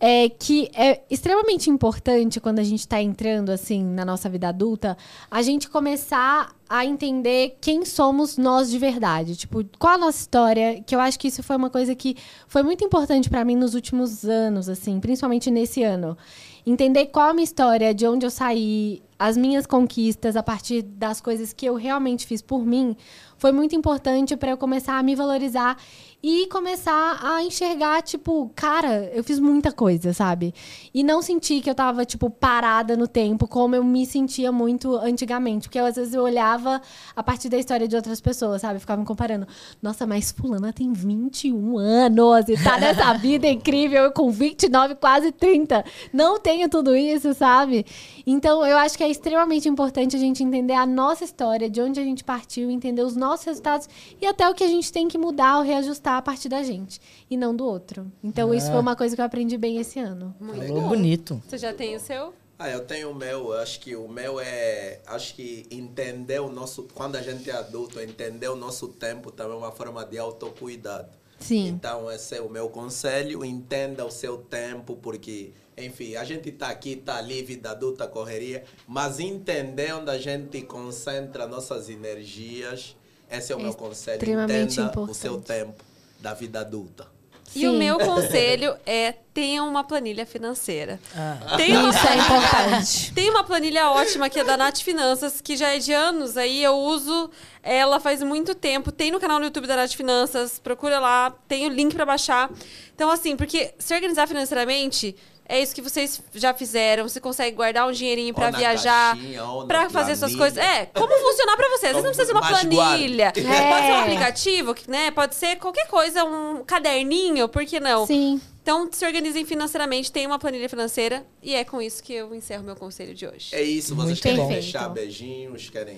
É que é extremamente importante quando a gente está entrando assim na nossa vida adulta, a gente começar a entender quem somos nós de verdade, tipo, qual a nossa história, que eu acho que isso foi uma coisa que foi muito importante para mim nos últimos anos, assim, principalmente nesse ano. Entender qual a minha história, de onde eu saí, as minhas conquistas a partir das coisas que eu realmente fiz por mim foi muito importante para eu começar a me valorizar e começar a enxergar tipo cara eu fiz muita coisa sabe e não sentir que eu tava tipo parada no tempo como eu me sentia muito antigamente porque eu, às vezes eu olhava a partir da história de outras pessoas sabe ficava me comparando nossa mas fulana tem 21 anos e
*laughs*
tá nessa vida incrível eu com 29 quase 30 não tenho tudo isso sabe então, eu acho que é extremamente importante a gente entender a nossa história, de onde a gente partiu, entender os nossos resultados e até o que a gente tem que mudar ou reajustar a partir da gente e não do outro. Então, isso
É.
foi uma coisa que eu aprendi bem esse ano.
Muito
Falou
bom.
bonito.
Você já tem o seu?
Ah, eu tenho o meu, eu acho que o meu é, acho que entender o nosso, quando a gente é adulto, entender o nosso tempo também é uma forma de autocuidado.
Sim.
Então esse é o meu conselho, entenda o seu tempo, porque, enfim, a gente tá aqui, tá ali, vida adulta, correria, mas entender onde a gente concentra nossas energias, esse é o meu conselho,
extremamente
entenda o
importante.
seu tempo da vida adulta.
E o
Sim.
meu conselho é tenha uma planilha financeira.
Ah.
Tem uma *laughs*
Isso é importante.
Tem uma planilha ótima que é da Nath Finanças, que já é de anos aí, eu uso ela faz muito tempo. Tem no canal no YouTube da Nath Finanças, procura lá, tem o link pra baixar. Então, assim, porque se organizar financeiramente. É isso que vocês já fizeram. Você consegue guardar um dinheirinho pra
Ou na
viajar,
caixinha, ou na
pra fazer suas
planilha.
coisas. É, como funcionar pra vocês? Às vezes não precisa ser uma
Mas guarde.
planilha.
É.
Pode ser um aplicativo, que, né? Pode ser qualquer coisa, um caderninho, por que não?
Sim.
Então, se organizem financeiramente, tenham uma planilha financeira. E é com isso que eu encerro meu conselho de hoje.
É isso, vocês
Muito
querem
bom.
deixar
Perfeito.
beijinhos, querem...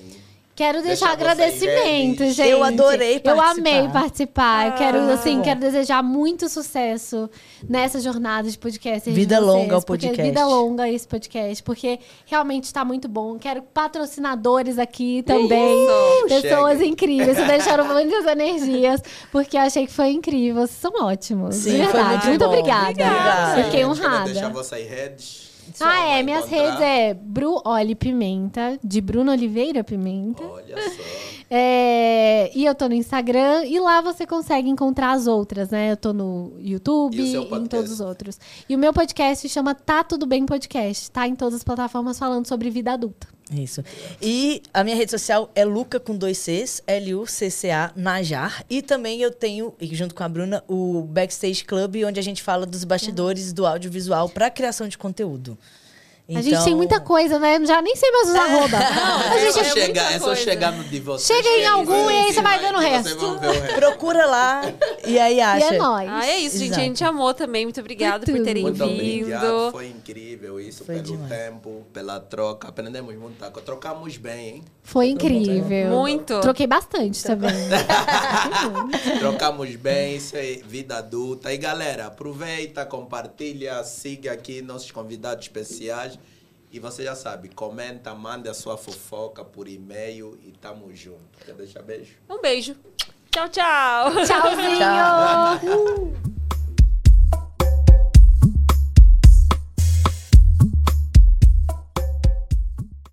Quero deixar
Deixar você
agradecimento,
feliz.
gente.
Eu adorei
Eu
participar.
amei participar. Eu quero,
Ah.
assim, quero desejar muito sucesso nessa jornada de podcast. de
Vida
vocês,
longa ao
porque-
podcast.
Vida longa esse podcast, porque realmente tá muito bom. Quero patrocinadores aqui também.
Isso.
Pessoas
Chega.
incríveis, que deixaram muitas energias, porque eu achei que foi incrível. Vocês são ótimos.
Sim,
de
foi
verdade.
muito bom.
obrigada.
Obrigada.
Fiquei
Gente, quero
honrada.
Deixar vossas redes.
Ah,
Vai
é. Minhas
encontrar.
redes é Bru Oli Pimenta, de Bruno Oliveira Pimenta.
Olha só.
É, e eu tô no Instagram e lá você consegue encontrar as outras, né? Eu tô no YouTube
E o
e
seu
em
podcast?
todos os outros. E o meu podcast chama Tá Tudo Bem Podcast. Tá em todas as plataformas falando sobre vida adulta.
Isso. E a minha rede social é Luca com dois Cs, L-U-C-C-A, Najar. E também eu tenho, e junto com a Bruna, o Backstage Club, onde a gente fala dos bastidores do audiovisual para criação de conteúdo.
A
Então-
gente tem muita coisa, né? Já nem sei mais os arroba.
É,
A gente
só
é muita
chegar, é só
coisa.
chegar no de vocês.
Chega em algum e aí você vai ver
vendo
no resto. *laughs*
Procura lá e aí
E
acha.
é nóis.
Ah, é isso, gente.
Exato.
A gente amou também. Muito obrigada
Foi
por terem
tudo.
Muito obrigado,
vindo.
foi incrível isso,
Foi
pelo
demais.
tempo, pela troca. Aprendemos muito, tá? trocamos bem, hein?
Foi incrível.
Muito.
Troquei bastante também.
*laughs*
Trocamos bem, isso é vida adulta. E galera, aproveita, compartilha, siga aqui nossos convidados especiais. E você já sabe, comenta, manda a sua fofoca por e-mail e tamo junto. Quer deixar beijo?
Um beijo. Tchau, tchau.
Tchauzinho!
Tchau.
Uh.